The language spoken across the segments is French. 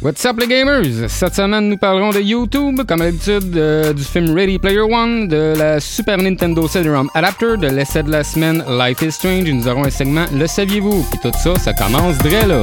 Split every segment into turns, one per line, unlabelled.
What's up les gamers? Cette semaine, nous parlerons de YouTube, comme à l'habitude, euh, du film Ready Player One, de la Super Nintendo CD-ROM Adapter, de l'essai de la semaine Life is Strange, et nous aurons un segment Le saviez-vous? Puis tout ça, ça commence dès là.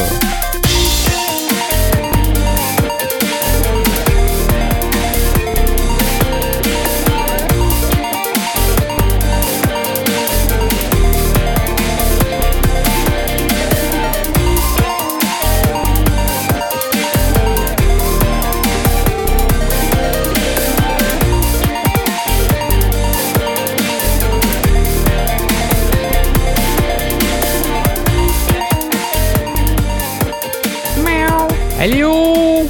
Allez oh!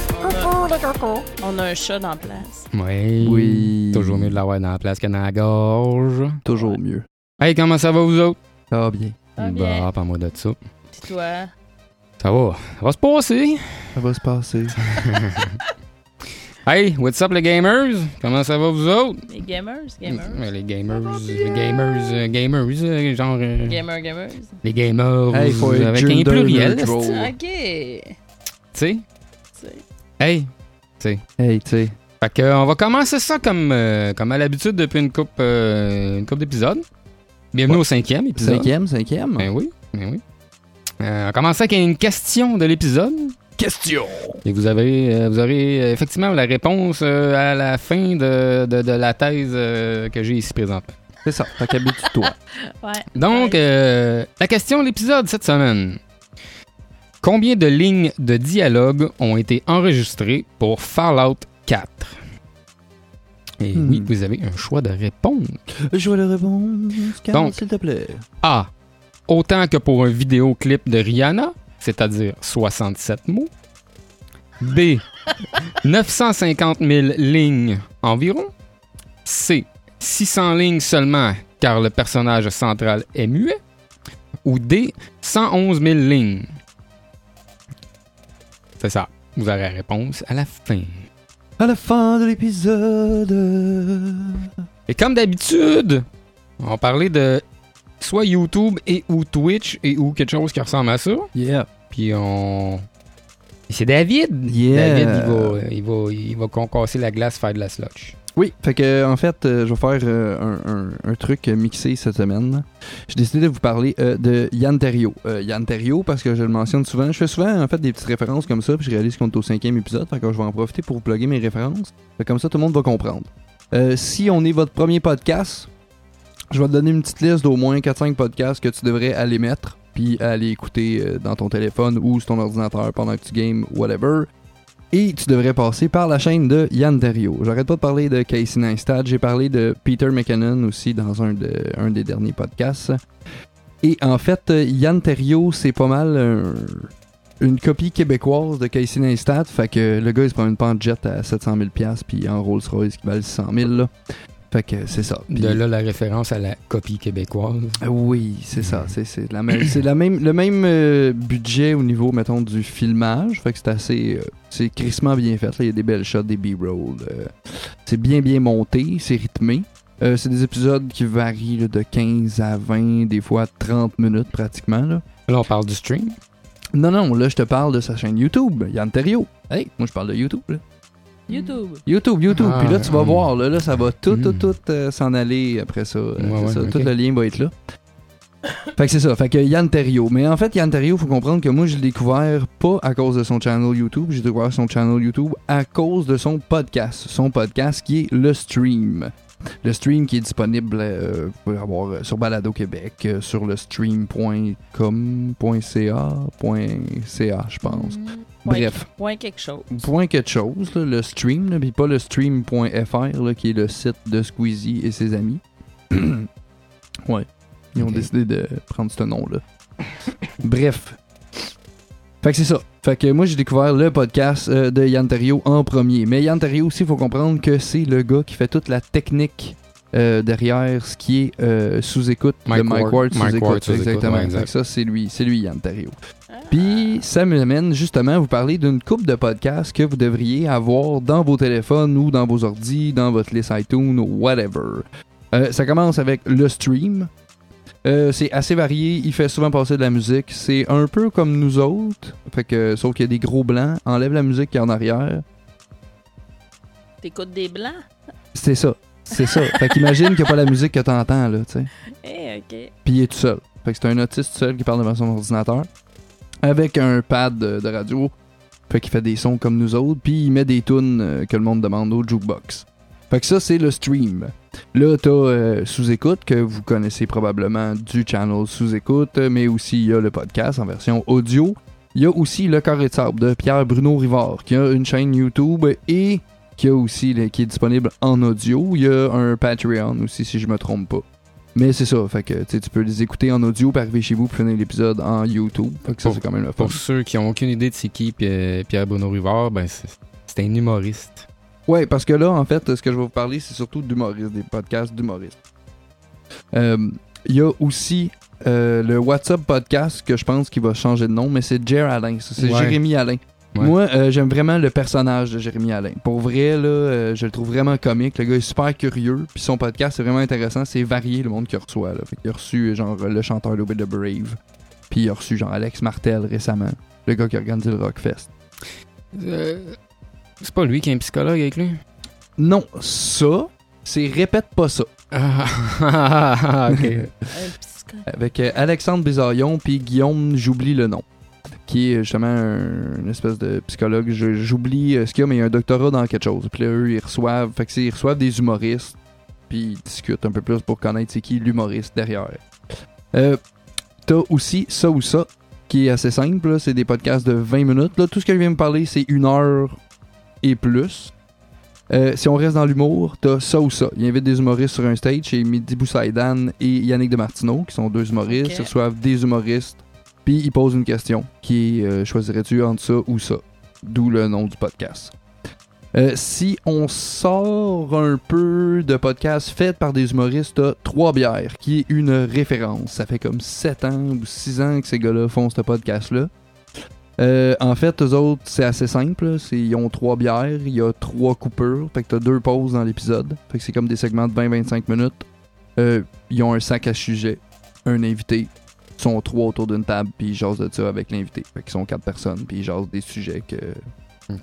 On a un chat dans la place.
Oui.
Oui.
Toujours mieux de l'avoir dans la place que dans la gorge.
Toujours mieux.
Hey, comment ça va vous autres?
Ah bien.
Ah, bien.
Bah, pas moi de ça.
Pis toi?
Ça va. Ça va se passer.
Ça va se passer.
Hey, what's up les gamers? Comment ça va vous autres?
Les gamers?
Mm,
Gamers?
Ouais, les gamers, les gamers, euh, gamers, euh, genre
mm.
euh,
Gamer, gamers?
les gamers
Hey, faut être
avec un
gender
pluriel, tu
neutral.
Ok.
sais.
C'est-
Hey,
hey, tu sais.
fait que, euh, on va commencer ça comme, euh, comme à l'habitude depuis une coupe, euh, une coupe d'épisodes. Bienvenue au cinquième épisode.
Cinquième, cinquième.
Ben oui, ben oui. Euh, on commence avec une question de l'épisode.
Question.
Et vous avez, euh, vous aurez euh, effectivement la réponse euh, à la fin de, de- de la thèse euh, que j'ai ici présente.
C'est ça. Fait qu'habitue-toi.
Ouais.
Donc,
Ouais.
euh, la question de l'épisode cette semaine. Combien de lignes de dialogue ont été enregistrées pour Fallout 4? Et
Hmm.
oui, vous avez un choix de réponse.
Je vois la réponse. Carl,
Donc.
s'il te plaît.
A. Autant que pour un vidéoclip de Rihanna, c'est-à-dire 67 mots. B. 950 000 lignes environ. C. 600 lignes seulement, car le personnage central est muet. Ou D. 111 000 lignes. C'est ça. Vous aurez la réponse à la fin.
À la fin de l'épisode.
Et comme d'habitude, on parlait de soit YouTube et ou Twitch et ou quelque chose qui ressemble à ça.
Yeah.
Puis on. Et C'est David.
Yeah.
David, il va, il va, il va concasser la glace, faire de la slotch.
Oui, fait que en fait, euh, je vais faire euh, un, un- un truc euh, mixé cette semaine. J'ai décidé de vous parler euh, de Yann Terriot. Euh, Yann Terriot, parce que je le mentionne souvent. Je fais souvent en fait des petites références comme ça, puis je réalise qu'on est au cinquième épisode, fait que je vais en profiter pour vous plugger mes références. Fait que comme ça, tout le monde va comprendre. Euh, si on est votre premier podcast, je vais te donner une petite liste d'au moins 4-5 podcasts que tu devrais aller mettre, puis aller écouter euh, dans ton téléphone ou sur ton ordinateur pendant que tu games, whatever. Et tu devrais passer par la chaîne de Yann Dario. J'arrête pas de parler de Casey Neistat. J'ai parlé de Peter McKinnon aussi dans un, de- un des derniers podcasts. Et en fait, euh, Yann Terrio, c'est pas mal euh, une copie québécoise de Casey Neistat. Fait que le gars, il se promène pas en jet à 700 000 puis en Rolls Royce qui valent 600 000 là. Fait que c'est ça. Puis-
De là, la référence à la copie québécoise.
euh, Oui, c'est ça. C'est, c'est la même, c'est la même, le même euh, budget au niveau, mettons, du filmage. Fait que c'est assez. euh, c'est crissement bien fait. là. Il y a des belles shots, des B-rolls. euh, c'est bien, bien monté. C'est rythmé. Euh, c'est des épisodes qui varient là, de 15 à 20, des fois 30 minutes pratiquement. Là.
Là, on parle du stream.
Non, non, là, je te parle de sa chaîne YouTube, Yann Terrio. Hey, moi, je parle de YouTube. Là.
YouTube.
YouTube, YouTube.
Ah,
Puis là, tu vas
hmm.
voir, là, là, ça va tout, tout,
Hmm.
tout euh, s'en aller après ça. Euh,
Ouais,
c'est
ouais,
ça,
ok.
Tout le lien va être là. fait que c'est ça. Fait que Yann Terrio. Mais en fait, Yann Terrio, faut comprendre que moi, je l'ai découvert pas à cause de son channel YouTube. J'ai découvert son channel YouTube à cause de son podcast. Son podcast qui est Le Stream. Le stream qui est disponible, euh, vous pouvez l'avoir euh, sur Balado Québec, euh, sur le stream.com.ca, .ca, je pense. Bref
Mm. Point quelque chose.
point quelque chose, là, le stream, là, puis pas le stream.fr, là, qui est le site de Squeezie et ses amis. ouais. Ils ont
Ok.
décidé de prendre ce nom-là. Bref. Fait que c'est ça. Fait que moi, j'ai découvert le podcast euh, de Yann Terriot en premier. Mais Yann Terriot aussi, il faut comprendre que c'est le gars qui fait toute la technique euh, derrière ce qui est euh, sous-écoute de
Mike
Mike
Ward.
Ward.
Mike
Sous-écoute,
Ward, sous-écoute,
exactement.
ouais, exact.
Fait que ça, c'est lui. C'est lui, Yann Terriot.
Ah.
Puis ça m'amène justement à vous parler d'une coupe de podcasts que vous devriez avoir dans vos téléphones ou dans vos ordis, dans votre liste iTunes, whatever. Euh, ça commence avec le stream. Euh, c'est assez varié, il fait souvent passer de la musique. C'est un peu comme nous autres, fait que, sauf qu'il y a des gros blancs. Enlève la musique qui est en arrière.
T'écoutes des blancs?
C'est ça. C'est ça. fait qu'imagine qu'il n'y a pas la musique que t'entends, là, tu sais.
Eh, ok.
Puis il est tout seul. Fait que c'est un autiste tout seul qui parle devant son ordinateur. Avec un pad de, de radio. Fait qu'il fait des sons comme nous autres. Puis il met des tunes euh, que le monde demande au jukebox. Fait que ça, c'est le stream. Là, t'as euh, Sous-Écoute, que vous connaissez probablement du channel Sous-Écoute, mais aussi il y a le podcast en version audio. Il y a aussi Le Carré de Sable de Pierre-Bruno Rivard, qui a une chaîne YouTube et qui, a aussi, là, qui est disponible en audio. Il y a un Patreon aussi, si je me trompe pas. Mais c'est ça, fait que tu sais, tu peux les écouter en audio, puis arriver chez vous, puis finir l'épisode en YouTube. Fait que ça, c'est quand même le fun.
Pour ceux qui n'ont aucune idée de c'est qui Pierre- Pierre-Bruno Rivard, ben c'est c'est un humoriste.
Ouais, parce que là, en fait, ce que je vais vous parler, c'est surtout d'humoristes, des podcasts d'humoristes. Euh, Il y a aussi euh, le WhatsApp podcast que je pense qu'il va changer de nom, mais c'est Jer Alain. ça, C'est
Ouais.
Jérémy Alain.
Ouais.
Moi, euh, j'aime vraiment le personnage de Jérémy Alain. Pour vrai, là, euh, je le trouve vraiment comique. Le gars est super curieux, puis son podcast, c'est vraiment intéressant. C'est varié le monde qu'il reçoit. Là. Fait qu'il a reçu, euh, genre, le chanteur de The Brave, puis il a reçu, genre, Alex Martel récemment, le gars qui a organisé le Rockfest.
Euh, c'est pas lui qui est un psychologue avec lui?
Non, ça, c'est Répète pas ça.
Ah, ah, ah, ok.
Un psychopathe.
avec euh, Alexandre Bizarion puis Guillaume, j'oublie le nom, qui est euh, justement un- une espèce de psychologue. Je- J'oublie euh, ce qu'il y a, mais il y a un doctorat dans quelque chose. Puis là, eux, ils reçoivent, fait que c'est- ils reçoivent des humoristes, puis ils discutent un peu plus pour connaître c'est qui l'humoriste derrière. Euh, T'as aussi ça ou ça, qui est assez simple. là. C'est des podcasts de 20 minutes. Là, tout ce que je viens de parler, c'est une heure et plus. Euh, si on reste dans l'humour, t'as ça ou ça. Il invite des humoristes sur un stage chez Midi Boussaïdan et Yannick Demartino, qui sont deux humoristes.
Ok.
Ils reçoivent des humoristes, puis ils posent une question qui est euh, choisirais-tu entre ça ou ça D'où le nom du podcast. Euh, si on sort un peu de podcasts faits par des humoristes, t'as Trois Bières, qui est une référence. Ça fait comme 7 ans ou 6 ans que ces gars-là font ce podcast-là. Euh, en fait, eux autres, c'est assez simple. là. C'est, ils ont trois bières, il y a trois coupures. Fait que t'as deux pauses dans l'épisode. Fait que c'est comme des segments de 20-25 minutes. Euh, ils ont un sac à sujet, un invité. Ils sont trois autour d'une table, puis ils jasent de ça avec l'invité. Fait qu'ils sont quatre personnes, puis ils jasent des sujets que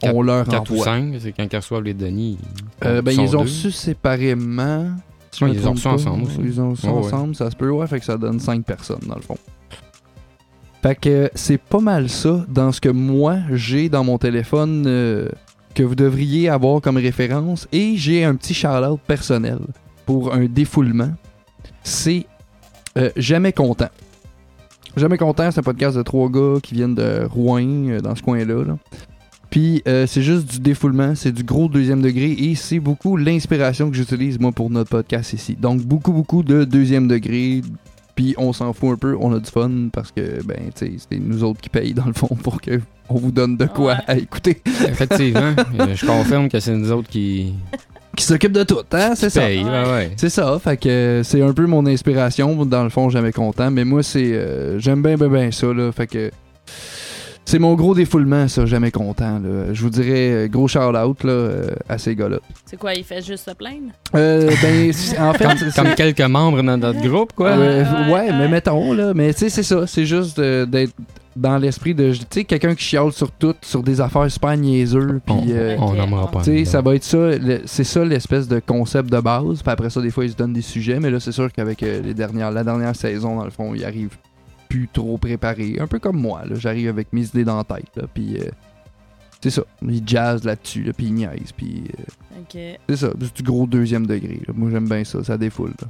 Quatre-
on leur
quatre ou
envoie.
cinq, c'est quand ils reçoivent les Denis.
Euh, ben, ils les ont
deux.
reçus séparément. si je
Ouais,
me
ils les ont
trompe
reçus
pas.
ensemble aussi.
Ils les ont reçus
Ouais, ouais.
ensemble, ça se peut. Ouais, fait que ça donne 5 personnes, dans le fond. Fait que euh, c'est pas mal ça dans ce que moi, j'ai dans mon téléphone euh, que vous devriez avoir comme référence. Et j'ai un petit shout-out personnel pour un défoulement. C'est euh, Jamais Content. Jamais Content, c'est un podcast de trois gars qui viennent de Rouen, euh, dans ce coin-là. là. Puis euh, c'est juste du défoulement, c'est du gros deuxième degré et c'est beaucoup l'inspiration que j'utilise moi pour notre podcast ici. Donc beaucoup beaucoup de deuxième degré. Puis on s'en fout un peu, on a du fun parce que ben tu sais c'est nous autres qui payent dans le fond pour que on vous donne de quoi
Ouais.
à écouter.
Effectivement, euh, je confirme que c'est nous autres qui,
Qui s'occupe de tout, hein, c'est
qui
ça.
payent. Ouais, ouais.
C'est ça, fait que euh, c'est un peu mon inspiration, dans le fond, jamais content, mais moi c'est euh, j'aime bien bien bien ça là, fait que c'est mon gros défoulement ça, jamais content là. Je vous dirais euh, gros shout out là euh, à ces gars-là.
C'est quoi, il fait juste se plaindre?
Euh, ben, c'est- en fait, c'est-
Comme quelques membres dans notre groupe, quoi.
euh,
Ouais,
ouais,
ouais.
mais mettons, là. Mais tu sais, c'est ça. C'est juste euh, d'être dans l'esprit de. Tu sais, quelqu'un qui chiale sur tout, sur des affaires super niaiseux.
Oh,
On-
Puis, euh,
on n'aimera pas.
tu sais, ça va être ça. le- C'est ça l'espèce de concept de base. Puis après ça, des fois, ils se donnent des sujets. Mais là, c'est sûr qu'avec euh, les dernières, la dernière saison, dans le fond, ils arrivent plus trop préparés. Un peu comme moi, là. J'arrive avec mes idées dans la tête, là. Puis, euh, c'est ça. Ils jazzent là-dessus, là. Puis ils niaisent. Puis, euh,
Ok.
c'est ça. C'est du gros deuxième degré, là. Moi, j'aime bien ça. Ça défoule, là.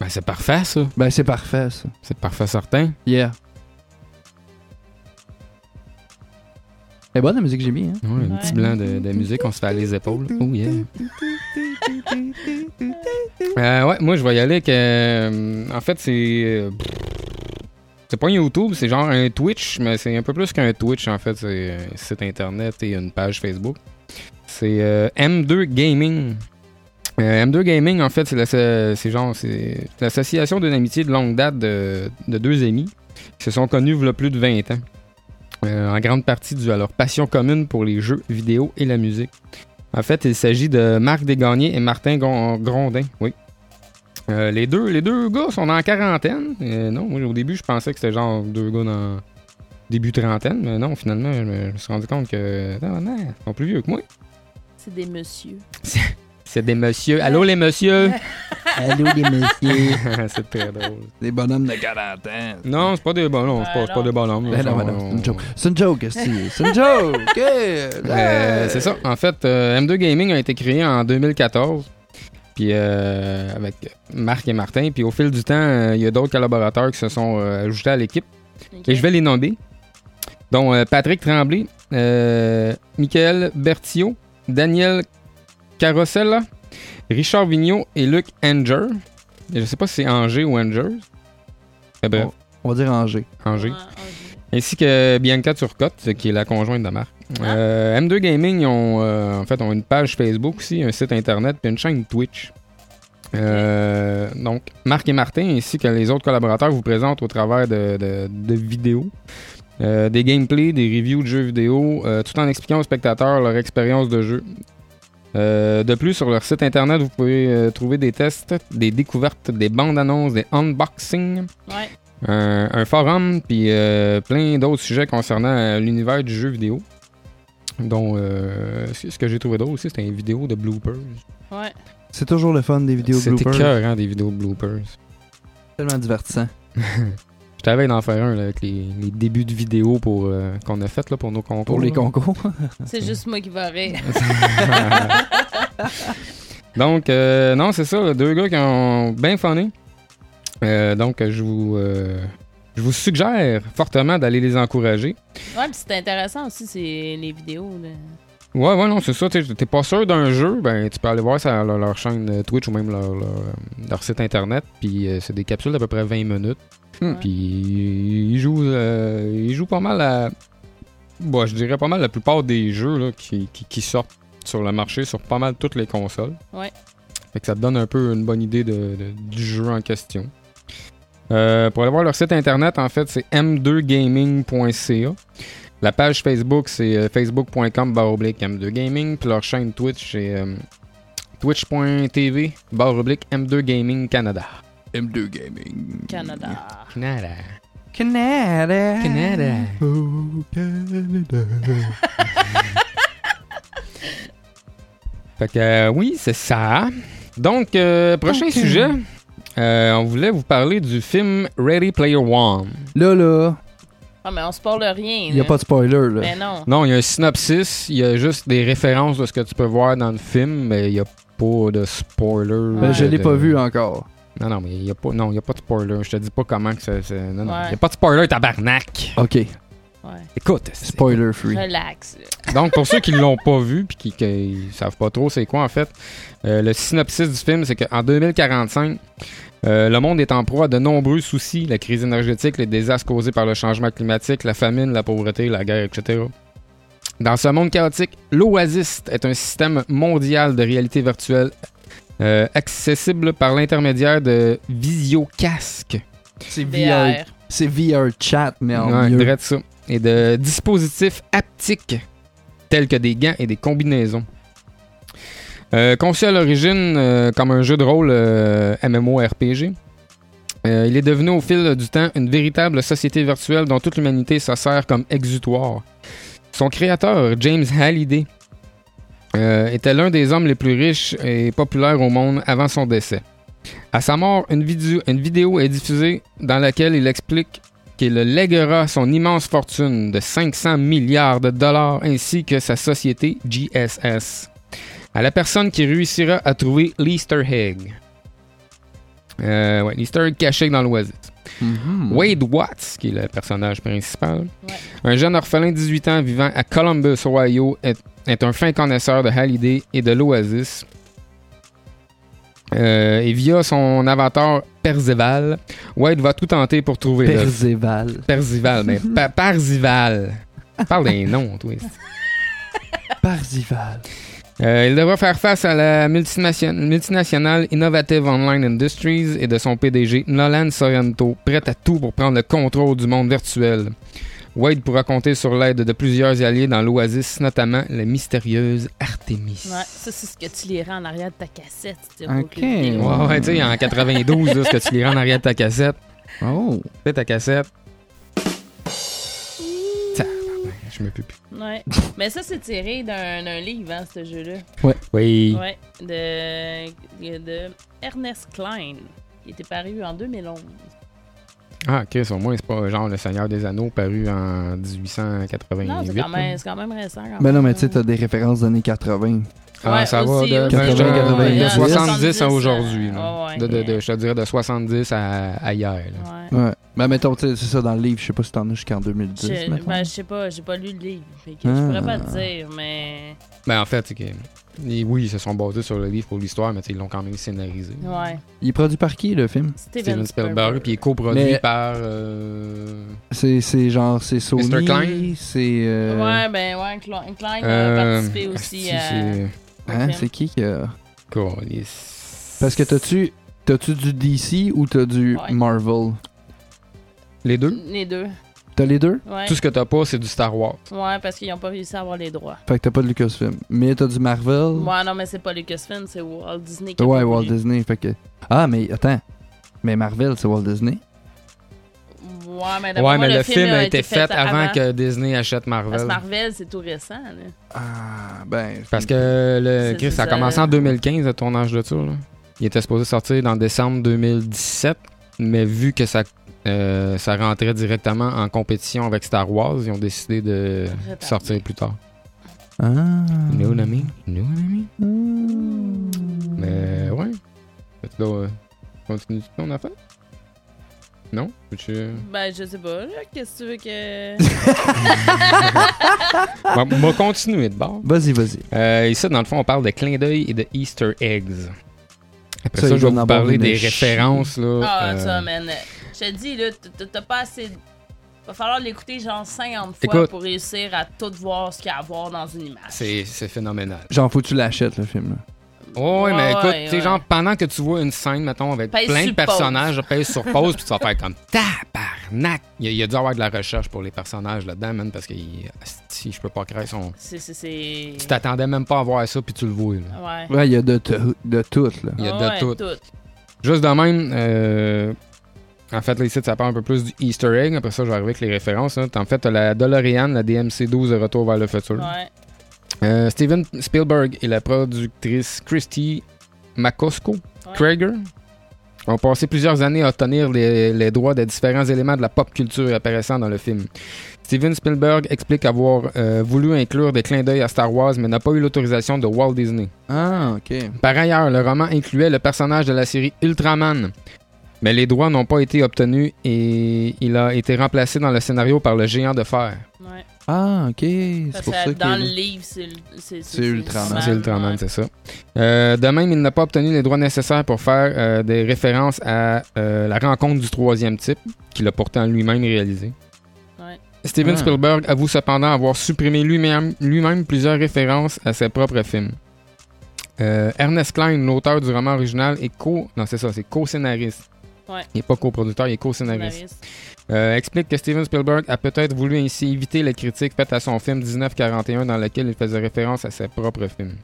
Ben, c'est parfait, ça.
Ben, c'est parfait, ça.
C'est parfait, certain.
Yeah. Elle est bonne la musique que j'ai mis, hein?
Ouais, Un petit blanc de, de musique, on se fait à les épaules. Oh, yeah. Euh, ouais, moi, je vais y aller avec. euh, en fait, c'est. euh, C'est pas un YouTube, c'est genre un Twitch, mais c'est un peu plus qu'un Twitch, en fait. C'est un site internet et une page Facebook. C'est euh, M2 Gaming. Euh, M2 Gaming, en fait, c'est la- c'est genre c'est l'association d'une amitié de longue date de, de deux amis qui se sont connus il y a plus de 20 ans. Euh, en grande partie due à leur passion commune pour les jeux vidéo et la musique. En fait, il s'agit de Marc Desgagnés et Martin Gon- Grondin, oui. Euh, les, deux, les deux gars sont en quarantaine. Euh, non, moi, au début, je pensais que c'était genre deux gars dans début trentaine, mais non, finalement, je me, je me suis rendu compte que. Non, non, ils sont plus vieux que moi.
C'est des messieurs.
C'est des messieurs. Allô, les messieurs!
Allô, les messieurs.
c'est très drôle.
Les bonhommes de 40 ans.
Non, c'est pas des bonhommes. C'est pas, c'est pas des bonhommes.
Ben non, ben non, c'est une joke. C'est une joke, esti. C'est une joke. ok.
Euh, c'est ça. En fait, euh, M2 Gaming a été créé en 2014. Puis euh, avec Marc et Martin. Puis au fil du temps, euh, il y a d'autres collaborateurs qui se sont euh, ajoutés à l'équipe.
Ok.
Et je vais les nommer. Dont euh, Patrick Tremblay, euh, Michael Bertillot, Daniel Carosella, Richard Vigneault et Luc Anger. Je sais pas si c'est Anger ou Angers. Mais bref,
On va dire Angers.
Anger.
Ouais, Angers.
Ainsi que Bianca Turcotte, qui est la conjointe de Marc. Euh, M2 Gaming, ils ont, euh, en fait, ont une page Facebook aussi, un site internet, puis une chaîne Twitch. Euh, donc, Marc et Martin, ainsi que les autres collaborateurs, vous présentent au travers de, de- de vidéos, euh, des gameplays, des reviews de jeux vidéo, euh, tout en expliquant aux spectateurs leur expérience de jeu. Euh, de plus, sur leur site internet, vous pouvez euh, trouver des tests, des découvertes, des bandes annonces, des unboxings,
Ouais.
un, Euh, un forum, puis euh, plein d'autres sujets concernant euh, l'univers du jeu vidéo. Dont euh, ce ce que j'ai trouvé d'autre aussi, c'était une vidéo de bloopers.
Ah,
Ouais.
C'est toujours le fun des vidéos
C'était
bloopers.
cœur, hein, des vidéos bloopers.
tellement divertissant.
Je t'avais d'en faire un là, avec les, les débuts de vidéos pour euh, qu'on a fait là, pour nos concours.
Pour les
là.
concours.
C'est juste moi qui va rire.
donc, euh, non, c'est ça, deux gars qui ont bien fané. Euh, donc, je vous, euh, je vous suggère fortement d'aller les encourager.
Ouais, puis c'est intéressant aussi, c'est les vidéos. Là.
Ouais, ouais, non, c'est ça. t'sais, T'es pas sûr d'un jeu, ben tu peux aller voir ça, leur, leur chaîne euh, Twitch ou même leur, leur, euh, leur site internet. Puis euh, c'est des capsules d'à peu près 20 minutes.
Hmm.
Puis ils jouent, euh, ils jouent pas mal à. Bon, je dirais pas mal la plupart des jeux là, qui, qui- qui sortent sur le marché sur pas mal toutes les consoles.
Ouais.
Fait que ça te donne un peu une bonne idée de- de- du jeu en question. Euh, pour aller voir leur site internet, en fait, c'est m2gaming.ca. La page Facebook, c'est euh, facebook.com baroblique m2gaming. Puis leur chaîne Twitch, c'est euh, twitch.tv baroblique m2gaming Canada.
M2 Gaming.
Canada.
Canada.
Canada.
Canada.
Oh, Canada.
Fait que euh, oui, c'est ça. Donc, euh, prochain
Ok.
sujet. Euh, on voulait vous parler du film Ready Player One.
Là, là,
Ah, mais on se parle de rien.
il n'y a
là.
pas de spoiler. Là.
Mais non.
Non, il y a un synopsis, il y a juste des références de ce que tu peux voir dans le film, mais il n'y a pas de spoiler.
Ben, je
de-
l'ai pas
de-
vu encore.
Non, non, mais il n'y a, pas- non, il y a pas de spoiler. Je te dis pas comment que ça. ça- non, non, il
Ouais.
n'y a pas de spoiler, tabarnak.
Ok,
Ouais.
Écoute, c'est-
spoiler free.
Relax. là.
Donc, pour ceux qui l'ont pas vu puis qui, qui savent pas trop c'est quoi, en fait, euh, le synopsis du film, c'est qu'en 2045, euh, le monde est en proie à de nombreux soucis, la crise énergétique, les désastres causés par le changement climatique, la famine, la pauvreté, la guerre, etc. Dans ce monde chaotique, l'Oasis est un système mondial de réalité virtuelle euh, accessible par l'intermédiaire de visiocasques.
C'est VR,
VR.
c'est VR chat, mais en
Ouais,
mieux.
drette ça. Et de dispositifs haptiques, tels que des gants et des combinaisons. Euh, conçu à l'origine euh, comme un jeu de rôle euh, MMORPG, euh, il est devenu au fil du temps une véritable société virtuelle dont toute l'humanité se sert comme exutoire. Son créateur, James Halliday, euh, était l'un des hommes les plus riches et populaires au monde avant son décès. À sa mort, une vidéo, une vidéo est diffusée dans laquelle il explique qu'il léguera son immense fortune de 500 milliards de dollars ainsi que sa société GSS à la personne qui réussira à trouver l'Easter egg. Euh, ouais, l'Easter egg caché dans l'Oasis.
Mhm.
Wade Watts, qui est le personnage principal,
Ouais.
un jeune orphelin de 18 ans vivant à Columbus, Ohio, est, est un fin connaisseur de Halliday et de l'Oasis. Euh, et via son avatar Perceval, Wade va tout tenter pour trouver l'œuf.
Perceval.
Perzival, mais pa Parzival. Parle des noms, toi.
Parzival.
Euh, il devra faire face à la multination- multinationale Innovative Online Industries et de son PDG Nolan Sorrento, prêt à tout pour prendre le contrôle du monde virtuel. Wade pourra compter sur l'aide de plusieurs alliés dans l'Oasis, notamment la mystérieuse Artemis.
Ouais, ça, c'est ce que tu lirais en arrière de ta cassette. c'était
Ok.
beau que le vidéo.
Ouais, ouais, tu sais, en 92, là, ce que tu liras en arrière de ta cassette.
Oh!
Tu sais, ta cassette. Ça, je me peux plus.
Ouais. Mais ça, c'est tiré d'un d'un livre, hein, ce jeu-là.
Oui.
Ouais, de, de Ernest Klein, qui était paru en 2011.
Ah, ok, au moins, c'est pas genre Le Seigneur des Anneaux paru en 1888.
Non, c'est quand, même-
là.
c'est quand même récent. Quand
hein. Ben non,
même,
mais tu sais,
hein.
t'as des références des années 80.
Ah,
Ouais,
ça va
aussi,
de,
aussi,
ben,
ouais,
je-
ouais,
de
ouais,
70 à
70,
aujourd'hui. là.
euh, ouais, ouais.
De- de- de- je te dirais de 70 à, à hier. là.
Ouais.
Ouais. Ben mettons, tu sais, c'est ça dans le livre, je sais pas si t'en as jusqu'en 2010.
Je,
mettons.
ben, je sais pas, j'ai pas lu le livre. fait que
Ah.
Je pourrais pas te dire, mais.
Ben, en fait, c'est que- ils- oui, ils se sont basés sur le livre pour l'histoire, mais tu sais, ils l'ont quand même scénarisé.
Ouais.
Il est produit par qui le film
Steven Spielberg, puis il est coproduit
Mais-
par. euh,
C'est c'est genre, c'est Sony.
Mr. Klein?
C'est. euh,
Ouais, ben ouais, Cla- Klein
euh,
a participé aussi
asti,
à.
c'est-
au
hein,
film.
c'est qui qui a-
Câlisse.
Parce que t'as-tu. T'as-tu du DC ou t'as du
Ouais.
Marvel?
Les deux.
Les deux.
T'as les deux?
Ouais.
Tout ce que t'as pas, c'est du Star Wars.
Ouais, parce qu'ils ont pas réussi à avoir les droits.
Fait que t'as pas de Lucasfilm. Mais t'as du
Oh.
Marvel?
Ouais, non, mais c'est pas Lucasfilm, c'est Walt Disney qui a
Ouais,
produit.
Walt Disney. Fait que. Ah, mais attends. Mais Marvel, c'est Walt Disney.
Ouais, mais, d'après
Ouais,
moi,
mais le film a été fait avant
avant
que Disney achète
Parce
Marvel.
que Marvel, c'est tout récent. Là.
Ah, ben.
Parce que le
C'est-
Chris,
c'est
ça a
ça.
commencé en 2015, le tournage de ça. là. Il était supposé sortir dans décembre 2017, mais vu que ça, euh, ça rentrait directement en compétition avec Star Wars, ils ont décidé de
Retarder.
sortir plus tard.
Ah.
Nous, on a mis. Nous, on a mis.
Hmm.
Mais ouais. Fait que là, euh, continue ton affaire? Non? Veux-tu, euh,
Ben, je sais pas, là. Qu'est-ce que tu veux que. Ah!
On va continuer de bord.
Vas-y, vas-y.
Euh, ici, dans le fond, on parle de clins d'œil et de Easter eggs. Après
Ça,
ça,
il
je
doit
vais
en
vous parler
avoir une
des
chie.
références. Là,
Ah,
euh,
ça, man. Je te dis, là, t- t- t'as pas assez. de- Va falloir l'écouter genre 50 fois
Écoute.
pour réussir à tout voir ce qu'il y a à voir dans une image.
c'est, c'est phénoménal.
Genre, faut que tu l'achètes, le film. là.
Ouais,
Ouais,
mais écoute,
ouais,
tu sais,
ouais.
genre, pendant que tu vois une scène, mettons, avec
Pèse
plein de
sur pause.
personnages, je pèse sur pause, puis tu vas faire comme tabarnak. Il y a, il y a dû avoir de la recherche pour les personnages là-dedans, man, parce que si je peux pas créer son.
C'est. c'est- c'est-
Tu t'attendais même pas à voir ça, puis tu le vois. là.
Ouais.
Ouais, il y a de, tout- de tout, là.
Il y a de
Ouais,
tout. Juste de même, euh, en fait, là, ici, ça parle un peu plus du Easter egg. Après ça, je vais arriver avec les références. hein. En fait, t'as la DeLorean, la DMC-12 de Retour vers le futur.
Ouais.
Euh, Steven Spielberg et la productrice Christy Makosko
Ouais.
Krager ont passé plusieurs années à obtenir les, les droits des différents éléments de la pop culture apparaissant dans le film. Steven Spielberg explique avoir euh, voulu inclure des clins d'œil à Star Wars, mais n'a pas eu l'autorisation de Walt Disney.
Ah, ok.
Par ailleurs, le roman incluait le personnage de la série Ultraman. Mais les droits n'ont pas été obtenus et il a été remplacé dans le scénario par le géant de fer.
Ouais.
Ah, ok. C'est
Parce
pour ça
que dans le
que.
livre, c'est. le- C'est
C'est Ultraman.
Ah, C'est Ultraman,
ouais.
c'est ça. Euh, de même, il n'a pas obtenu les droits nécessaires pour faire euh, des références à euh, la rencontre du troisième type, qu'il a pourtant lui-même réalisé.
Ouais.
Steven
Ah.
Spielberg avoue cependant avoir supprimé lui-même lui-même plusieurs références à ses propres films. Euh, Ernest Klein, l'auteur du roman original, est co non c'est ça, c'est co-scénariste.
Ouais.
Il n'est pas coproducteur, il est co-scénariste.
Scénariste.
Euh, explique que Steven Spielberg a peut-être voulu ainsi éviter les critiques faites à son film 1941 dans lequel il faisait référence à ses propres films.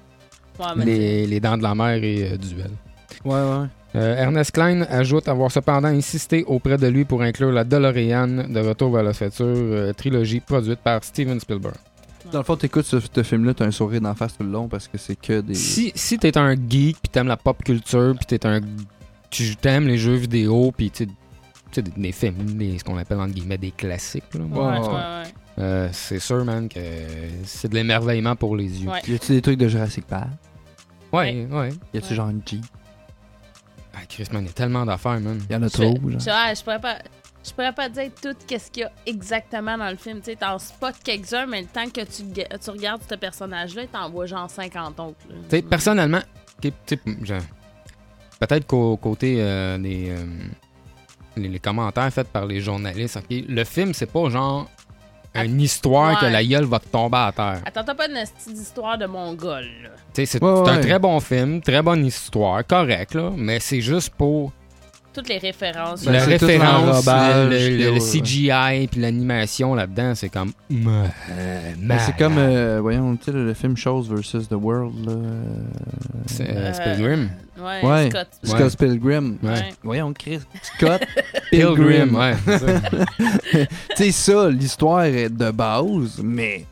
Ouais, mais
Les, les Dents de la Mer et euh, Duel.
Ouais, ouais.
Euh, Ernest Klein ajoute avoir cependant insisté auprès de lui pour inclure la DeLorean de Retour vers le futur, euh, trilogie produite par Steven Spielberg.
Dans le fond, t'écoutes ce, ce film-là, t'as un sourire d'en face tout le long parce que c'est que des.
Si, si t'es un geek, puis t'aimes la pop culture, puis t'es un... Tu t'aimes les jeux vidéo, puis tu sais, tu sais, des- des films, des- ce qu'on appelle entre guillemets des classiques, là.
Ouais, ouais,
Ouais.
ouais.
Euh, c'est sûr, man, que c'est de l'émerveillement pour les yeux.
Ouais.
Y a-tu des trucs de Jurassic Park
ouais. ouais.
Y a-tu
Ouais.
genre une G
Ah, Chris, man, il y a tellement d'affaires, man.
Y en a
Je-
trop, genre.
Je, ouais, je pourrais pas. Je pourrais pas dire tout qu'est-ce qu'il y a exactement dans le film. Tu sais, t'en spots quelques-uns, mais le temps que tu, ga- tu regardes ce personnage-là, t'en vois genre 50 autres. là.
Tu sais, personnellement, ok, tu sais, je- peut-être qu'au côté euh, des euh, les, les commentaires faits par les journalistes, ok, le film, c'est pas genre une histoire que
Ah, Ouais.
la gueule va te tomber à terre.
Attends, t'as pas une petite histoire de Mongol, là.
Tu sais, C'est
Ouais,
c'est un
ouais.
très bon film, très bonne histoire, correct, là, mais c'est juste pour
toutes les références.
Ben,
la
c'est tout
référence,
l'enrobage,
le, le-
puis,
le
ouais.
CGI, puis l'animation là-dedans, c'est comme. euh,
Mais Ben, c'est
malade.
comme, euh, voyons, tu sais, le film Shows versus The World. là, euh,
C'est, euh,
Euh,
Spilgrim.
Ouais,
Ouais.
Ben, Scott.
Scott Pilgrim.
Ouais.
Ouais.
Voyons, Chris. Scott
Pilgrim, ouais. c'est ça.
tu sais, ça, l'histoire est de base, mais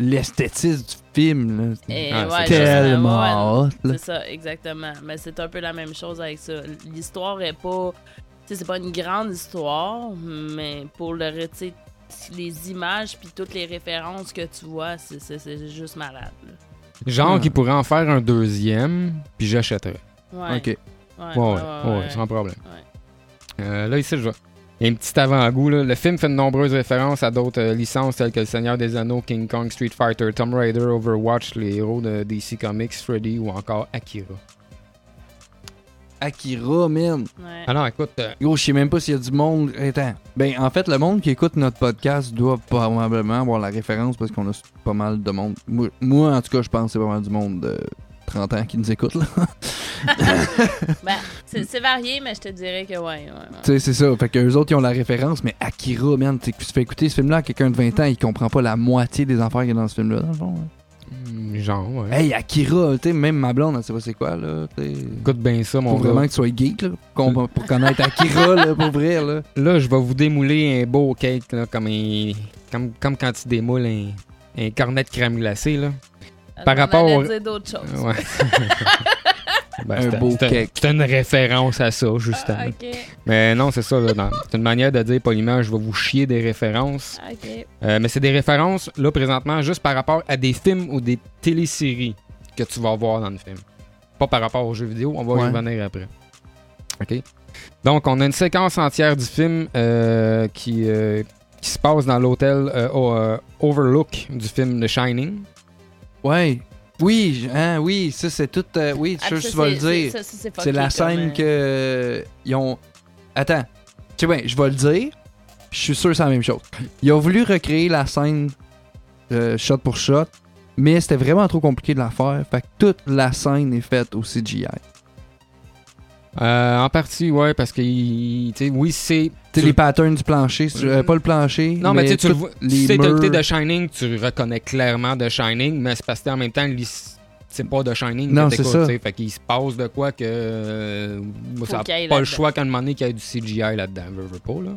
l'esthétisme du film, là, c'est
Et
Ah,
Eh, ouais,
c'est
je sais, ouais,
tellement hot. là.
C'est ça, exactement. Mais c'est un peu la même chose avec ça. L'histoire est pas. Tu sais, c'est pas une grande histoire, mais pour le. re- tu sais, les images puis toutes les références que tu vois, c'est- c'est c'est juste malade. là.
Genre
Ouais.
qu'ils pourraient en faire un deuxième, puis j'achèterais.
Ouais.
Ok.
Ouais,
Ouais, ouais,
ouais, ouais, ouais.
sans problème.
Ouais.
Euh, là, ici, je vois. Il y a un petit avant-goût. là. Le film fait de nombreuses références à d'autres euh, licences telles que Le Seigneur des Anneaux, King Kong, Street Fighter, Tomb Raider, Overwatch, les héros de DC Comics, Freddy ou encore Akira.
Akira, man.
Ouais.
Alors, écoute, euh,
Gros, je sais même pas s'il y a du monde. Attends. Ben, en fait, le monde qui écoute notre podcast doit probablement avoir la référence parce qu'on a pas mal de monde. Moi, moi, en tout cas, je pense que c'est pas mal du monde de 30 ans qui nous écoute, là.
Ben, c'est c'est varié, mais je te dirais que ouais. ouais, ouais.
tu sais, c'est ça. Fait qu'eux autres, ils ont la référence, mais Akira, man, tu sais, tu fais écouter ce film-là à quelqu'un de 20 ans, il comprend pas la moitié des affaires qu'il y a dans ce film-là, dans le fond. hein.
hmm, genre, ouais.
Hey, Akira, tu sais, même ma blonde, elle sait pas c'est quoi, là. tu sais.
Écoute bien ça, mon
Faut
gars.
vraiment que tu sois geek, là, qu'on- pour connaître Akira, là, pour vrai, là.
Là, je vais vous démouler un beau cake, là, comme, un- comme, comme quand tu démoules un, un carnet de crème glacée. Là. par
On
rapport
allait
au-
dire d'autres choses.
Ouais. Ben,
Un
c'était-
beau
c'était-
cake.
C'était une référence à ça, justement.
Ah, ok,
Mais non, c'est ça. là, dans- C'est une manière de dire poliment, je vais vous chier des références.
ok.
Euh, mais c'est des références, là, présentement, juste par rapport à des films ou des téléséries que tu vas voir dans le film. Pas par rapport aux jeux vidéo, on va y
Ouais.
revenir après. OK? Donc, on a une séquence entière du film euh, qui, euh, qui se passe dans l'hôtel euh, au- euh, Overlook du film The Shining.
Ouais. Oui, je- hein, oui, ça c'est tout. euh, oui,
Ah,
je
ça,
tu vas le
c'est-
dire.
ça, ça, C'est
C'est
fucké
la
comme,
scène
euh,
que euh, ils ont. Attends, tu sais bien, je vais le dire. Je suis sûr que c'est la même chose. Ils ont voulu recréer la scène euh, shot pour shot, mais c'était vraiment trop compliqué de la faire. Fait que toute la scène est faite au CGI.
Euh, en partie, ouais, parce que il- tu sais, oui, c'est.
Tu sais,
tu-
les patterns du plancher, c'est- euh, pas le plancher.
Non, mais, tu sais, tu le
tout-
vois- tu
les
sais, t'as écouté
murs.
The Shining, tu reconnais clairement The Shining, mais c'est parce que en même temps, l'his- c'est pas The Shining. que
Non,
t'écoutes,
c'est ça.
tu sais. Fait qu'il se passe de quoi que. euh, ça a
qu'il y ait
pas le
là-dedans.
choix qu'à demander qu'il y ait du CGI là-dedans. Veux, veux pas, là.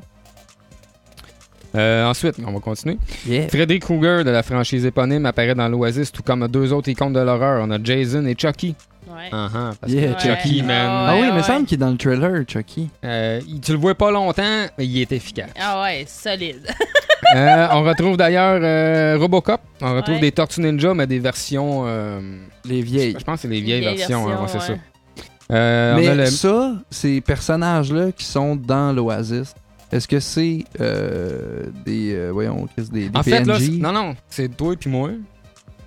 Euh, ensuite, on va continuer.
Yeah.
Freddy Krueger de la franchise éponyme apparaît dans l'Oasis, tout comme deux autres icônes de l'horreur. On a Jason et Chucky.
euh, Ouais.
Ah ah, parce
Yeah,
que
Ouais.
Chucky, man.
ah oui,
Ouais,
il me
ouais.
semble qu'il est dans le trailer, Chucky.
euh, il- tu le vois pas longtemps, mais il est efficace.
Ah ouais, solide.
Euh, on retrouve d'ailleurs euh, Robocop. On retrouve
Ouais.
des Tortues Ninja, mais des versions. euh,
Les vieilles.
je pense que c'est les vieilles
Vieille
versions. hein,
version,
ouais, c'est
ouais.
ça. Euh,
Mais
on a le-
ça, ces personnages-là qui sont dans l'Oasis, est-ce que c'est euh, des. euh, voyons, qu'est-ce que des, des
En fait, là,
PNJ?
c'est- non, non, c'est toi et puis moi.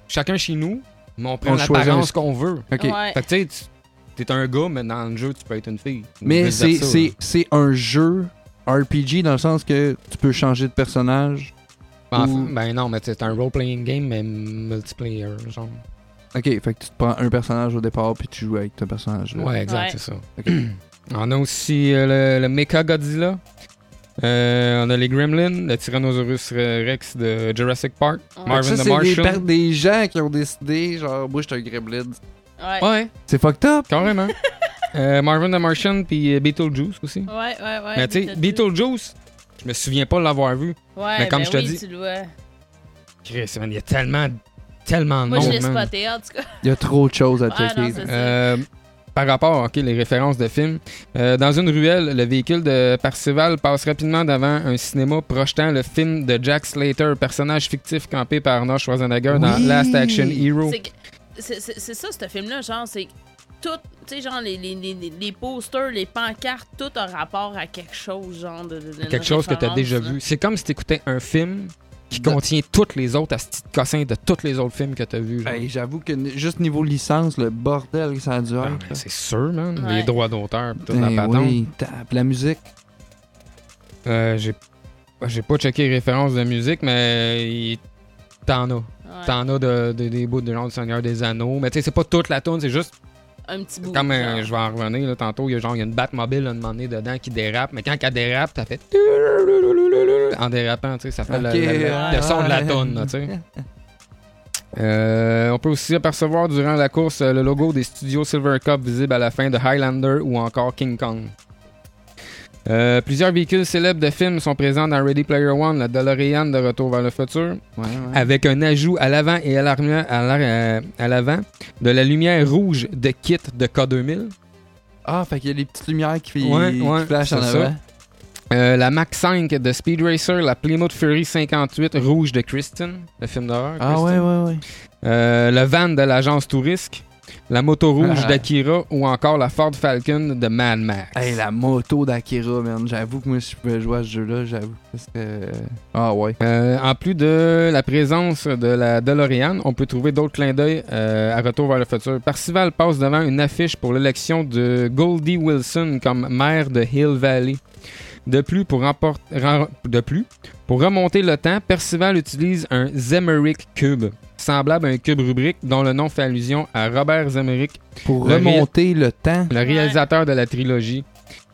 Chacun chez nous, mais on prend
On choisit
l'apparence
un-
qu'on veut.
Ok.
Ouais.
Fait que tu sais, tu- t'es un gars, mais dans le jeu, tu peux être une fille. Ou
Mais c'est,
vice-versa,
c'est, c'est un jeu RPG dans le sens que tu peux changer de personnage.
là. Enfin,
ou-
Ben non, mais c'est un role-playing game, mais multiplayer, genre.
Ok, fait que tu te prends un personnage au départ puis tu joues avec ton personnage. là.
Ouais, exact,
Ouais.
c'est ça.
Ok.
on a aussi euh, le, le Mecha Godzilla. Euh, on a les Gremlins, le Tyrannosaurus Rex de Jurassic Park.
Ouais.
Marvin
ça,
the
c'est des,
Martian.
par- des gens qui ont décidé, genre, moi, je suis un gremlin.
Ouais. Ouais,
Ouais,
C'est fucked up!
carrément. Euh, Marvin the Martian puis euh, Beetlejuice aussi.
ouais, ouais.
mais tu sais, Beetlejuice, je me souviens pas de l'avoir vu.
Ouais, ben
mais comme je te
oui,
dis-
tu le vois.
Chris, man, il y a tellement, tellement de
Moi, je
noms,
l'ai
man.
spoté, en tout cas.
Il y a trop de choses à
Ah,
checker.
non, c'est ça.
Euh, par rapport, ok, les références de films. Euh, dans une ruelle, le véhicule de Parcival passe rapidement devant un cinéma projetant le film de Jack Slater, personnage fictif campé par Arnold Schwarzenegger dans
Oui.
Last Action Hero.
C'est que- C'est c'est- c'est ça, ce film-là, genre, c'est tout, tu sais, genre, les, les, les, les posters, les pancartes, tout a rapport à quelque chose, genre, de, de- de-
Quelque
de
chose que tu as
référence,
déjà
là.
vu. C'est comme si tu écoutais un film qui
De-
contient toutes les autres astis de cossin de tous les autres films que tu as vus. genre.
Hey, j'avoue que n- juste niveau licence, le bordel que ça a dû
Ah,
être.
mais c'est sûr, man. Les
Ouais.
droits d'auteur, pis toute la
Ben
patente.
oui, tape, la musique.
Euh, j'ai j'ai pas checké les références de musique, mais il- t'en as.
Ouais.
T'en as de, de- des bouts de genre du Seigneur des Anneaux. Mais tu sais, c'est pas toute la tune, c'est juste
un petit bout.
Comme euh,
genre.
je vais en revenir là, tantôt, il y a genre il y a une Batmobile à un moment donné dedans qui dérape, mais quand elle dérape, ça fait en dérapant, tu sais, ça fait le-
Ok,
le, le- le
ouais,
son de Ah, la
ouais.
tonne, tu sais. Euh, on peut aussi apercevoir durant la course euh, le logo des studios Silver Cup visible à la fin de Highlander ou encore King Kong. Euh, plusieurs véhicules célèbres de films sont présents dans Ready Player One, la DeLorean de Retour vers le futur,
Ouais, ouais.
avec un ajout à l'avant et à l'arrière- à l'arrière- euh, à l'avant de la lumière rouge de kit de K2000.
Ah, fait qu'il y a les petites lumières qui,
Ouais,
qui
ouais,
flashent en
c'est ça.
avant.
Euh, la Mac 5 de Speed Racer, la Plymouth Fury 58 rouge de Kristen, le film d'horreur.
Ah
Kristen.
ouais, ouais, ouais.
Euh, le van de l'agence Tourisque, la moto rouge
Ah.
d'Akira ou encore la Ford Falcon de Mad Max.
Hey, la moto d'Akira, man. J'avoue que moi, si je pouvais jouer à ce jeu-là, j'avoue que c'était... Ah ouais.
Euh, en plus de la présence de la DeLorean, on peut trouver d'autres clins d'œil euh, à Retour vers le futur. Parcival passe devant une affiche pour l'élection de Goldie Wilson comme maire de Hill Valley. De plus, pour, remporte- ren- de plus, pour remonter le temps, Percival utilise un Zemerick Cube, semblable à un cube rubrique dont le nom fait allusion à Robert Zemerick,
Pour
Le
remonter le temps.
le
Ouais.
réalisateur de la trilogie.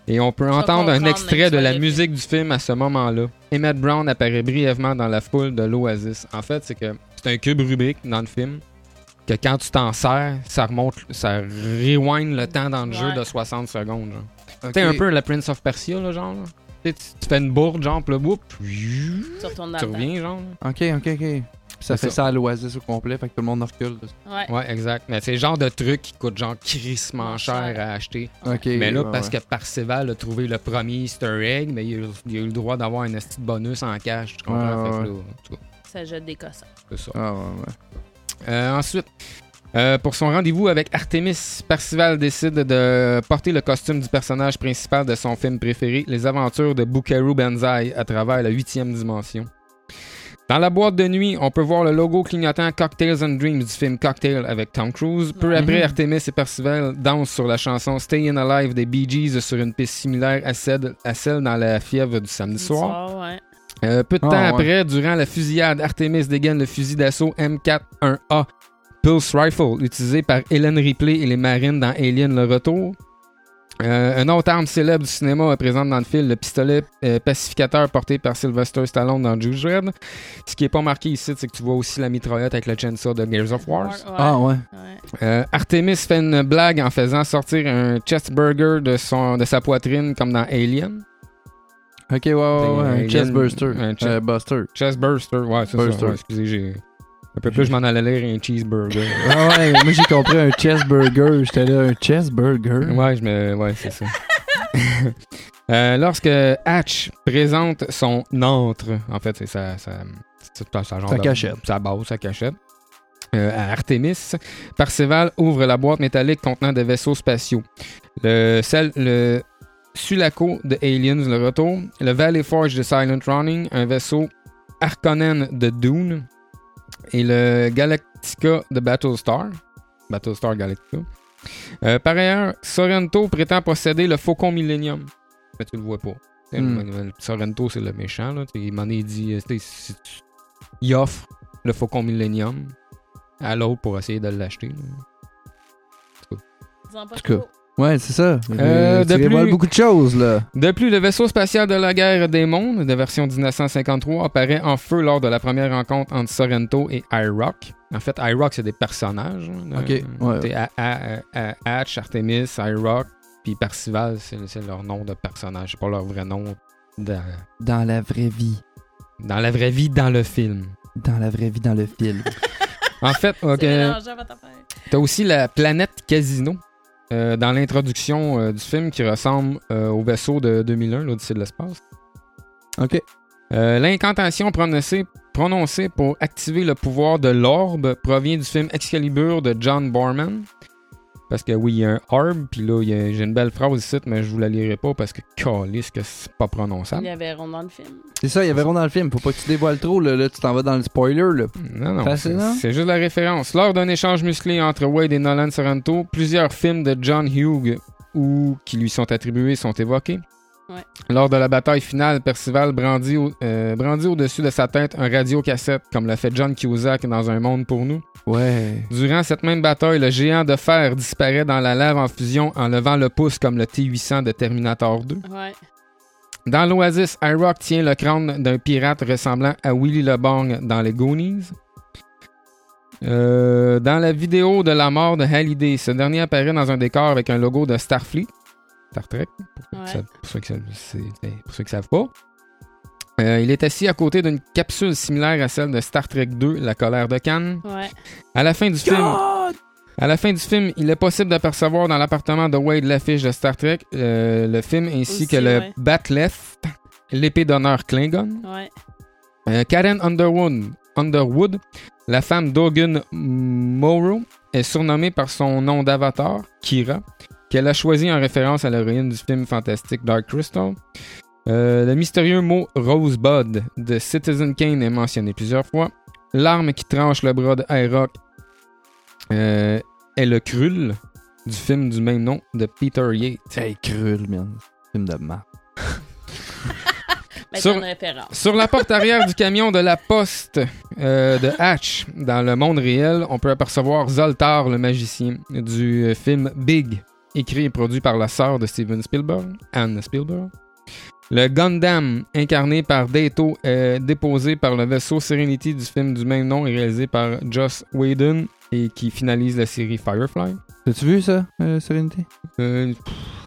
Et on peut entendre un
comprendre, mais
extrait
tu
de
vas
la
le
musique du film à ce moment-là. Emmett Brown apparaît brièvement dans la foule de l'Oasis. En fait, c'est que c'est un cube rubrique dans le film que quand tu t'en sers, ça remonte, ça rewind le temps dans le jeu
Ouais.
de 60 secondes. genre.
Ok.
Tu sais, un peu la Prince of Persia, là, genre. là. Tu sais, tu- tu fais une bourde, genre, puis là, whoop, tu
Tu retournes dans le temps.
reviens, genre.
Ok, ok, ok. Puis ça
C'est
fait ça à l'oasis au complet, fait que tout le monde recule.
Ouais.
Ouais, exact. Mais c'est le genre de truc qui coûte, genre, crissement cher à acheter.
Ok.
Mais là,
ouais,
parce
ouais.
que Parseval a trouvé le premier Easter egg, mais il a, eu- il a eu le droit d'avoir un petit bonus en cash. Tu comprends? Fait
Ouais,
que
ouais.
là, en tout cas,
Ça jette des cossins.
c'est ça.
Ah ouais, ouais.
Euh, ensuite, euh, pour son rendez-vous avec Artemis, Parseval décide de porter le costume du personnage principal de son film préféré, Les Aventures de Buckaroo Banzai, à travers la huitième dimension. Dans la boîte de nuit, on peut voir le logo clignotant Cocktails and Dreams du film Cocktail avec Tom Cruise. Peu
Mhm.
après, Artemis et Percival dansent sur la chanson Stayin' Alive des Bee Gees sur une piste similaire à celle, à celle dans la fièvre du samedi soir.
ouais.
Euh, peu de temps
Ah, ouais.
après, durant la fusillade, Artemis dégaine le fusil d'assaut M41A Pulse Rifle, utilisé par Helen Ripley et les marines dans Alien le Retour. Euh, une autre arme célèbre du cinéma est présente dans le film, le pistolet euh, pacificateur porté par Sylvester Stallone dans Juice Red. Ce qui est pas marqué ici, c'est que tu vois aussi la mitraillette avec le chainsaw de Gears of War.
Ouais.
Ah ouais.
Ouais.
Euh, Artemis fait une blague en faisant sortir un chest burger de, son, de sa poitrine comme dans Alien.
Ok, ouais, ouais, ouais.
Il y a
Un
une-
chestburster.
un
Un
chest-
buster.
Chestburster, ouais, c'est ça.
Burster.
Ouais, excusez, j'ai. Un peu plus, je m'en allais lire un cheeseburger.
Ah ouais, moi j'ai compris un chessburger. J'étais là, un chessburger.
ouais, je me. Ouais, c'est ça. Euh, lorsque Hatch présente son antre, en fait, c'est sa. sa, c'est tout à sa, genre
Sa
de-
cachette.
Sa base, sa cachette. euh, à Artemis, Parseval ouvre la boîte métallique contenant des vaisseaux spatiaux. Le, cel- le Sulaco de Aliens, le retour. Le Valley Forge de Silent Running, un vaisseau Harkonnen de Dune. Et le Galactica de Battlestar. Battlestar Galactica. Euh, par ailleurs, Sorrento prétend posséder le Faucon Millennium. Mais tu le vois pas.
Hmm.
Sorrento, c'est le méchant. Là. Tu- Il m'en est dit. euh, tu sais, si tu- Il offre le Faucon Millennium à l'autre pour essayer de l'acheter. là.
Dis-en pas
En tout
trop.
Ouais, c'est ça.
Euh, de
tu dévoiles
plus-
beaucoup de choses, là.
De plus, le vaisseau spatial de la guerre des mondes, de version 1953, apparaît en feu lors de la première rencontre entre Sorrento et iRock. En fait, iRock, c'est des personnages. hein,
Ok,
euh,
ouais.
t'es à- à- à- à- Hatch, Artemis, iRock, puis Percival, c'est c'est leur nom de personnage. C'est pas leur vrai nom dans,
Dans la vraie vie.
dans la vraie vie, dans le film.
Dans la vraie vie, dans le film.
En fait, ok,
C'est mélangé à votre affaire.
t'as aussi la planète Casino. euh, dans l'introduction euh, du film qui ressemble euh, au vaisseau de 2001, l'Odyssée de l'espace.
Ok.
Euh, L'incantation prononcée, prononcée pour activer le pouvoir de l'orbe provient du film Excalibur de John Borman. Parce que oui, il y a un orbe, puis là, il y a- j'ai une belle phrase ici, mais je vous la lirai pas parce que calisse que c'est pas
Il y
prononçable.
avait rond dans le film.
C'est ça, il y avait rond dans le film. Faut pas que tu dévoiles trop, là. là, tu t'en vas dans le spoiler, là.
Non, non,
Facile,
c'est
hein?
c'est juste la référence. Lors d'un échange musclé entre Wade et Nolan Sorrento, plusieurs films de John Hughes ou qui lui sont attribués sont évoqués.
Ouais.
Lors de la bataille finale, Percival brandit, au- euh, brandit au-dessus de sa tête un radiocassette, comme l'a fait John Cusack dans Un monde pour nous.
Ouais.
Durant cette même bataille, le géant de fer disparaît dans la lave en fusion en levant le pouce comme le T-800 de Terminator 2.
Ouais.
Dans l'Oasis, Irock tient le crâne d'un pirate ressemblant à Willy Le Borgne dans les Goonies. Euh, dans la vidéo de la mort de Halliday, ce dernier apparaît dans un décor avec un logo de Starfleet. Star Trek, pour,
Ouais.
ça- pour ceux, qui, sa- c'est- eh, pour ceux qui savent pas. Euh, il est assis à côté d'une capsule similaire à celle de Star Trek 2, La colère de Cannes.
Ouais.
À la fin du film,
God!
à la fin du film, il est possible d'apercevoir dans l'appartement de Wade l'affiche de Star Trek, euh, le film, ainsi
Aussi,
que le
ouais.
Batleth, l'épée d'honneur Klingon.
Ouais.
Euh, Karen Underwood, Underwood, la femme d'Ogun Morrow, est surnommée par son nom d'avatar, Kira, qu'elle a choisi en référence à l'héroïne du film fantastique Dark Crystal. Euh, le mystérieux mot Rosebud de Citizen Kane est mentionné plusieurs fois. L'arme qui tranche le bras de Aeroc euh, est le Krull du film du même nom de Peter Yates.
Hey, cruel, man. Film de merde.
Mais
Sur-
c'est une référence.
Sur la porte arrière du camion de la poste euh, de Hatch, dans le monde réel, on peut apercevoir Zoltar, le magicien, du euh, film Big, écrit et produit par la sœur de Steven Spielberg, Anne Spielberg. Le Gundam, incarné par Dato, est déposé par le vaisseau Serenity du film du même nom et réalisé par Joss Whedon et qui finalise la série Firefly.
T'as-tu vu ça, euh, Serenity?
Euh,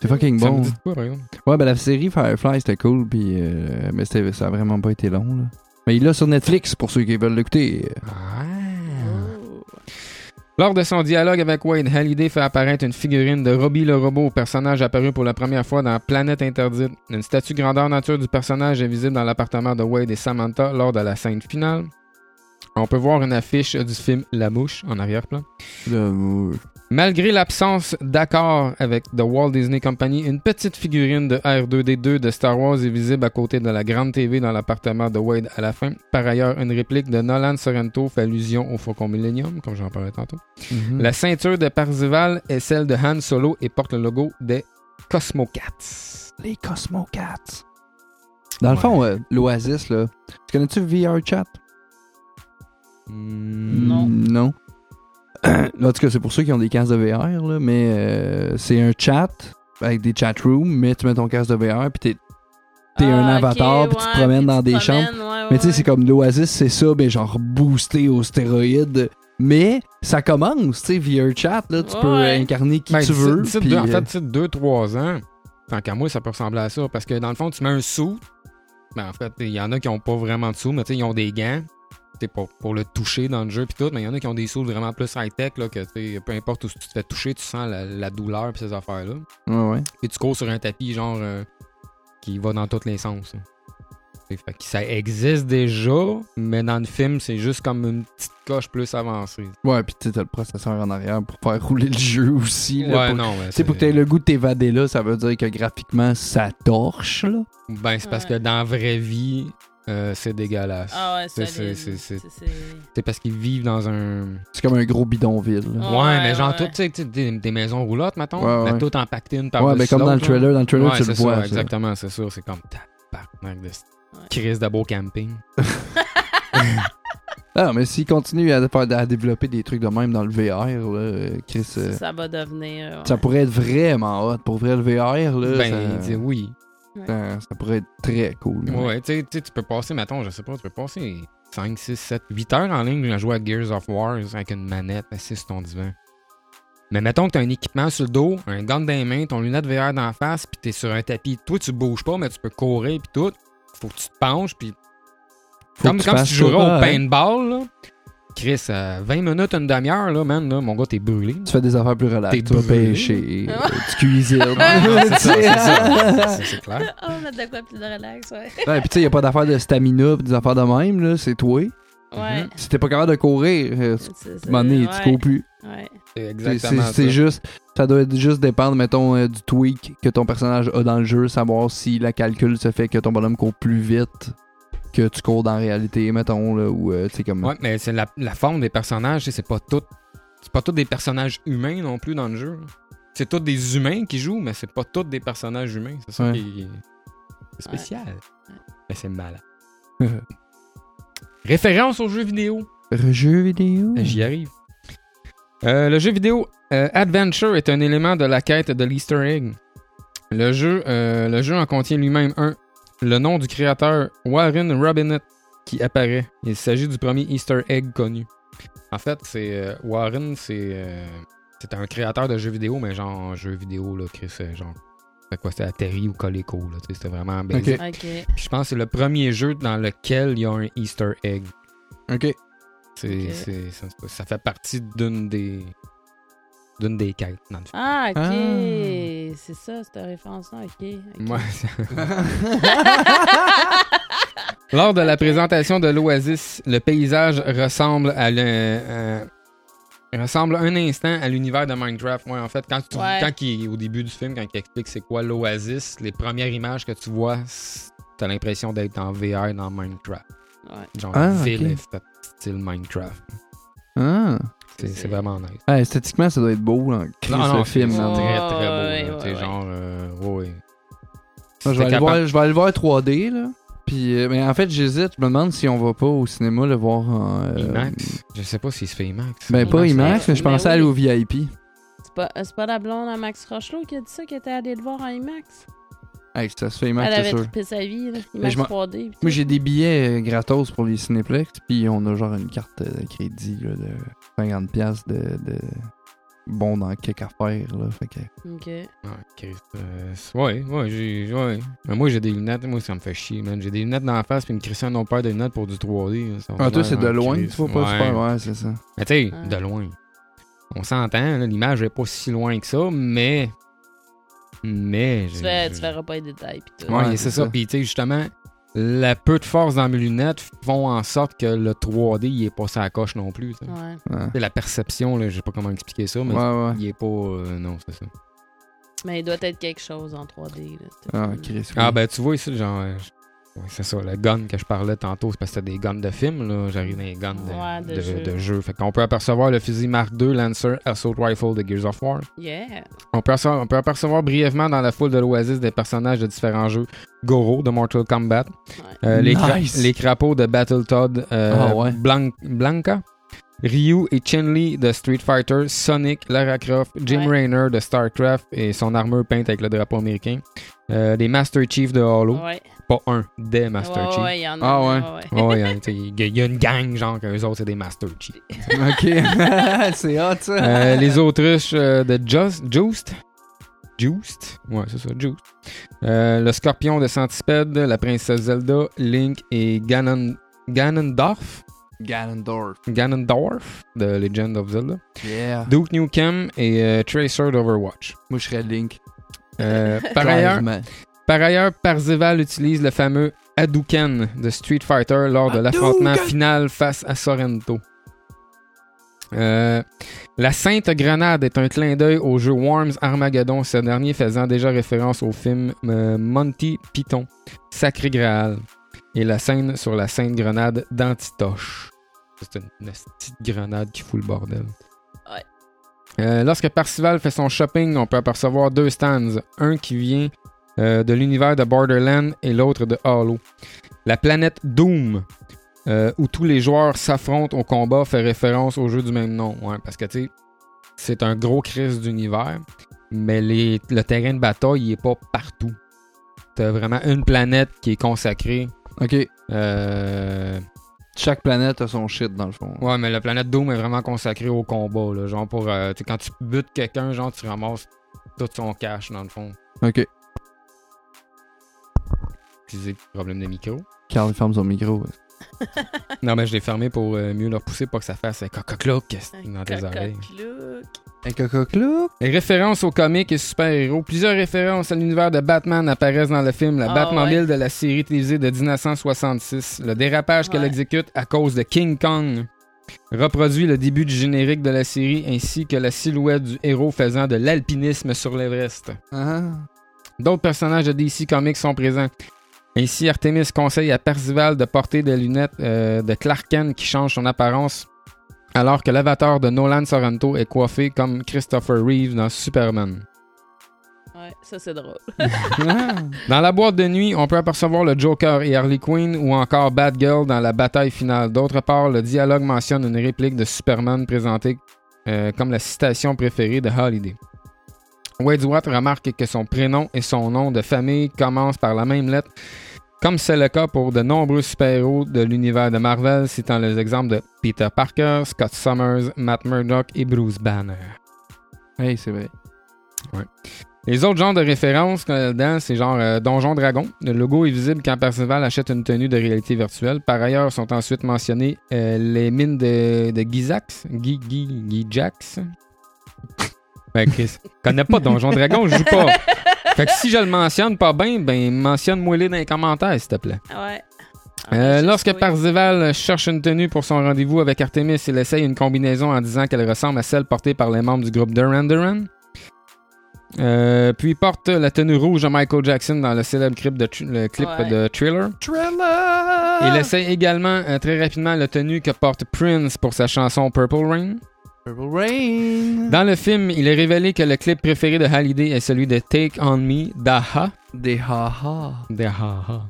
C'est fucking
ça
bon.
me dit de quoi, par exemple?
Ouais, ben la série Firefly, c'était cool, puis euh, mais c'était- ça a vraiment pas été long, là. Mais il l'a sur Netflix, pour ceux qui veulent l'écouter.
Oh.
Lors de son dialogue avec Wade, Halliday fait apparaître une figurine de Robbie le robot, personnage apparu pour la première fois dans Planète Interdite. Une statue grandeur nature du personnage est visible dans l'appartement de Wade et Samantha lors de la scène finale. On peut voir une affiche du film La Mouche en arrière-plan.
Là, moi,
Malgré l'absence d'accord avec The Walt Disney Company, une petite figurine de R2D2 de Star Wars est visible à côté de la grande TV dans l'appartement de Wade à la fin. Par ailleurs, une réplique de Nolan Sorrento fait allusion au Faucon Millennium, comme j'en parlais tantôt.
mhm.
La ceinture de Parzival est celle de Han Solo et porte le logo des Cosmocats.
Les Cosmocats. Dans le fond, euh, l'Oasis, là. Tu connais-tu VRChat?
Non.
Mm, Non. Euh, en tout cas, c'est pour ceux qui ont des cases de VR, là, mais euh, c'est un chat avec des chat rooms, mais tu mets ton casque de VR, puis t'es. T'es un
Ah, ok,
avatar, puis tu te
ouais,
promènes dans
te
des
promènes,
chambres.
ouais, ouais,
Mais tu sais, c'est
ouais.
comme l'Oasis, c'est ça, mais genre boosté aux stéroïdes. Mais ça commence, tu sais, via un chat, là, tu
Ouais,
peux
ouais.
incarner qui
Ben,
tu
d'ici-
veux.
d'ici
puis,
deux- en
euh,
fait, d'ici deux, trois ans, tant qu'à moi, ça peut ressembler à ça. Parce que dans le fond, tu mets un sou. Ben, en fait, il y en a qui n'ont pas vraiment de sous, mais tu sais, ils ont des gants. C'est pour, pour le toucher dans le jeu puis tout, mais il y en a qui ont des sous vraiment plus high-tech, là, que tu sais, peu importe où tu te fais toucher, tu sens la, la douleur pis ces affaires-là.
ouais, ouais.
Et tu cours sur un tapis, genre, euh, qui va dans tous les sens. là. Fait que ça existe déjà, mais dans le film, c'est juste comme une petite coche plus avancée.
Ouais, puis tu sais, t'as le processeur en arrière pour faire rouler le jeu aussi. Là, pour...
non, mais
Tu sais, pour que t'aies le goût de t'évader là, ça veut dire que graphiquement, ça torche, là.
Ben, c'est parce
Ouais.
que dans la vraie vie, euh, c'est dégueulasse.
Ah ouais,
C'est-
c'est
c'est- c'est- c'est-
c'est-
C'est parce qu'ils vivent dans un.
C'est comme un gros bidonville. là.
Ouais,
Ouais, mais genre,
ouais.
tout, tu sais, tu sais, des, des maisons roulottes, mettons.
Ouais,
mais
ouais.
tout en pactine
Ouais,
par
mais comme dans le trailer, dans le trailer, tu le vois.
Ça,
ça.
exactement, c'est sûr. C'est comme tabarnak de
Ouais.
crise de beau camping.
Ah, mais s'ils continuent à, faire- à développer des trucs de même dans le VR, là, euh, Chris, euh,
Ça va devenir. euh,
ça
ouais.
pourrait être vraiment hot. Pour vrai, le VR, là,
ben,
ça-
dis oui.
ça, ça pourrait être très cool. là.
Ouais, tu sais- tu sais, tu peux passer, mettons, je sais pas, tu peux passer 5, 6, 7, 8 heures en ligne à jouer à Gears of War avec une manette assise sur ton divan. Mais mettons que t'as un équipement sur le dos, un gant dans les mains, ton lunette VR d'en face, puis t'es sur un tapis. Toi, tu bouges pas, mais tu peux courir, puis tout. Faut que tu te penches, puis
Faut
comme
que
quand tu,
fasses
jouerais
ça, hein.
au
ouais.
paintball, là. Chris, à 20 minutes, une demi-heure, là, man, là, mon gars, t'es brûlé.
Tu fais des affaires plus relax.
T'es
Tu vas
brûlé.
pêcher, euh, tu cuisines.
Ouais, c'est ça, c'est ça.
Tu
C'est- c'est clair.
Ah, on a de quoi plus de relax, ouais.
sais. Ouais, puis tu sais, y a pas d'affaires de stamina, pis des affaires de même, là, c'est toi.
Ouais.
Si t'es pas capable de courir, euh, tu
C'est-
à un
c'est-
moment donné, Mm-hmm. tu
ouais,
cours plus.
ouais.
C'est
C'est-
exactement
C'est c'est
ça.
juste, ça doit être juste dépendre, mettons, euh, du tweak que ton personnage a dans le jeu, savoir si la calcul se fait que ton bonhomme court plus vite que tu cours dans la réalité, mettons, là, ou euh, tu sais, comme.
Ouais, mais c'est la, la forme des personnages, tu sais, c'est pas tout. C'est pas tous des personnages humains non plus dans le jeu. C'est tous des humains qui jouent, mais c'est pas tous des personnages humains. C'est ça
Ouais.
qui est- c'est spécial. Mais c'est malade.
Euh,
Référence aux jeux vidéo.
jeu vidéo.
J'y arrive. Euh, le jeu vidéo euh, Adventure est un élément de la quête de l'Easter Egg. Le jeu, euh, le jeu en contient lui-même un. Le nom du créateur Warren Robinett qui apparaît. Il s'agit du premier Easter Egg connu. En fait, c'est euh, Warren, c'est euh, c'est un créateur de jeux vidéo, mais genre jeux vidéo là, Chris, euh, genre. C'était quoi, c'était Atari ou Coleco là, tu sais, c'était vraiment. basic.
Ok.
Ok.
Puis je pense que c'est le premier jeu dans lequel il y a un Easter Egg.
OK.
C'est,
Ok.
c'est- ça, ça fait partie d'une des d'une des quêtes dans le film.
Ah, ok.
Ah.
C'est ça, cette référence-là. Ok. ok.
Ouais, c'est- Lors de la présentation de l'Oasis, le paysage ressemble à le, euh, ressemble un instant à l'univers de Minecraft. Ouais, en fait, quand tu-
Ouais.
quand il- au début du film, quand il explique c'est quoi l'Oasis, les premières images que tu vois, c'est- t'as l'impression d'être en VR dans Minecraft.
Ouais.
Genre
Ah,
une ville
ok.
fait style Minecraft.
Ah.
C'est,
C'est-
c'est vraiment nice.
Ah, esthétiquement, ça doit être beau, là. Chris, le film,
c'est
là.
Ouais.
très très beau.
Ouais,
là.
ouais,
T'es
ouais.
genre, euh, ouais.
Moi,
Si
je, vais
t'es
aller
capable-
voir, je vais aller le voir 3D, là. Puis, euh, mais en fait, j'hésite. Je me demande si on va pas au cinéma le voir en. euh,
IMAX. Je sais pas s'il se fait IMAX.
Ben, pas
IMAX,
IMAX, mais je
mais
pensais
oui.
aller au VIP.
C'est pas, c'est pas la blonde à Max Rochelot qui a dit ça, qui était allée le voir en IMAX.
Hey, ça se fait
Elle
IMAX, c'est
avait
sûr.
trippé sa vie, là.
Mais
IMAX
je m'en-
3D. pis
Moi,
tout.
j'ai des billets euh, gratos pour les Cinéplex, puis on a genre une carte euh, de crédit là, de 50$ piastres de, de bon dans quelques affaires. Là, fait que...
Ok.
Ouais, Christ, euh, c'est- ouais, ouais, j'ai. Ouais. Mais moi, j'ai des lunettes, moi, ça me fait chier, man. J'ai des lunettes dans la face, puis me crisser un autre paire de lunettes pour du 3D. là, ça va
Ah, toi,
faire
c'est de
un
loin, tu
Christ.
vois pas
ouais.
super, ouais, c'est ça.
Mais tu sais,
Ouais.
de loin. On s'entend, là, l'image est pas si loin que ça, mais. Mais.
Tu,
j'ai-
fais,
j'ai-
tu verras pas les détails. Pis tout.
Ouais,
Ouais,
c'est
c'est
ça.
ça.
Puis, tu sais, justement, la peu de force dans mes lunettes font en sorte que le 3D, il est pas sa coche non plus. tu sais.
Ouais.
Ouais,
La perception, là, je sais pas comment expliquer ça, mais
ouais. ouais.
il est pas. euh, non, c'est ça.
Mais il doit être quelque chose en 3D. Là.
Ah, Chris. oui.
Ah ben tu vois ici, genre. euh, je- ouais, c'est ça, le gun que je parlais tantôt, c'est parce que c'était des guns de film, là. J'arrive dans les guns de,
Ouais, de
de-
jeu.
de jeu. Fait qu'on peut apercevoir le fusil Mark II Lancer Assault Rifle de Gears of War.
Yeah.
On peut, apercevoir, on peut apercevoir brièvement dans la foule de l'Oasis des personnages de différents jeux. Goro de Mortal Kombat,
Ouais.
euh, les, cra-
Nice.
les crapauds de Battletoad, euh,
Ah ouais.
Blan- Blanca, Ryu et Chun-Li de Street Fighter, Sonic, Lara Croft, Jim
Ouais.
Raynor de StarCraft et son armure peinte avec le drapeau américain, euh, les Master Chief de Halo,
Ouais.
pas un, des Master
Ouais,
Chief.
ouais, il y en a.
Ah ouais.
ouais.
Ouais, hein, t'sais, il y, a- il y a une gang, genre, qu'eux autres, c'est des Master Chief.
Ok, c'est hot, ça.
ben. Euh, les Autruches euh, de Just, Just. Just. Ouais, c'est ça, Just. Euh, le Scorpion de Centipede, la Princesse Zelda, Link et Ganon, Ganondorf.
Ganondorf.
Ganondorf de Legend of Zelda.
Yeah.
Duke Nukem et euh, Tracer d'Overwatch.
Moi, je serais Link.
Euh, par ailleurs,
Clairement.
Par ailleurs, Parzival utilise le fameux Hadouken de Street Fighter lors de l'affrontement
Hadouken!
final face à Sorrento. Euh, la Sainte Grenade est un clin d'œil au jeu Worms Armageddon, ce dernier faisant déjà référence au film euh, Monty Python, Sacré Graal, et la scène sur la Sainte Grenade d'Antitoche. C'est une, une petite grenade qui fout le bordel.
Ouais.
Euh, lorsque Parzival fait son shopping, on peut apercevoir deux stands, un qui vient euh, de l'univers de Borderlands et l'autre de Halo. La planète Doom, euh, où tous les joueurs s'affrontent au combat, fait référence au jeu du même nom. Ouais, parce que, tu sais, c'est un gros crise d'univers, mais les- le terrain de bataille, il est pas partout. T'as vraiment une planète qui est consacrée.
Ok,
euh,
chaque planète a son shit, dans le fond.
Ouais, mais la planète Doom est vraiment consacrée au combat. Là. Genre, pour, euh, tu sais, quand tu butes quelqu'un, genre, tu ramasses tout son cash, dans le fond.
Ok,
Excusez, problème de micro.
Carl ferme son micro.
Non, mais je l'ai fermé pour euh, mieux leur pousser, pas que ça fasse euh, un cococ dans tes oreilles.
Cocotte-look.
Un cococ-là?
Les références aux comics et super-héros. Plusieurs références à l'univers de Batman apparaissent dans le film La
Ah
Batmobile de la série télévisée de 1966. Le dérapage qu'elle
Ouais.
exécute à cause de King Kong reproduit le début du générique de la série ainsi que la silhouette du héros faisant de l'alpinisme sur l'Everest.
Ah.
D'autres personnages de DC Comics sont présents. Ainsi, Artemis conseille à Percival de porter des lunettes euh, de Clark Kent qui changent son apparence, alors que l'avatar de Nolan Sorrento est coiffé comme Christopher Reeve dans Superman.
Ouais, ça c'est drôle.
Ah.
Dans la boîte de nuit, on peut apercevoir le Joker et Harley Quinn ou encore Batgirl dans la bataille finale. D'autre part, le dialogue mentionne une réplique de Superman présentée euh, comme la citation préférée de Holiday. Wordsworth remarque que son prénom et son nom de famille commencent par la même lettre, comme c'est le cas pour de nombreux super-héros de l'univers de Marvel, citant les exemples de Peter Parker, Scott Summers, Matt Murdock et Bruce Banner.
Hey, c'est vrai.
Les autres genres de références qu'on a dedans, c'est genre euh, Donjon Dragon. Le logo est visible quand Percival achète une tenue de réalité virtuelle. Par ailleurs, sont ensuite mentionnées euh, les mines de, de Gizax. Guy, Guy, Gijax. Ben, Chris, je connais pas Donjon Dragon, je joue pas. Fait que si je le mentionne pas bien, ben mentionne-moi-les dans les commentaires, s'il te plaît.
Ouais.
Euh,
Ah, j'ai
lorsque
trouvé.
Parzival cherche une tenue pour son rendez-vous avec Artemis, il essaye une combinaison en disant qu'elle ressemble à celle portée par les membres du groupe Duran Duran. Euh, puis il porte la tenue rouge à Michael Jackson dans le célèbre clip de, Thr- le clip
Ouais. Ah!
de Thriller. Il essaye également euh, très rapidement la tenue que porte Prince pour sa chanson Purple Rain.
Purple Rain.
Dans le film, il est révélé que le clip préféré de Hallyday est celui de Take On Me d'Aha.
Des ha-ha.
Des ha-ha.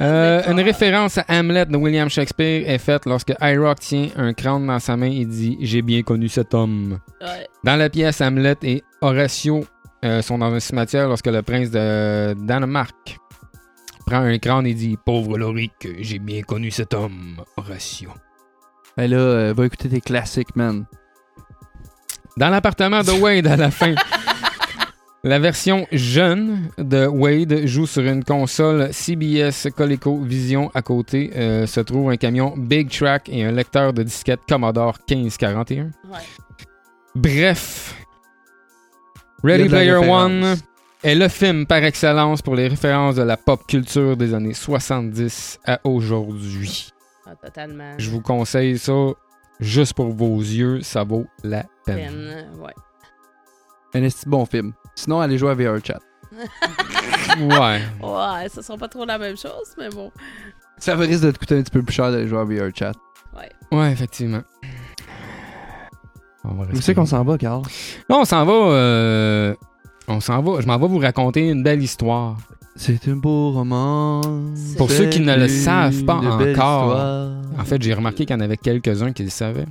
Euh, une référence à Hamlet de William Shakespeare est faite lorsque Irock tient un crâne dans sa main et dit J'ai bien connu cet homme.
Ouais.
Dans la pièce, Hamlet et Horatio euh, sont dans un cimetière lorsque le prince de Danemark prend un crâne et dit Pauvre Loric, j'ai bien connu cet homme, Horatio.
Ben là, euh, va écouter tes classiques, man.
Dans l'appartement de Wade à la fin. La version jeune de Wade joue sur une console CBS Coleco Vision. À côté euh, se trouve un camion Big Track et un lecteur de disquette Commodore 1541.
Ouais.
Bref,
Il y a
Ready
de la
Player
référence.
One est le film par excellence pour les références de la pop culture des années 70 à aujourd'hui.
Ah, totalement.
Je vous conseille ça juste pour vos yeux, ça vaut la peine.
Peine, Ouais.
Un esti bon film. Sinon, allez jouer à VR Chat.
Ouais.
ouais, ce sera pas trop la même chose, mais bon.
Ça va risque de te coûter un petit peu plus cher d'aller jouer à VR Chat.
Ouais.
Ouais, effectivement. On va
Où
rester
c'est
là.
qu'on s'en va, Carl?
Là, on s'en va. euh, On s'en va. Je m'en vais vous raconter une belle histoire.
C'est un beau roman.
Pour ceux qui ne le
Salut,
savent pas
de belles
encore.
histoires.
En fait, j'ai remarqué qu'il y en avait quelques-uns qui le savaient.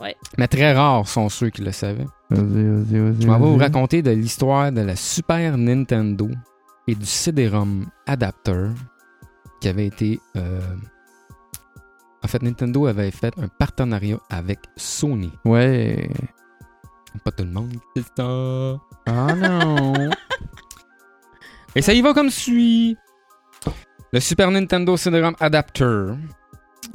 Ouais.
Mais très rares sont ceux qui le savaient.
Vas-y, vas-y, vas-y.
Je m'en vais vous
vas-y.
raconter de l'histoire de la Super Nintendo et du CD-ROM adapter qui avait été. euh, En fait, Nintendo avait fait un partenariat avec Sony.
Ouais.
Pas tout le monde. C'est ça.
Ah non.
Et ça y va comme suit. Le Super Nintendo CD-ROM Adapter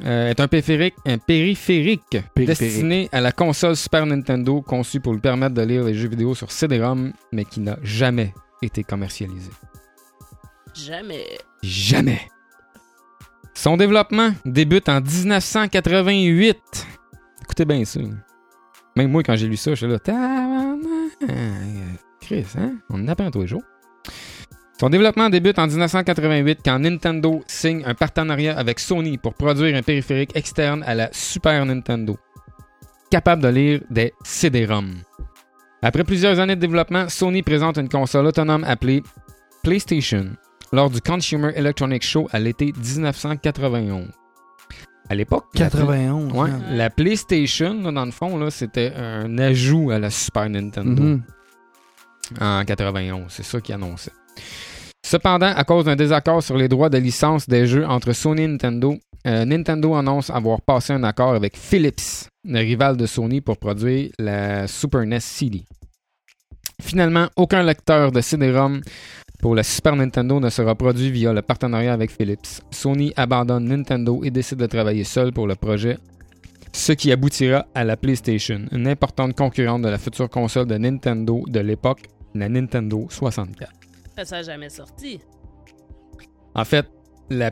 euh, est un périphérique, un périphérique
Périphérique.
destiné à la console Super Nintendo conçue pour lui permettre de lire les jeux vidéo sur CD-ROM, mais qui n'a jamais été commercialisé.
Jamais.
Jamais. Son développement débute en 1988. Écoutez bien ça. là. Même moi, quand j'ai lu ça, je suis là. Tabarnak. Chris, hein? On en apprend tous les jours. Son développement débute en 1988 quand Nintendo signe un partenariat avec Sony pour produire un périphérique externe à la Super Nintendo, capable de lire des CD-ROM. Après plusieurs années de développement, Sony présente une console autonome appelée PlayStation lors du Consumer Electronics Show à l'été 1991. À l'époque, la-
91.
Ouais,
man.
la PlayStation, là, dans le fond, là, c'était un ajout à la Super Nintendo
Mhm.
en 91. C'est ça qui annonçait. Cependant, à cause d'un désaccord sur les droits de licence des jeux entre Sony et Nintendo, euh, Nintendo annonce avoir passé un accord avec Philips, le rival de Sony, pour produire la Super NES CD. Finalement, aucun lecteur de CD-ROM pour la Super Nintendo ne sera produit via le partenariat avec Philips. Sony abandonne Nintendo et décide de travailler seul pour le projet, ce qui aboutira à la PlayStation, une importante concurrente de la future console de Nintendo de l'époque, la Nintendo 64.
Ça n'a jamais sorti.
En fait, la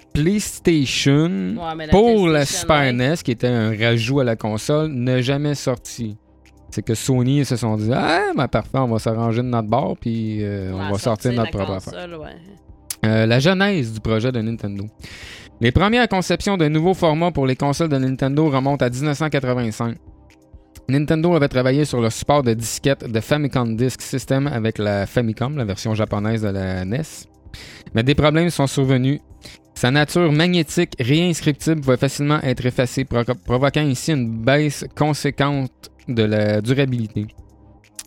PlayStation
Ouais, mais la
Mm. pour la
PlayStation,
Super
ouais.
NES, qui était un rajout à la console, n'a jamais sorti. C'est que Sony ils se sont dit Ah, ben parfait, on va s'arranger de notre bord, puis euh, on
Ouais,
va sortir notre
la
propre affaire.
console, ouais.
Euh, la genèse du projet de Nintendo. Les premières conceptions de nouveaux formats pour les consoles de Nintendo remontent à 1985. Nintendo avait travaillé sur le support de disquettes de Famicom Disk System E avec la Famicom, la version japonaise de la NES. Mais des problèmes sont survenus. Sa nature magnétique réinscriptible pouvait facilement être effacée, pro- provoquant ainsi une baisse conséquente de la durabilité.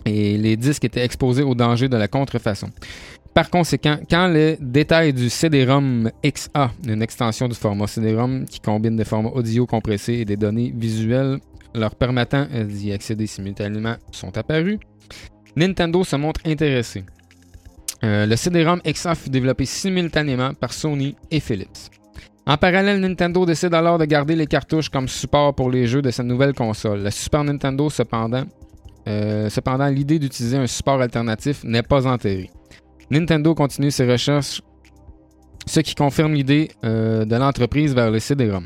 Et les disques étaient exposés au danger de la contrefaçon. Par conséquent, quand les détails du CD-ROM XA, une extension du format CD-ROM qui combine des formats audio compressés et des données visuelles leur permettant euh, d'y accéder simultanément, sont apparus, Nintendo se montre intéressé. Euh, le CD-ROM XA fut développé simultanément par Sony et Philips. En parallèle, Nintendo décide alors de garder les cartouches comme support pour les jeux de sa nouvelle console. La Super Nintendo, cependant, euh, cependant l'idée d'utiliser un support alternatif n'est pas enterrée. Nintendo continue ses recherches, ce qui confirme l'idée euh, de l'entreprise vers les CD-ROM.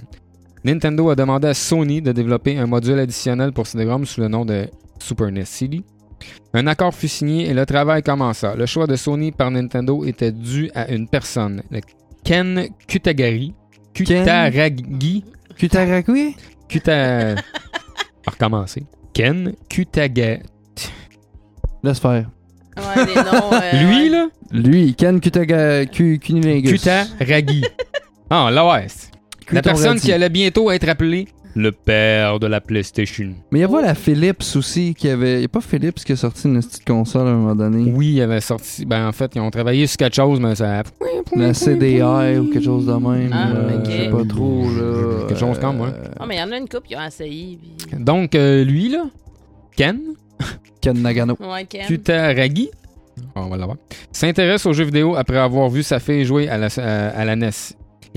Nintendo a demandé à Sony de développer un module additionnel pour CD-ROM sous le nom de Super E NES CD. Un accord fut signé et le travail commença. Le choix de Sony par Nintendo était dû à une personne, le Ken Kutagari. Kutaragi.
Kutaragui?
Kuta. On va recommencer. Ken Kutaga.
Laisse faire.
Ouais, les noms. euh,
Lui,
ouais.
là,
Lui, Ken Kutaga... Ku- Kunilingus.
Kutaragi. Ah, l'Ouest. La
Kutoragi.
personne qui allait bientôt être appelée le père de la PlayStation.
Mais il y a pas la Philips aussi qui avait. Il n'y a pas Philips qui a sorti une petite console à un moment donné.
Oui, il avait sorti. Ben, en fait, ils ont travaillé sur quelque chose, mais ça.
La CDI ou quelque chose de même.
Ah,
euh,
ok.
Je sais pas trop, là. Euh,
Quelque chose comme, ouais.
Ah, mais il y en a une coupe qui ont essayé. Puis...
Donc, euh, lui, là, Ken,
Ken Nagano.
Ouais, Ken.
Kutaragi, on va l'avoir, s'intéresse aux jeux vidéo après avoir vu sa fille jouer à la, à- à la NES.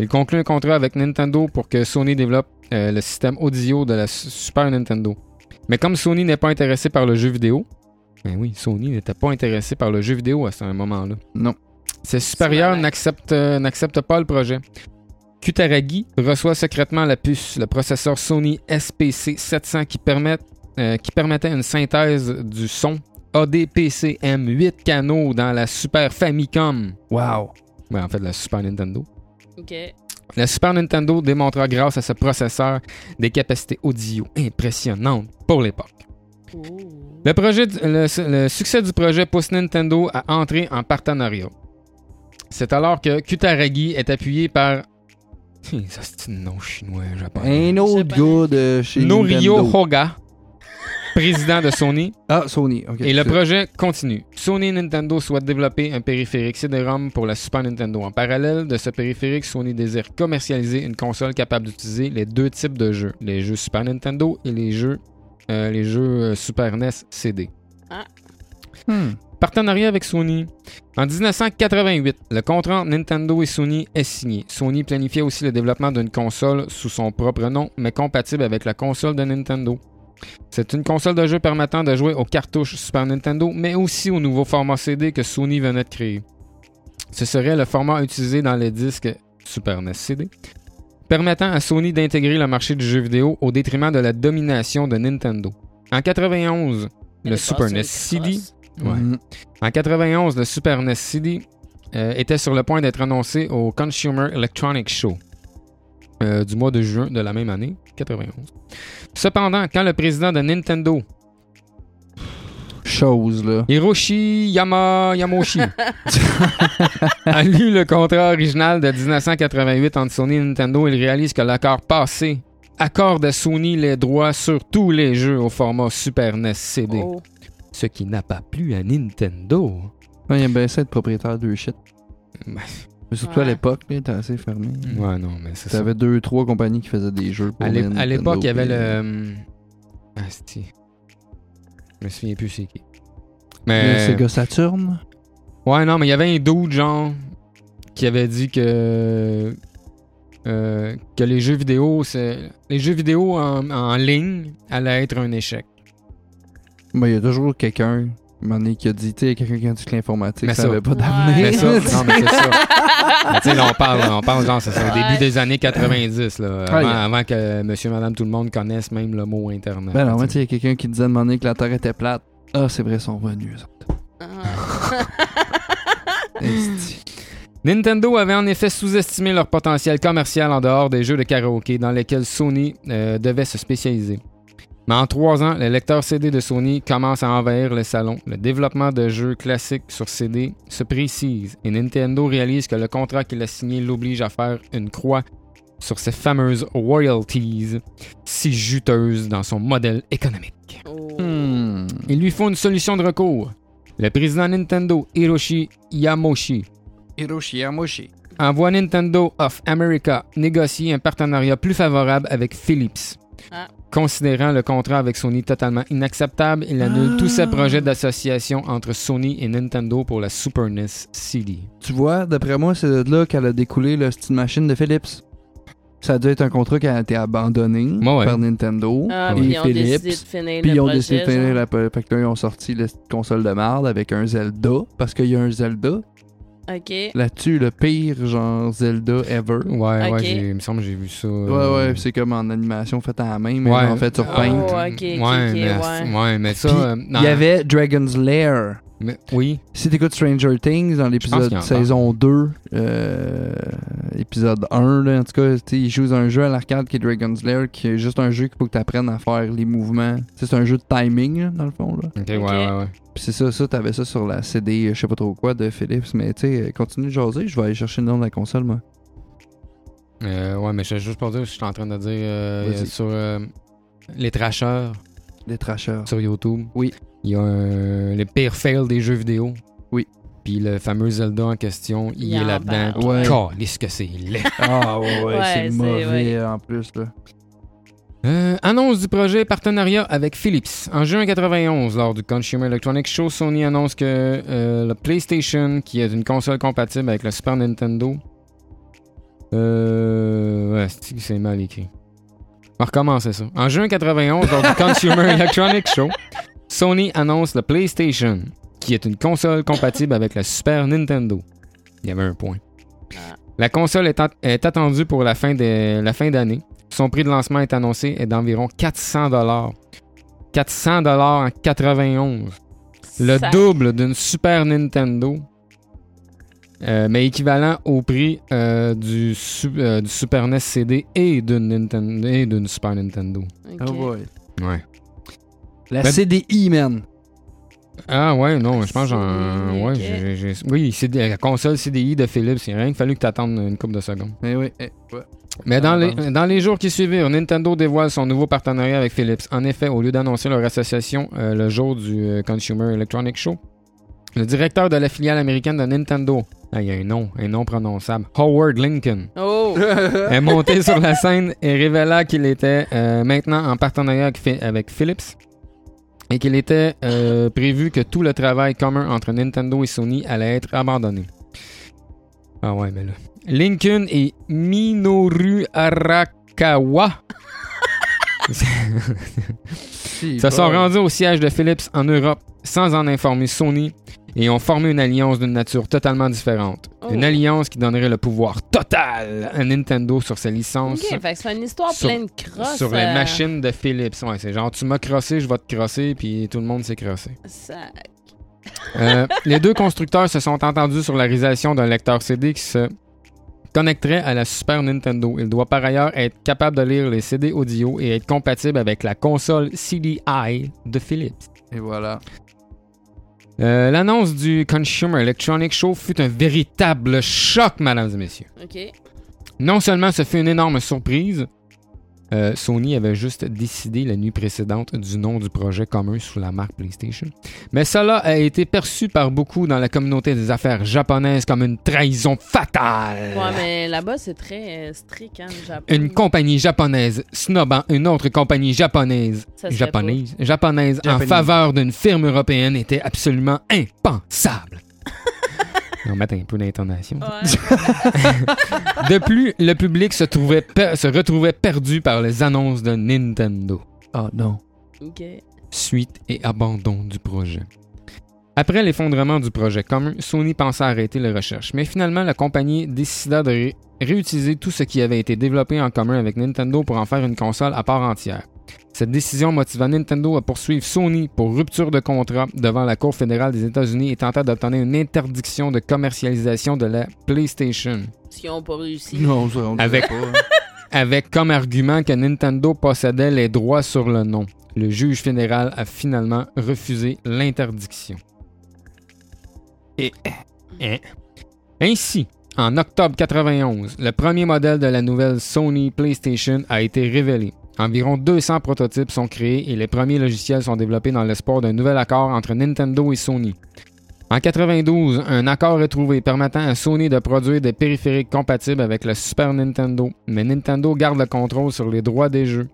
Il conclut un contrat avec Nintendo pour que Sony développe euh, le système audio de la Su- Super Nintendo. Mais comme Sony n'est pas intéressé par le jeu vidéo, ben oui, Sony n'était pas intéressé par le jeu vidéo à ce moment-là.
Non.
Ses supérieurs
malade.
n'acceptent euh, n'acceptent pas le projet. Kutaragi reçoit secrètement la puce, le processeur Sony SPC 700 qui, permet, euh, qui permettait une synthèse du son ADPCM 8 canaux dans la Super Famicom.
Wow.
Ouais, en fait, la Super Nintendo.
Ok.
La Super Nintendo démontra grâce à ce processeur des capacités audio impressionnantes pour l'époque.
Ouh.
Le, projet du- le, su- le succès du projet pousse Nintendo à entrer en partenariat. C'est alors que Kutaragi est appuyé par. Hum, Ça, c'est un nom chinois, japonais.
Un autre gars de Hein, chez
Norio
Nintendo.
Hoga, président de Sony,
Ah, Sony. ok.
et le
C'est-
projet continue. Sony et Nintendo souhaitent développer un périphérique CD-ROM pour la Super Nintendo. En parallèle de ce périphérique, Sony désire commercialiser une console capable d'utiliser les deux types de jeux, les jeux Super Nintendo et les jeux, euh, les jeux euh, Super NES CD.
Hmm.
Partenariat avec Sony. En 1988, le contrat entre Nintendo et Sony est signé. Sony planifiait aussi le développement d'une console sous son propre nom, mais compatible avec la console de Nintendo. C'est une console de jeu permettant de jouer aux cartouches Super Nintendo, mais aussi au nouveau format CD que Sony venait de créer. Ce serait le format utilisé dans les disques Super E NES CD, permettant à Sony d'intégrer le marché du jeu vidéo au détriment de la domination de Nintendo. En 91,
Elle
le
est
Super E
passée
NES
au
CD
cross.
Ouais.
Mhm.
en 91, le Super NES CD euh, était sur le point d'être annoncé au Consumer Electronics Show euh, du mois de juin de la même année, 91. Cependant, quand le président de Nintendo,
Chose, là.
Hiroshi Yama- Yamoshi, a lu le contrat original de 1988 entre Sony et Nintendo, il réalise que l'accord passé accorde à Sony les droits sur tous les jeux au format Super E NES CD,
Oh.
ce qui n'a pas plu à Nintendo.
Ouais, il aime bien ça être propriétaire de shit.
Ben,
Mais surtout à
Ouais.
l'époque, là, t'es assez fermé.
Ouais, non, mais c'est ça.
T'avais deux, trois compagnies qui faisaient des jeux pour
À l'é-
Nintendo,
à l'époque, il y avait
puis- euh,
le. Asti. Je me souviens plus c'est qui.
Le
Mais.
Sega Saturn.
Ouais, non, mais il y avait un dude, genre, qui avait dit que. euh, que les jeux vidéo, c'est. Les jeux vidéo en, en ligne allaient être un échec.
Mais il y a toujours quelqu'un, à un moment donné, qui a dit, tu sais, il y a quelqu'un qui a dit que l'informatique,
Mais
ça
ça-
n'avait pas
Ouais.
Mais
d'avenir.
ça, non, mais c'est ça. Mais tu sais, là, on parle, on parle, genre, c'est ça, au début
Ouais.
des années 90, là. Avant,
Ah, yeah.
avant que monsieur, madame, tout le monde connaisse même le mot Internet.
Ben non,
Tu
ouais,
sais.
tu sais, il y a quelqu'un qui disait à un moment donné que la Terre était plate. Ah, c'est vrai, ils sont revenus. eux autres.
Ah. Hmm.
Esti.
Nintendo avait en effet sous-estimé leur potentiel commercial en dehors des jeux de karaoké dans lesquels Sony euh, devait se spécialiser. Mais en trois ans, le lecteur CD de Sony commence à envahir le salon. Le développement de jeux classiques sur CD se précise et Nintendo réalise que le contrat qu'il a signé l'oblige à faire une croix sur ces fameuses royalties si juteuses dans son modèle économique.
Oh.
Hmm.
Il lui faut une solution de recours. Le président Nintendo, Hiroshi Yamoshi,
Hiroshi Yamoshi.
envoie Nintendo of America négocier un partenariat plus favorable avec Philips.
Ah.
Considérant le contrat avec Sony totalement inacceptable, il annule
Ah.
tous ses projets d'association entre Sony et Nintendo pour la Super E NES CD.
Tu vois, d'après moi, c'est de là qu'elle a découlé le style machine de Philips. Ça a dû être un contrat qui a été abandonné
Ouais, ouais.
par Nintendo
Ah,
Et
puis ils ont
Philips.
décidé de finir
Puis
le
ils ont
projet.
décidé de finir
genre.
la po- Fait que là, ils ont sorti la petite console de marde avec un Zelda. Parce qu'il y a un Zelda.
OK.
Là-dessus, le pire genre Zelda ever.
Ouais, ouais,
Ok.
j'ai- il me semble que j'ai vu ça.
Ouais, ouais, puis c'est comme en animation faite à la main, mais
Euh, Ouais.
en fait sur
Oh,
Paint.
ok, ok,
ouais,
ok,
mais,
ouais.
ouais, mais ça.
Puis,
euh,
Ah. Il y avait Dragon's Lair.
mais- oui,
Si t'écoutes Stranger Things dans
qu'il y en
l'épisode
a.
saison 2, euh, épisode 1, là, en tout cas, tu sais, ils jouent un jeu à l'arcade qui est Dragon's Lair, qui est juste un jeu qu'il faut que t'apprennes à faire les mouvements. Tu sais, c'est un jeu de timing, là, dans le fond. Là.
ok, ouais, ouais, ouais.
Puis c'est ça, ça, t'avais ça sur la CD, euh, je sais pas trop quoi, de Philips, mais tu sais, euh, continue de jaser, je vais aller chercher le nom de la console, moi.
Euh, ouais, mais je sais juste pour dire, je suis en train de dire euh,
Vas-y.
sur euh, les trasheurs
Les trashers.
sur YouTube.
Oui.
Il y a un- le pire fail des jeux vidéo.
Oui.
Puis le fameux Zelda en question, il,
Il
est
en
là-dedans.
parle.
Ouais.
Ouais.
ce que c'est laid.
Ah ouais, ouais,
Ouais,
c'est
c'est-
mauvais
ouais.
en plus, là.
Euh, annonce du projet partenariat avec Philips. En juin 91, lors du Consumer Electronics Show, Sony annonce que euh, la PlayStation, qui est une console compatible avec le Super Nintendo, euh, ouais, c'est c'est mal écrit. On va recommencer ça. En juin 91, lors du Consumer Electronics Show, Sony annonce la PlayStation, qui est une console compatible avec la Super Nintendo. Il y avait un point. La console est, at- est attendue pour la fin de- la fin d'année. Son prix de lancement est annoncé est d'environ 400 dollars. 400 dollars en 91. Le
Ça-
double d'une Super Nintendo, euh, mais équivalent au prix euh, du, su- euh, du Super NES CD et d'une Ninten- et d'une Super Nintendo.
ok.
Ah ouais.
Ouais.
La
Ben-
CDI, man.
Ah ouais, non, je pense que
Ok.
j'en... Ouais, j'ai- j'ai- Oui, c'est la console CDI de Philips, il a rien que fallu que tu attendes une couple de secondes.
Eh oui, eh, ouais.
Mais dans
Ah,
les,
bon.
dans les jours qui suivirent, Nintendo dévoile son nouveau partenariat avec Philips. En effet, au lieu d'annoncer leur association euh, le jour du euh, Consumer Electronics Show, le directeur de la filiale américaine de Nintendo, ah, il y a un nom, un nom prononçable, Howard Lincoln,
Oh!
est Euh, monté sur la scène et révéla qu'il était euh, maintenant en partenariat avec, Phi- avec Philips et qu'il était euh, prévu que tout le travail commun entre Nintendo et Sony allait être abandonné. Ah ouais, mais là. Lincoln et Minoru Arakawa
Si, bah
se sont
bon.
rendus au siège de Philips en Europe sans en informer Sony et ont formé une alliance d'une nature totalement différente.
Oh.
Une alliance qui donnerait le pouvoir total à Nintendo sur ses licences.
Ok, fait que c'est une histoire
Sur-
pleine de crosses.
Sur les
euh,
machines de Philips. Ouais, c'est genre, tu m'as crossé, je vais te crosser, puis tout le monde s'est crossé.
ça-
Euh, les deux constructeurs se sont entendus sur la réalisation d'un lecteur CD qui se connecterait à la Super Nintendo. Il doit par ailleurs être capable de lire les CD audio et être compatible avec la console CDI de Philips.
Et voilà.
Euh, L'annonce du Consumer Electronic Show fut un véritable choc, mesdames et messieurs.
Ok.
Euh. Non seulement ce fut une énorme surprise, euh, Sony avait juste décidé la nuit précédente du nom du projet commun sous la marque PlayStation, mais cela a été perçu par beaucoup dans la communauté des affaires japonaises comme une trahison fatale.
Ouais, mais là-bas, c'est très euh, strict, hein, le Japon.
Une compagnie japonaise snobant une autre compagnie japonaise,
Ça se fait pas.
japonaise, japonaise en
Japanese.
faveur d'une firme européenne était absolument impensable. On va mettre un peu d'intonation.
Ouais.
De plus, le public se, trouvait pe- se retrouvait perdu par les annonces de Nintendo.
Ah non.
Ok.
Suite et abandon du projet. Après l'effondrement du projet commun, Sony pensa arrêter les recherches, mais finalement la compagnie décida de ré- réutiliser tout ce qui avait été développé en commun avec Nintendo pour en faire une console à part entière. Cette décision motiva Nintendo à poursuivre Sony pour rupture de contrat devant la Cour fédérale des États-Unis et tenta d'obtenir une interdiction de commercialisation de la PlayStation.
Parce qu'ils ont pas réussi.
Non, ça, on dirait
Avec-
pas.
avec comme argument que Nintendo possédait les droits sur le nom. Le juge fédéral a finalement refusé l'interdiction. Et, et- Ainsi, en octobre 91, le premier modèle de la nouvelle Sony PlayStation a été révélé. Environ 200 prototypes sont créés et les premiers logiciels sont développés dans l'espoir d'un nouvel accord entre Nintendo et Sony. En 92, un accord est trouvé permettant à Sony de produire des périphériques compatibles avec le Super Nintendo, mais Nintendo garde le contrôle sur les droits des jeux.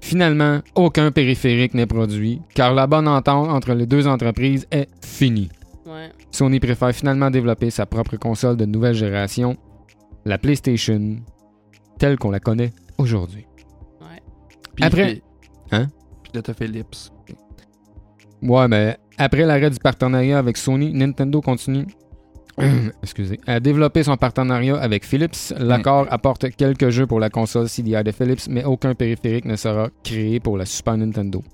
Finalement, aucun périphérique n'est produit, car la bonne entente entre les deux entreprises est finie.
Ouais.
Sony préfère finalement développer sa propre console de nouvelle génération, la PlayStation, telle qu'on la connaît aujourd'hui.
Puis-
Après- Hein?
Puis là, t'as fait Lips.
Ouais, mais après l'arrêt du partenariat avec Sony, Nintendo continue excusez, à développer son partenariat avec Philips. L'accord apporte quelques jeux pour la console CDI de Philips, mais aucun périphérique ne sera créé pour la Super Nintendo.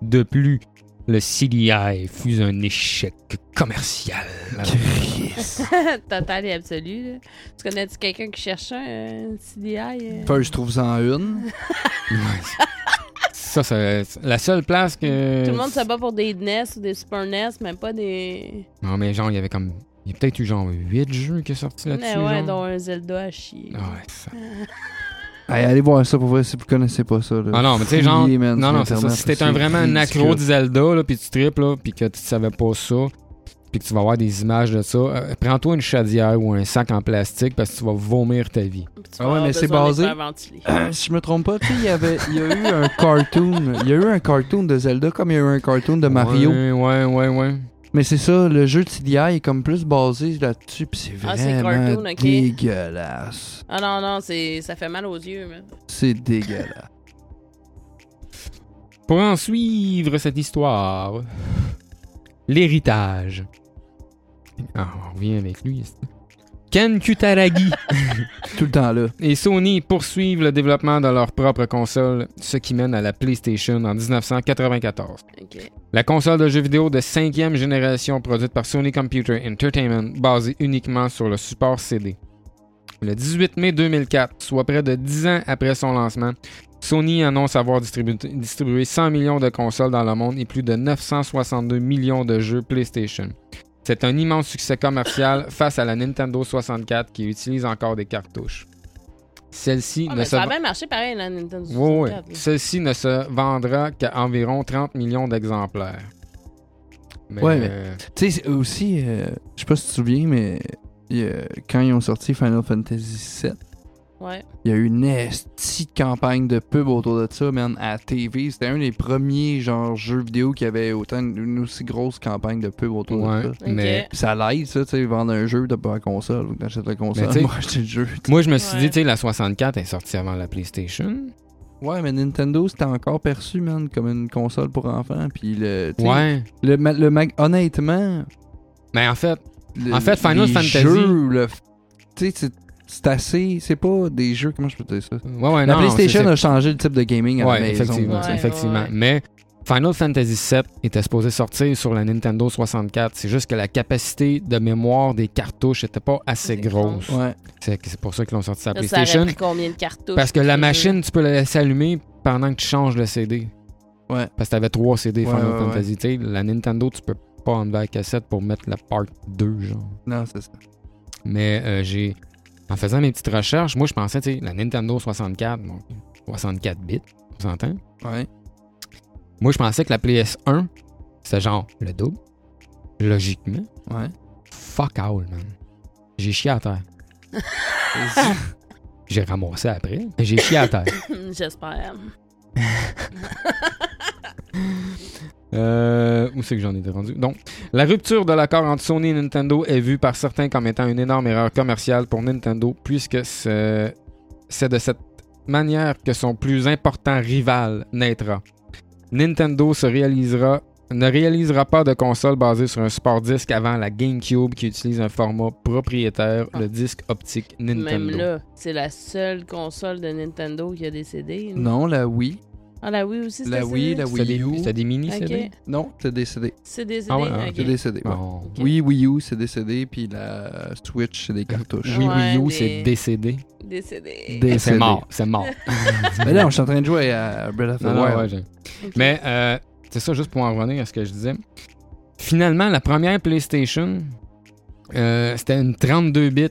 De plus, le CDI fut un échec commercial.
Total et absolu. là. Tu connais-tu quelqu'un qui cherchait un CDI? euh?
First, trouve-en une.
Ouais. ça, c'est la seule place que...
Tout le monde se bat pour des NES ou des Super NES, mais pas des.
Non, mais genre, il y avait comme... Il y a peut-être eu genre 8 jeux qui sont sortis là-dessus.
Mais ouais,
genre.
dont un Zelda à chier.
Ah ouais, ça-
Hey, allez voir ça pour vrai si vous connaissez pas ça. Là.
Ah non, mais tu sais,
Fouillez,
genre.
man,
non,
sur
non, c'est ça.
Internet,
Si t'es
c'est
un, vraiment un accro
ridicule.
de Zelda, là, puis tu tripes, là, puis que tu savais pas ça, puis que tu vas avoir des images de ça, euh, prends-toi une chaudière ou un sac en plastique parce que tu vas vomir ta vie.
Puis tu vas
Ah ouais,
avoir
mais c'est
besoin de
basé-
les faire ventiler.
Ah, si je me trompe pas, tu sais, il y avait, il y a eu un cartoon, il y a eu un cartoon de Zelda comme il y a eu un cartoon de Mario.
Ouais, ouais, ouais, ouais.
Mais c'est ça, le jeu de TDI est comme plus basé là-dessus, puis c'est
Ah, c'est
vraiment
cartoon, ok.
dégueulasse.
Ah non, non, c'est... ça fait mal aux yeux. Mais...
C'est dégueulasse.
Pour en suivre cette histoire, l'héritage. Ah, on revient avec lui. est-ce que- Ken Kutaragi
Tout le temps là.
et Sony poursuivent le développement de leur propre console, ce qui mène à la PlayStation en 1994.
Ok. Ah,
La console de jeux vidéo de cinquième génération produite par Sony Computer Entertainment, basée uniquement sur le support CD. Le 18 mai 2004, soit près de 10 ans après son lancement, Sony annonce avoir distribu- distribué 100 millions de consoles dans le monde et plus de 962 millions de jeux PlayStation. C'est un immense succès commercial face à la Nintendo 64 qui utilise encore des cartouches. Celle-ci
Ah,
ne
mais
se
ça a bien marché pareil, la Nintendo
oui,
64. là.
Celle-ci ne se vendra qu'à environ 30 millions d'exemplaires. Mais,
Ouais, mais-
euh,
Tu sais, c'est aussi, euh, je sais pas si tu te souviens, mais euh, quand ils ont sorti Final Fantasy VII,
Ouais.
il y a eu une esti de campagne de pub autour de ça, man, à la TV. C'était un des premiers genre jeux vidéo qui avait autant une aussi grosse campagne de pub autour
ouais,
de ça.
Ok.
mais-
Puis ça l'aide, ça, tu sais, vendre un jeu, t'as pas la console. Donc t'achètes la console,
Mais tu sais-
moi acheter le jeu.
moi, je me suis
Ouais.
dit, tu sais, la 64 est sortie avant la PlayStation.
Ouais, mais Nintendo, c'était encore perçu, man, comme une console pour enfants. Puis le. tu sais,
Ouais.
Le, ma- le mag- honnêtement.
Mais en fait,
le-
En fait, Final
les
Fantasy-
jeux, le- Tu sais, c'est- c'est assez. C'est pas des jeux. Comment je peux dire ça?
ouais, ouais,
la
non,
PlayStation
c'est-
a changé le type de gaming
c'est-
à la
Ouais,
maison.
effectivement.
tu sais.
Ouais,
effectivement.
ouais.
Mais Final Fantasy VII était supposé sortir sur la Nintendo 64. C'est juste que la capacité de mémoire des cartouches n'était pas assez
C'est
grosse.
Ouais.
C'est c'est pour ça qu'ils l'ont sorti sur la
Là, ça aurait
PlayStation.
pris combien de cartouches?
Parce que la
pour
machine, tu peux la laisser allumer pendant que tu changes le CD.
Ouais.
Parce que t'avais trois CD
Ouais,
Final
ouais,
Fantasy. Tu sais, La Nintendo, tu peux pas enlever la cassette pour mettre la part 2, genre.
Non, c'est ça.
Mais euh, j'ai. En faisant mes petites recherches, moi je pensais, tu sais, la Nintendo 64, bon, 64 bits, on s'entend?
Ouais.
Moi je pensais que la PS1, c'était genre le double. Logiquement.
Ouais.
Fuck all, man. J'ai chié à terre. J'ai ramassé après. mais J'ai chié à terre.
eux. J'espère.
Euh, où c'est que j'en étais rendu? Donc, la rupture de l'accord entre Sony et Nintendo est vue par certains comme étant une énorme erreur commerciale pour Nintendo, puisque c'est c'est de cette manière que son plus important rival naîtra. Nintendo se réalisera, ne réalisera pas de console basée sur un support disque avant la GameCube qui utilise un format propriétaire,
Ah.
le disque optique Nintendo.
Même là, c'est la seule console de Nintendo qui a des CD. là.
Non, la Wii.
Ah, la Wii aussi, c'était
La Wii,
CD?
la
C'était
Wii
des,
U.
c'était des mini CD?
Ok.
Non, c'est des CD.
C'est des CD.
Ah ouais, ah,
ok.
C'est des CD. ouais.
Bon.
Ok.
Oui, Wii U, c'est des CD, puis la Switch, c'est des cartouches.
Oui,
Ouais,
Wii U,
mais-
c'est décédé.
Des CD.
Des-
C'est
Décédé.
mort, c'est mort.
Mais là, je suis en train de jouer à Breath of the
Non, non,
Wild.
ouais, j'ai-
Ok.
Mais euh, c'est ça, juste pour en revenir à ce que je disais. Finalement, la première PlayStation, euh, c'était une 32 bits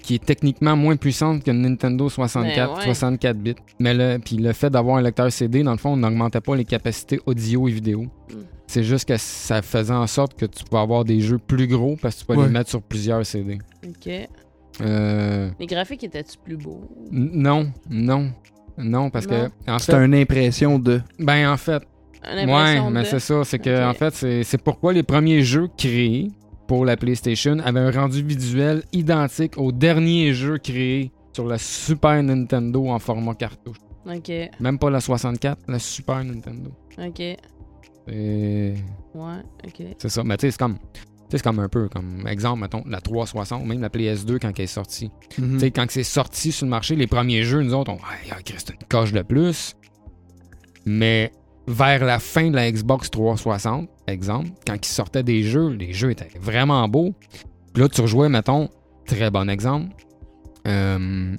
qui est techniquement moins puissante qu'une Nintendo 64,
Ben ouais.
64 bits. Mais le, puis le fait d'avoir un lecteur CD, dans le fond, on n'augmentait pas les capacités audio et vidéo.
Mm.
C'est juste que ça faisait en sorte que tu pouvais avoir des jeux plus gros parce que tu pouvais
Ouais.
les mettre sur plusieurs CD.
Ok.
Euh,
Les graphiques étaient-tu plus beaux?
n- non, non, non, parce
Non.
que en fait,
C'est une impression de.
ben en fait,
Un
Ouais,
impression
mais
de-
c'est ça. C'est que,
Ok.
en fait, c'est c'est pourquoi les premiers jeux créés pour la PlayStation avaient un rendu visuel identique aux derniers jeux créés sur la Super Nintendo en format cartouche.
Ok,
Même pas la 64, la Super Nintendo.
ok.
Et
Ouais, ok.
C'est ça. Mais tu sais, c'est comme. tu sais, c'est comme un peu, comme exemple, mettons, la 360 ou même la PS2 quand elle est sortie.
Hmm.
Tu sais, quand c'est sorti sur le marché, les premiers jeux, nous autres, on ah, Christ, c'est une coche de plus. Mais vers la fin de la Xbox 360, exemple, quand ils sortaient des jeux, les jeux étaient vraiment beaux. Puis là, tu rejouais, mettons, très bon exemple, euh,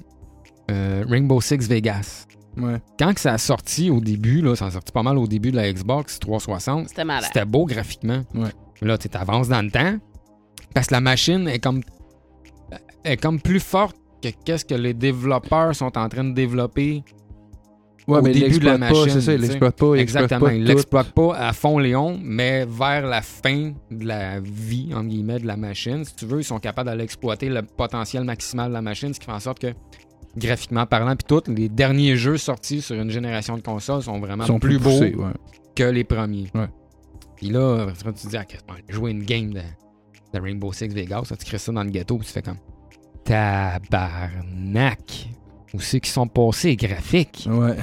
euh, Rainbow Six Vegas.
Ouais.
Quand que ça a sorti au début, là, ça a sorti pas mal au début de la Xbox 360,
C'était malade.
c'était beau graphiquement.
Ouais.
Mais Là, tu avances dans le temps. Parce que la machine est comme, est comme plus forte que qu'est-ce que les développeurs sont en train de développer.
Ouais,
Au
mais ils
début de la
l'exploitent pas,
machine,
c'est ça, ils
tu sais.
l'exploitent pas. ils l'exploitent
Exactement.
pas
Ils
tout.
l'exploitent pas à fond Léon, mais vers la fin de la vie, en guillemets, de la machine, si tu veux, ils sont capables d'aller exploiter le potentiel maximal de la machine, ce qui fait en sorte que, graphiquement parlant, puis tout, les derniers jeux sortis sur une génération de consoles sont vraiment
Ils sont plus,
beaux
poussés, ouais.
que les premiers.
Ouais.
Puis là, quand tu te dis, ah, Christ, on va jouer une game de, de Rainbow Six Vegas, là, tu crées ça dans le ghetto, puis tu fais comme tabarnak. Où c'est qu'ils sont passés, les graphiques?
Ouais.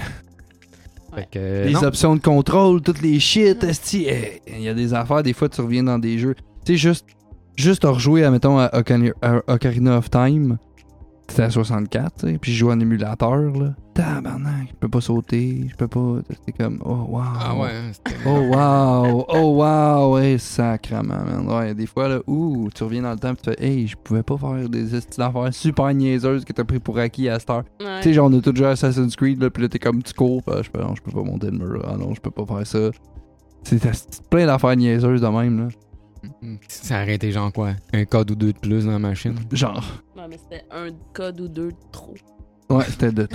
Fait que,
les
Euh, non.
options de contrôle, toutes les shit,
Ouais.
esti, eh, Il y a des affaires, des fois, tu reviens dans des jeux. Tu sais, juste, juste à rejouer, admettons, à Ocarina, à Ocarina of Time, c'était à 64, tu sais, puis je joue en émulateur, là. Tabarnak, je peux pas sauter, je peux pas. C'était comme, oh wow.
Ah ouais, hein, c'était-
Oh wow, oh wow, ouais, sacrement, man. Ouais, des fois, là, ouh, tu reviens dans le temps, pis tu fais, hey, je pouvais pas faire des esti d'affaires super niaiseuses que t'as pris pour acquis à cette heure.
Ouais.
Tu sais, genre, on a tout déjà Assassin's Creed, là, pis là, t'es comme, tu cours, pis, ah, je peux, non, je peux pas monter le mur, ah non, je peux pas faire ça. C'est c'est plein d'affaires niaiseuses de même, là.
ça a arrêté genre quoi? Un code ou deux de plus dans la machine?
Genre,
Ouais, mais c'était un code ou deux de trop.
ouais, c'était de.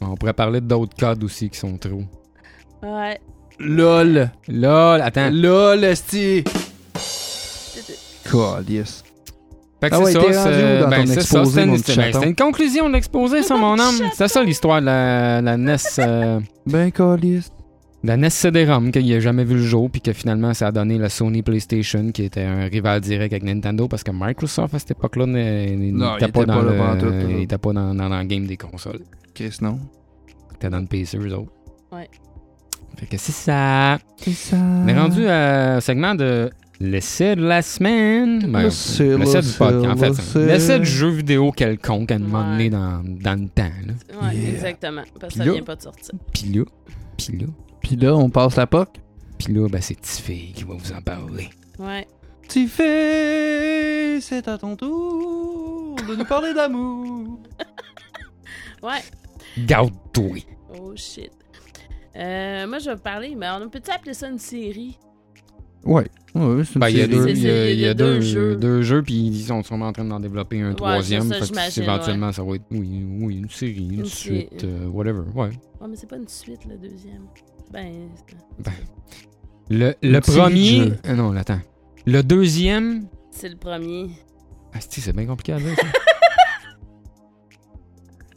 On pourrait parler d'autres codes aussi qui sont trop.
ouais.
LOL!
LOL,
Hein?
attends.
LOL, esti! God, yes.
Fait que
Ah ouais,
c'est
t'es
ça,
rendu
c'est-
où dans
ben,
ton
c'est
exposé,
ça, c'était une,
mon petit
ben,
chaton?
c'était une conclusion de l'exposé, ça, mon homme. C'est ça l'histoire de la, la NES. euh,
Ben, God, yes.
La NES CD-ROM qu'il n'a jamais vu le jour, puis que finalement ça a donné la Sony PlayStation, qui était un rival direct avec Nintendo, parce que Microsoft à cette époque-là n'est-
Non, il
n'était
était
pas, dans
pas là
le-
pendant tout, là.
il était pas dans, dans- dans le game des consoles.
Chris, non.
Il était dans le PC, eux autres.
Ouais.
Fait que c'est ça.
C'est ça.
On est rendu à- au segment de l'essai de la semaine. Ben,
L'essai,
l'essai du
l'essai,
podcast, en fait. ça.
l'essai.
L'essai du jeu vidéo quelconque à un moment donné
Ouais.
dans, dans le temps. là.
Ouais,
Yeah.
exactement. Parce que
Puis là-
ça vient pas de sortir.
Puis là, puis là,
Pis là, on passe la POC.
puis là, ben, c'est Tiffy qui va vous en parler.
Ouais.
Tu fais, c'est à ton tour de nous parler d'amour.
Ouais.
Garde-toi.
Oh shit. Euh, moi, je vais parler, mais on peut-tu appeler ça une série?
Ouais. Ouais, c'est une
Ben, il y a
série.
deux,
C'est-
il y a-
c'est-
il y a deux, deux jeux. puis ils sont sûrement en train d'en développer un
Ouais,
troisième.
c'est ça,
fait que
j'imagine,
éventuellement, ça va être oui, oui, une série, une,
Une série.
suite, euh, whatever. Ouais.
Ouais, mais c'est pas une suite, le deuxième. Ben,
Le, le
Une série de
premier.
jeux.
euh, non, attends. Le deuxième.
c'est le premier.
Asti, c'est bien compliqué à dire. ça.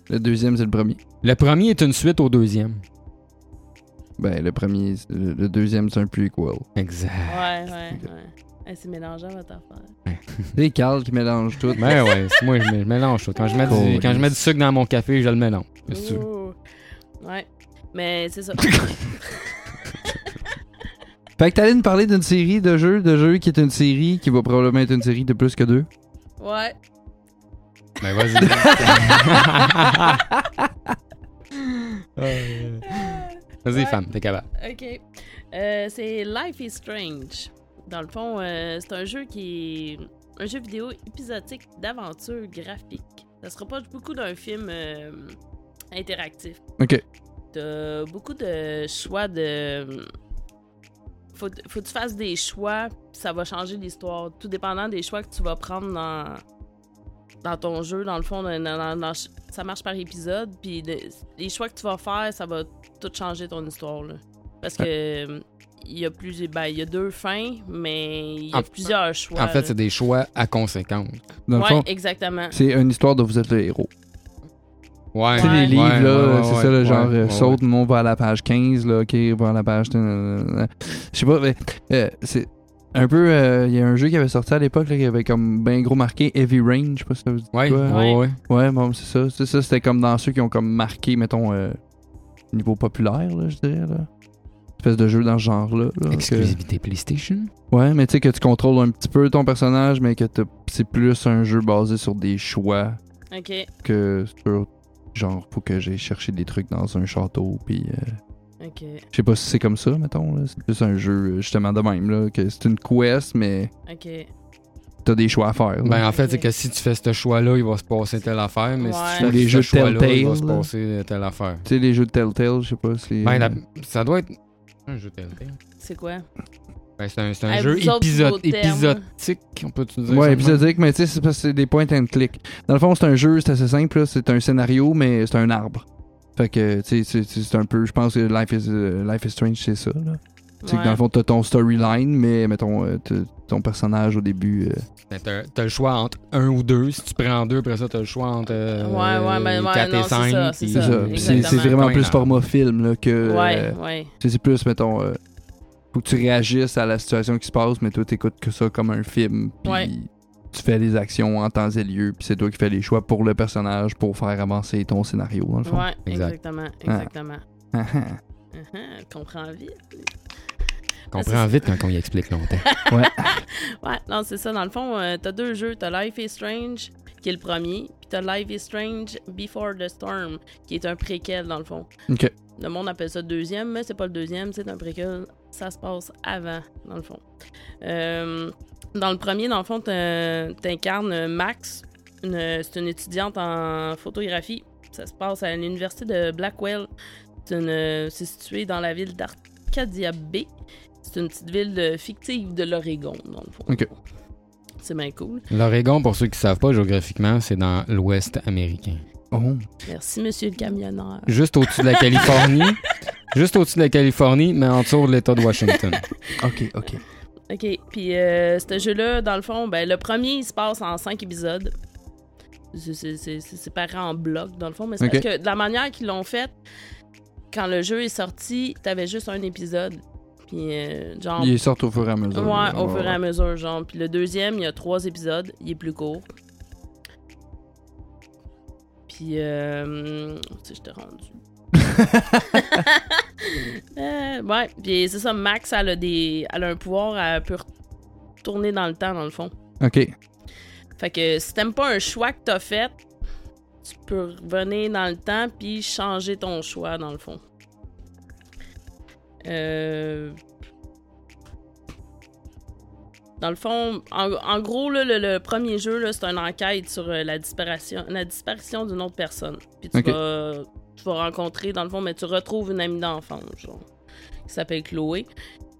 Le deuxième, c'est le premier.
le premier est une suite au deuxième.
Ben, le premier, c'est- le, le deuxième, c'est un prequel.
Exact.
Ouais, ouais, ouais. Ouais, c'est mélangeant votre affaire.
Les Carl qui mélange tout.
Ben ouais, c'est moi, je, mé- je mélange tout. Quand je, mets du,
Cool.
quand je mets du sucre dans mon café, je le mélange. Qu'est-ce que tu veux?
Ouh. Oh! Ouais. Mais c'est ça.
Fait que t'allais nous parler d'une série de jeux, de jeux qui est une série qui va probablement être une série de plus que deux.
Ouais.
Ben vas-y. Vas-y,
Ouais.
femme, t'es capable.
OK. Euh, c'est Life is Strange. Dans le fond, euh, c'est un jeu qui est un jeu vidéo épisodique d'aventure graphique. Ça se rapproche beaucoup d'un film euh, interactif.
Ok.
T'as beaucoup de choix de. Faut, faut que tu fasses des choix, puis ça va changer l'histoire. Tout dépendant des choix que tu vas prendre dans, dans ton jeu, dans le fond, dans- dans- dans- ça marche par épisode, puis de- les choix que tu vas faire, ça va tout changer ton histoire. là. Parce que il y a plus, ben, il y a deux fins, mais il y a
En-
plusieurs choix.
En fait,
là.
c'est des choix à conséquence.
Dans le
Ouais,
fond,
exactement.
c'est une histoire de vous êtes le héros.
Ouais.
Tu sais, les livres,
Ouais,
là,
ouais,
c'est
ouais,
ça, le
ouais,
genre, euh,
ouais,
saute, mon va à la page 15, là, ok, va à la page. euh, Je sais pas, mais euh, c'est un peu. euh, Il y a un jeu qui avait sorti à l'époque, là, qui avait comme ben gros marqué Heavy Rain, je sais pas si ça vous dit
Ouais,
quoi.
ouais, ouais. ouais.
Ouais, bon, c'est ça. C'est ça, c'était comme dans ceux qui ont comme marqué, mettons, euh, niveau populaire, là, je dirais, là. Espèce de jeu dans ce genre-là. là, que-
Exclusivité PlayStation.
Ouais, mais tu sais que tu contrôles un petit peu ton personnage, mais que t'as- c'est plus un jeu basé sur des choix
Ok.
que sur genre faut que j'aille chercher des trucs dans un château puis euh,
Ok.
je sais pas si c'est comme ça mettons là. c'est plus un jeu euh, justement de même là que c'est une quest mais
Ok.
t'as des choix à faire là.
Ben, en fait,
Ok.
c'est que si tu fais ce choix-là, il va se passer telle affaire, mais
Ouais.
si tu fais
Les
ce
jeux
choix-là, il va
Telltale,
se
là. euh,
passer euh, telle affaire.
tu sais les jeux de Telltale je sais pas si
Ben, la- ça doit être un jeu Telltale.
C'est quoi?
Ben, c'est un, c'est un
Hey,
jeu
vous autres,
épisode-
vos termes.
épisodique, on peut-tu dire?
ouais
ça?
épisodique mais tu sais c'est parce que c'est des point and click dans le fond c'est un jeu c'est assez simple là. c'est un scénario mais c'est un arbre fait que tu sais c'est- c'est c'est un peu je pense que Life is euh, Life is Strange c'est ça là tu sais que dans
Ouais.
le fond t'as ton storyline mais mettons euh, t'as ton personnage au début euh,
Ben, T'as t'as le choix entre un ou deux. Si tu prends deux, après ça, t'as le choix entre
Ouais, ouais, ben, ouais,
4
non,
et
c'est
5.
ça, c'est
C'est ça. Puis C'est c'est
Exactement. Ah,
vraiment plus format film là, que.
ouais,
euh,
ouais.
tu sais, c'est plus, mettons, euh, faut que tu réagisses à la situation qui se passe, mais toi, t'écoutes que ça comme un film. Puis
Ouais.
tu fais les actions en temps et lieu, puis c'est toi qui fais les choix pour le personnage pour faire avancer ton scénario, dans le fond.
Ouais,
Exact.
exactement. Exactement. Uh-huh, Comprends vite.
Comprends vite quand on y explique longtemps.
Ouais, non, c'est ça. Dans le fond, euh, t'as deux jeux. T'as Life is Strange, qui est le premier, puis t'as Life is Strange Before the Storm, qui est un préquel, dans le fond.
ok.
Le monde appelle ça le deuxième, mais c'est pas le deuxième, c'est un préquel. Ça se passe avant, dans le fond. Euh, dans le premier, dans le fond, t'in- t'incarnes Max. une- c'est une étudiante en photographie. Ça se passe à l'université de Blackwell. C'est une- c'est situé dans la ville d'Arcadia Bay. C'est une petite ville de- fictive de l'Oregon, dans le fond.
Ok.
C'est bien cool.
L'Oregon, pour ceux qui ne savent pas géographiquement, c'est dans l'ouest américain.
Oh.
Merci, monsieur le camionneur.
Juste au-dessus de la Californie. juste au-dessus de la Californie, mais en dessous de l'État de Washington.
Ok, ok.
OK. Puis, euh, ce jeu-là, dans le fond, ben, le premier, il se passe en cinq épisodes. C'est- c'est- C'est c'est séparé en blocs, dans le fond. Mais c'est
OK.
parce que de la manière qu'ils l'ont fait, quand le jeu est sorti, t'avais juste un épisode. Puis, euh, genre.
Ils sortent au fur et à mesure.
Ouais,
là.
au fur et à mesure, genre. Puis le deuxième, il y a trois épisodes. Il est plus court. Puis, euh, tu sais, je t'ai rendu. Euh, ouais, puis c'est ça, Max, elle a, des, elle a un pouvoir, elle peut retourner dans le temps, dans le fond.
Ok.
Fait que si t'aimes pas un choix que t'as fait, tu peux revenir dans le temps puis changer ton choix, dans le fond. Euh, Dans le fond, en, en gros, là, le, le premier jeu, là, c'est une enquête sur euh, la disparition, la disparition d'une autre personne. Puis tu,
Ok.
vas, tu vas rencontrer, dans le fond, mais tu retrouves une amie d'enfance, genre, qui s'appelle Chloé.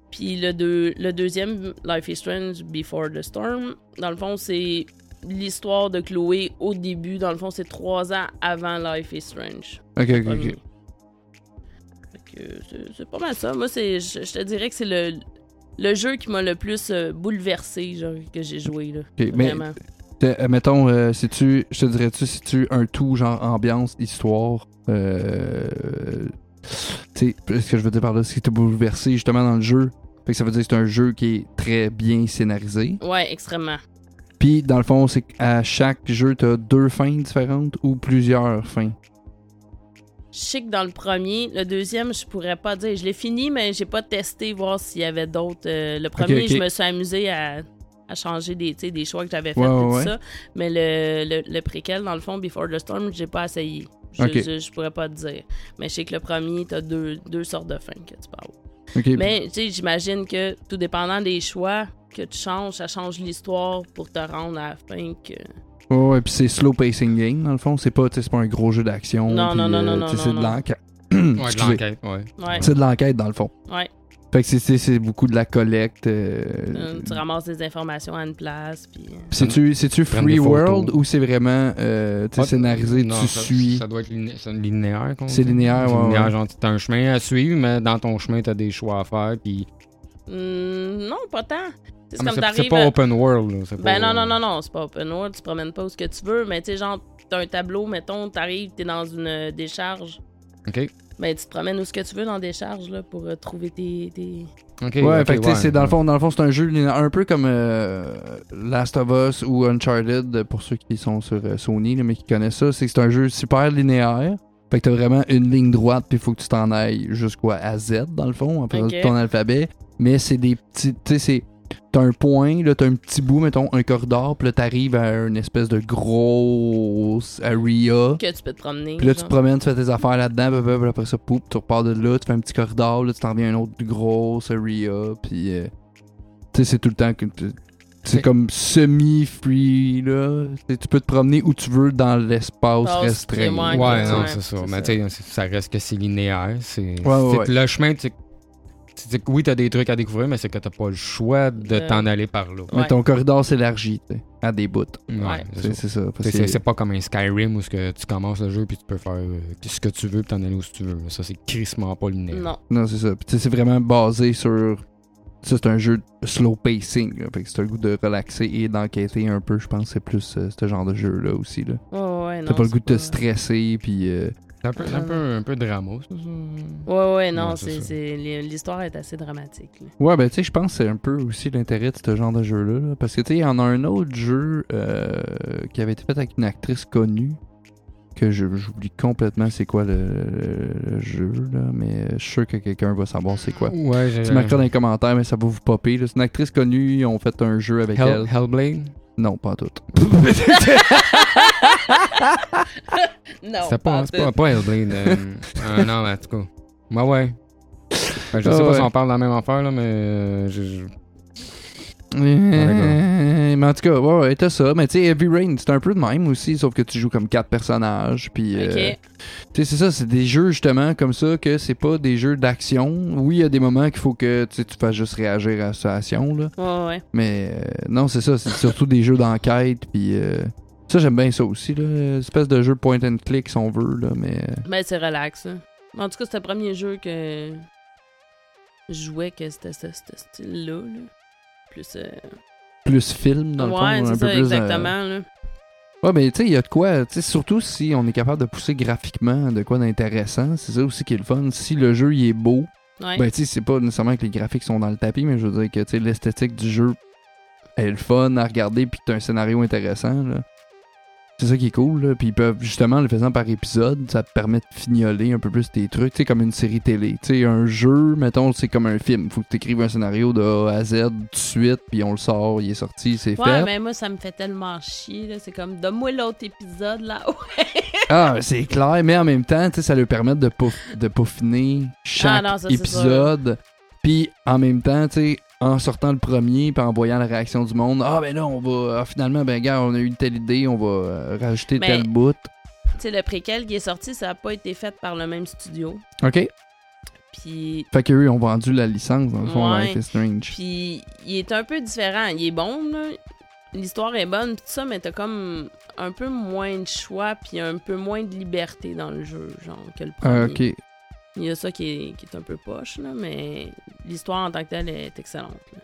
Puis le, deux, le deuxième, Life is Strange Before the Storm, dans le fond, c'est l'histoire de Chloé au début. Dans le fond, c'est trois ans avant Life is Strange.
Ok, ok,
premier.
ok.
Fait que c'est- C'est pas mal ça. Moi, c'est, je, je te dirais que c'est le, le jeu qui m'a le plus euh, bouleversé genre, que j'ai joué. Là.
Ok, Mais,
Vraiment.
t'es- euh, mettons, euh, si tu. Je te dirais-tu, si tu un tout, genre ambiance, histoire. Euh. Tu sais, ce que je veux dire par là, c'est que t'es bouleversé justement dans le jeu. Fait que ça veut dire que c'est un jeu qui est très bien scénarisé.
Ouais, extrêmement.
Puis, dans le fond, c'est qu'à chaque jeu, t'as deux fins différentes ou plusieurs fins.
Je sais que dans le premier, le deuxième, je pourrais pas dire. Je l'ai fini, mais j'ai pas testé voir s'il y avait d'autres. Euh, le premier,
ok.
je me suis amusée à, à changer des, tu sais, des choix que j'avais fait
Ouais,
et tout
ouais, ouais.
ça. Mais le, le, le préquel, dans le fond, Before the Storm, j'ai pas essayé. Je,
Ok.
je, je pourrais pas te dire. Mais je sais que le premier, t'as deux, deux sortes de fins que tu peux avoir.
OK.
Mais tu sais, j'imagine que tout dépendant des choix que tu changes, ça change l'histoire pour te rendre à la fin que.
Ouais, ouais, puis c'est slow pacing game, dans le fond. C'est pas, tu sais, c'est pas un gros jeu d'action.
Non,
puis,
non, non,
euh,
non,
tu sais,
non,
C'est
non,
de
non.
l'enquête.
Ouais, de
Excusez.
l'enquête, ouais.
Ouais,
C'est de l'enquête, dans le fond.
ouais.
Fait que c'est- c'est c'est beaucoup de la collecte. euh,
Euh, tu ramasses des informations à une place, puis. euh,
Puis C'est-tu c'est-tu
Prendre des
free
photos.
world ou c'est vraiment euh, tu sais,
Ouais.
scénarisé,
Non,
tu
ça,
suis.
Ça doit être liné- c'est linéaire. qu'on
C'est
dit.
linéaire,
C'est
ouais,
linéaire,
ouais.
genre, t'as un chemin à suivre, mais dans ton chemin, t'as des choix à faire. Puis...
Hum, non, pas tant. C'est
Ah, mais
comme
c'est- c'est
t'arrives.
pas
à-
open world. là, c'est
Ben
pas-
euh,
non, non, non, non, c'est pas open world, tu te promènes pas où ce que tu veux, mais tu sais, genre, t'as un tableau, mettons, t'arrives, t'es dans une euh, décharge.
OK.
Ben, tu te promènes où ce que tu veux dans des charges, là, pour euh, trouver tes. tes-
OK,
Ouais,
euh, OK,
fait que tu sais, c'est dans le
ouais.
fond, dans le fond, c'est un jeu linéaire, un peu comme euh, Last of Us ou Uncharted euh, pour ceux qui sont sur euh, Sony là, mais qui connaissent ça, c'est que c'est un jeu super linéaire. Fait que t'as vraiment une ligne droite puis il faut que tu t'en ailles jusqu'à à Z dans le fond, après
Ok.
ton alphabet, mais c'est des petits tu sais c'est T'as un point, là, t'as un petit bout, mettons, un corridor, puis là, t'arrives à une espèce de grosse area.
que tu peux te promener.
Puis là, tu
genre.
te promènes, tu fais tes affaires là-dedans, puis, puis, puis après ça, poup, tu repars de là, tu fais un petit corridor, là, tu t'en viens à un autre gros area, puis. euh, tu sais, c'est tout le temps. que tu- C'est
Mais-
comme semi-free, là. Tu sais, tu peux te promener où tu veux dans l'espace
Passe,
restreint.
dis-moi,
Ouais,
Ouais,
non,
ouais,
c'est ça.
c'est
Mais
ça.
tu sais, c'est- ça reste que c'est linéaire. C'est
ouais,
c'est
ouais.
le chemin, tu sais, tu sais que oui, t'as des trucs à découvrir, mais c'est que t'as pas le choix de
Euh,
t'en aller par là.
Mais
Ouais.
ton corridor s'élargit, tu sais, à des bouts.
Ouais,
Ouais.
c'est
C'est
ça.
c'est ça. parce
C'est-
que-
C'est c'est pas comme un Skyrim où ce que tu commences le jeu puis tu peux faire euh, ce que tu veux puis t'en aller où tu veux. là. Ça, c'est crissement pas linéaire.
Non.
Non, c'est ça. Puis tu sais, c'est vraiment basé sur. Ça, c'est un jeu de slow pacing. là. Fait que si t'as le goût de relaxer et d'enquêter un peu, je pense que c'est plus euh, ce genre de jeu-là aussi. Là.
Ouais, ouais, ouais, non.
T'as pas le
c'est
goût de te stresser, puis. euh,
C'est un peu, un peu, un peu drama, ça, ça.
Hmm. Ouais, ouais, non,
Ouais, c'est
c'est
ça.
c'est- l'histoire est assez dramatique. là.
Ouais, ben tu sais, je pense que c'est un peu aussi l'intérêt de ce genre de jeu-là. là. Parce que tu sais, il y en a un autre jeu euh, qui avait été fait avec une actrice connue. Que je- j'oublie complètement c'est quoi le, le jeu, là. Mais je suis sûr que quelqu'un va savoir c'est quoi.
Ouais, j'ai-
Tu marqueras dans les commentaires, mais ça va vous popper. là. C'est une actrice connue, ils ont fait un jeu avec
Hell-
elle.
Hellblade?
Non, pas toutes.
Non.
C'est pas,
en
c'est pas,
tout.
pas Hellblade. euh, euh, non, mais en tout cas. Bah ouais. Ben, je
Ah
sais pas
ouais.
si on parle de la même affaire, là, mais. euh, je- je-
Euh, mais en tout cas, ouais, ouais, t'as ça. Mais tu sais, Heavy Rain, c'est un peu de même aussi, sauf que tu joues comme quatre personnages. Puis,
Ok.
euh, Tu sais, c'est ça, c'est des jeux justement comme ça que c'est pas des jeux d'action. Oui, il y a des moments qu'il faut que tu sais, tu fasses juste réagir à la situation, là.
Ouais, ouais.
Mais euh, non, c'est ça, c'est surtout des jeux d'enquête. Puis euh, ça, j'aime bien ça aussi, là. Une Espèce de jeu point and click, si on veut, là. Mais euh,
Mais c'est relax. hein. Mais En tout cas, c'était le premier jeu que je jouais que c'était ce ce style-là. là. Plus. euh,
plus film, dans le fond.
ouais,
un
c'est
peu
ça,
plus, euh,
exactement. là.
Ouais, mais tu sais, il y a de quoi, tu sais, surtout si on est capable de pousser graphiquement de quoi d'intéressant, c'est ça aussi qui est le fun. Si le jeu, il est beau,
Ouais.
Ben, tu sais, c'est pas nécessairement que les graphiques sont dans le tapis, mais je veux dire que, tu sais, l'esthétique du jeu est le fun à regarder, puis que t'as un scénario intéressant, là. C'est ça qui est cool, là. Puis ils peuvent, justement, en le faisant par épisode, ça te permet de fignoler un peu plus tes trucs, tu sais, comme une série télé. Tu sais, un jeu, mettons, c'est comme un film. Faut que t'écrives un scénario de A à Z tout de suite, puis on le sort, il est sorti, c'est
ouais,
fait.
mais moi, ça me fait tellement chier. là. C'est comme, donne-moi l'autre épisode là.
Ah, c'est clair, mais en même temps, tu sais, ça lui permet de, pauf- de peaufiner chaque
Ah non, ça, c'est
épisode. Puis en même temps, tu sais, en sortant le premier, puis en voyant la réaction du monde, ah ben là, on va ah, finalement, ben gars, on a eu telle idée, on va euh, rajouter
Mais-
tel bout.
tu sais, le préquel qui est sorti, ça n'a pas été fait par le même studio.
Ok.
Puis
Fait qu'eux, ils ont vendu la licence dans le fond
Ouais.
Life is Strange.
Puis il est un peu différent. Il est bon, là. L'histoire est bonne, pis tout ça, mais t'as comme un peu moins de choix, puis un peu moins de liberté dans le jeu, genre, que le premier.
Ah, ok.
Il y a ça qui est, qui est un peu poche, là, mais l'histoire en tant que telle est excellente. là.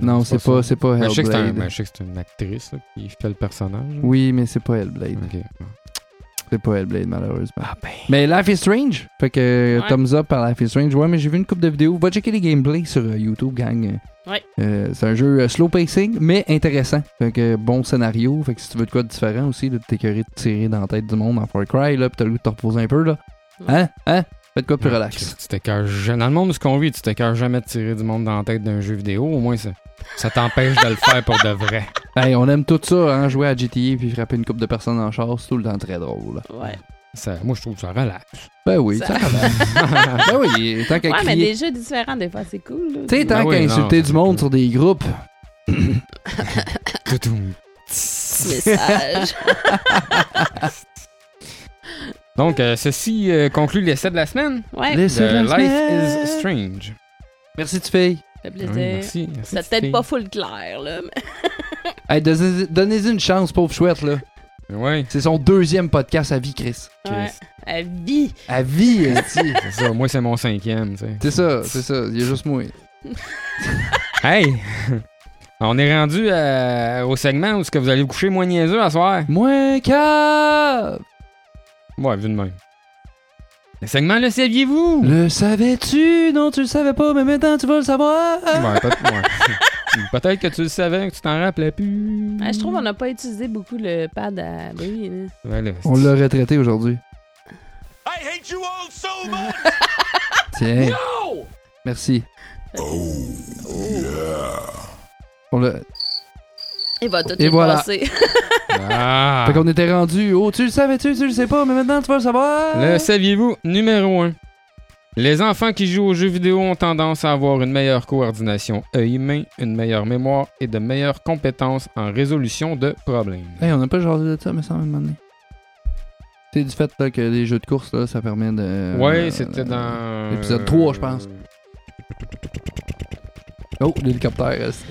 Non, c'est pas,
ça.
c'est pas
Ben, je sais que c'est un-
Hellblade.
ben, je sais que c'est une actrice là, qui fait le personnage. là.
Oui, mais c'est pas Hellblade.
Ok.
C'est pas Hellblade, malheureusement. Mais Life is Strange. Fait que
Ah, ben. Ouais.
thumbs up par Life is Strange. Ouais, mais j'ai vu une coupe de vidéos. Va checker les gameplays sur euh, YouTube, gang.
Ouais.
Euh, c'est un jeu euh, slow pacing, mais intéressant. Fait que bon scénario. Fait que si tu veux de quoi de différent aussi, de t'écœurer de tirer dans la tête du monde en Far Cry, là, pis t'as le goût de te reposer un peu, là. Hein? Hein? Fais de quoi de plus
Ah,
Ouais,
relax.
Ah, Christ, Tu t'écœures ja- Dans le monde de ce qu'on vit, tu t'écœures jamais de tirer du monde dans la tête d'un jeu vidéo. Au moins, ça, ça t'empêche de le faire pour de vrai.
Hey, on aime tout ça, hein, jouer à GTA puis frapper une coupe de personnes en char, c'est tout le temps très drôle.
Ouais.
Ça- moi, je trouve ça relax.
Ben oui, ça,
Ça-
relaxe. ben oui, tant qu'à
Ouais, mais
crier.
des jeux différents, des fois, c'est cool. là.
Tu sais, tant
Ben
qu'à
oui, non,
insulter
c'est
du monde
cool.
sur des groupes.
Toutoum.
Message.
Donc, euh, ceci euh, conclut l'essai de la semaine.
Ouais,
Laisse-
ça
L'essai de la
Life
semaine.
is Strange.
Merci, tu fille.
fait
Oui,
plaisir.
merci. merci,
C'est peut-être
Titi.
pas full clair, là. mais-
Hey, donnez- donnez-y une chance, pauvre chouette, là.
Ouais.
C'est son deuxième podcast à vie, Chris.
Ouais.
Chris.
À vie.
À vie, esti.
C'est ça, moi, c'est mon cinquième. tu sais.
C'est ça, c'est ça. Il y a juste moi.
Hey! On est rendu à- au segment où est-ce que vous allez vous coucher moins niaiseux à soir.
Moins cave!
Ouais, vu de même. Le segment, le saviez-vous?
Le savais-tu? Non, tu le savais pas, mais maintenant tu vas le savoir!
Ouais, peut- ouais. Peut-être que tu le savais, que tu t'en rappelais plus.
Ouais, je trouve qu'on n'a pas utilisé beaucoup le pad à bruit. là.
Ouais, là,
On l'a retraité aujourd'hui.
I hate you all so much!
Tiens. Merci. On l'a-
Il va tout
Et
les
voilà.
passer.
Ah!
Fait qu'on était rendu. Oh, tu le savais-tu? Tu le sais pas, mais maintenant tu vas le savoir!
Le saviez-vous, numéro 1. Les enfants qui jouent aux jeux vidéo ont tendance à avoir une meilleure coordination œil-main, une meilleure mémoire et de meilleures compétences en résolution de problèmes.
Hey, on n'a pas jasé de ça, mais ça m'a demandé. C'est du fait là, que les jeux de course, là, ça permet de.
ouais,
euh,
c'était dans.
l'épisode trois, je pense. Oh, l'hélicoptère. est-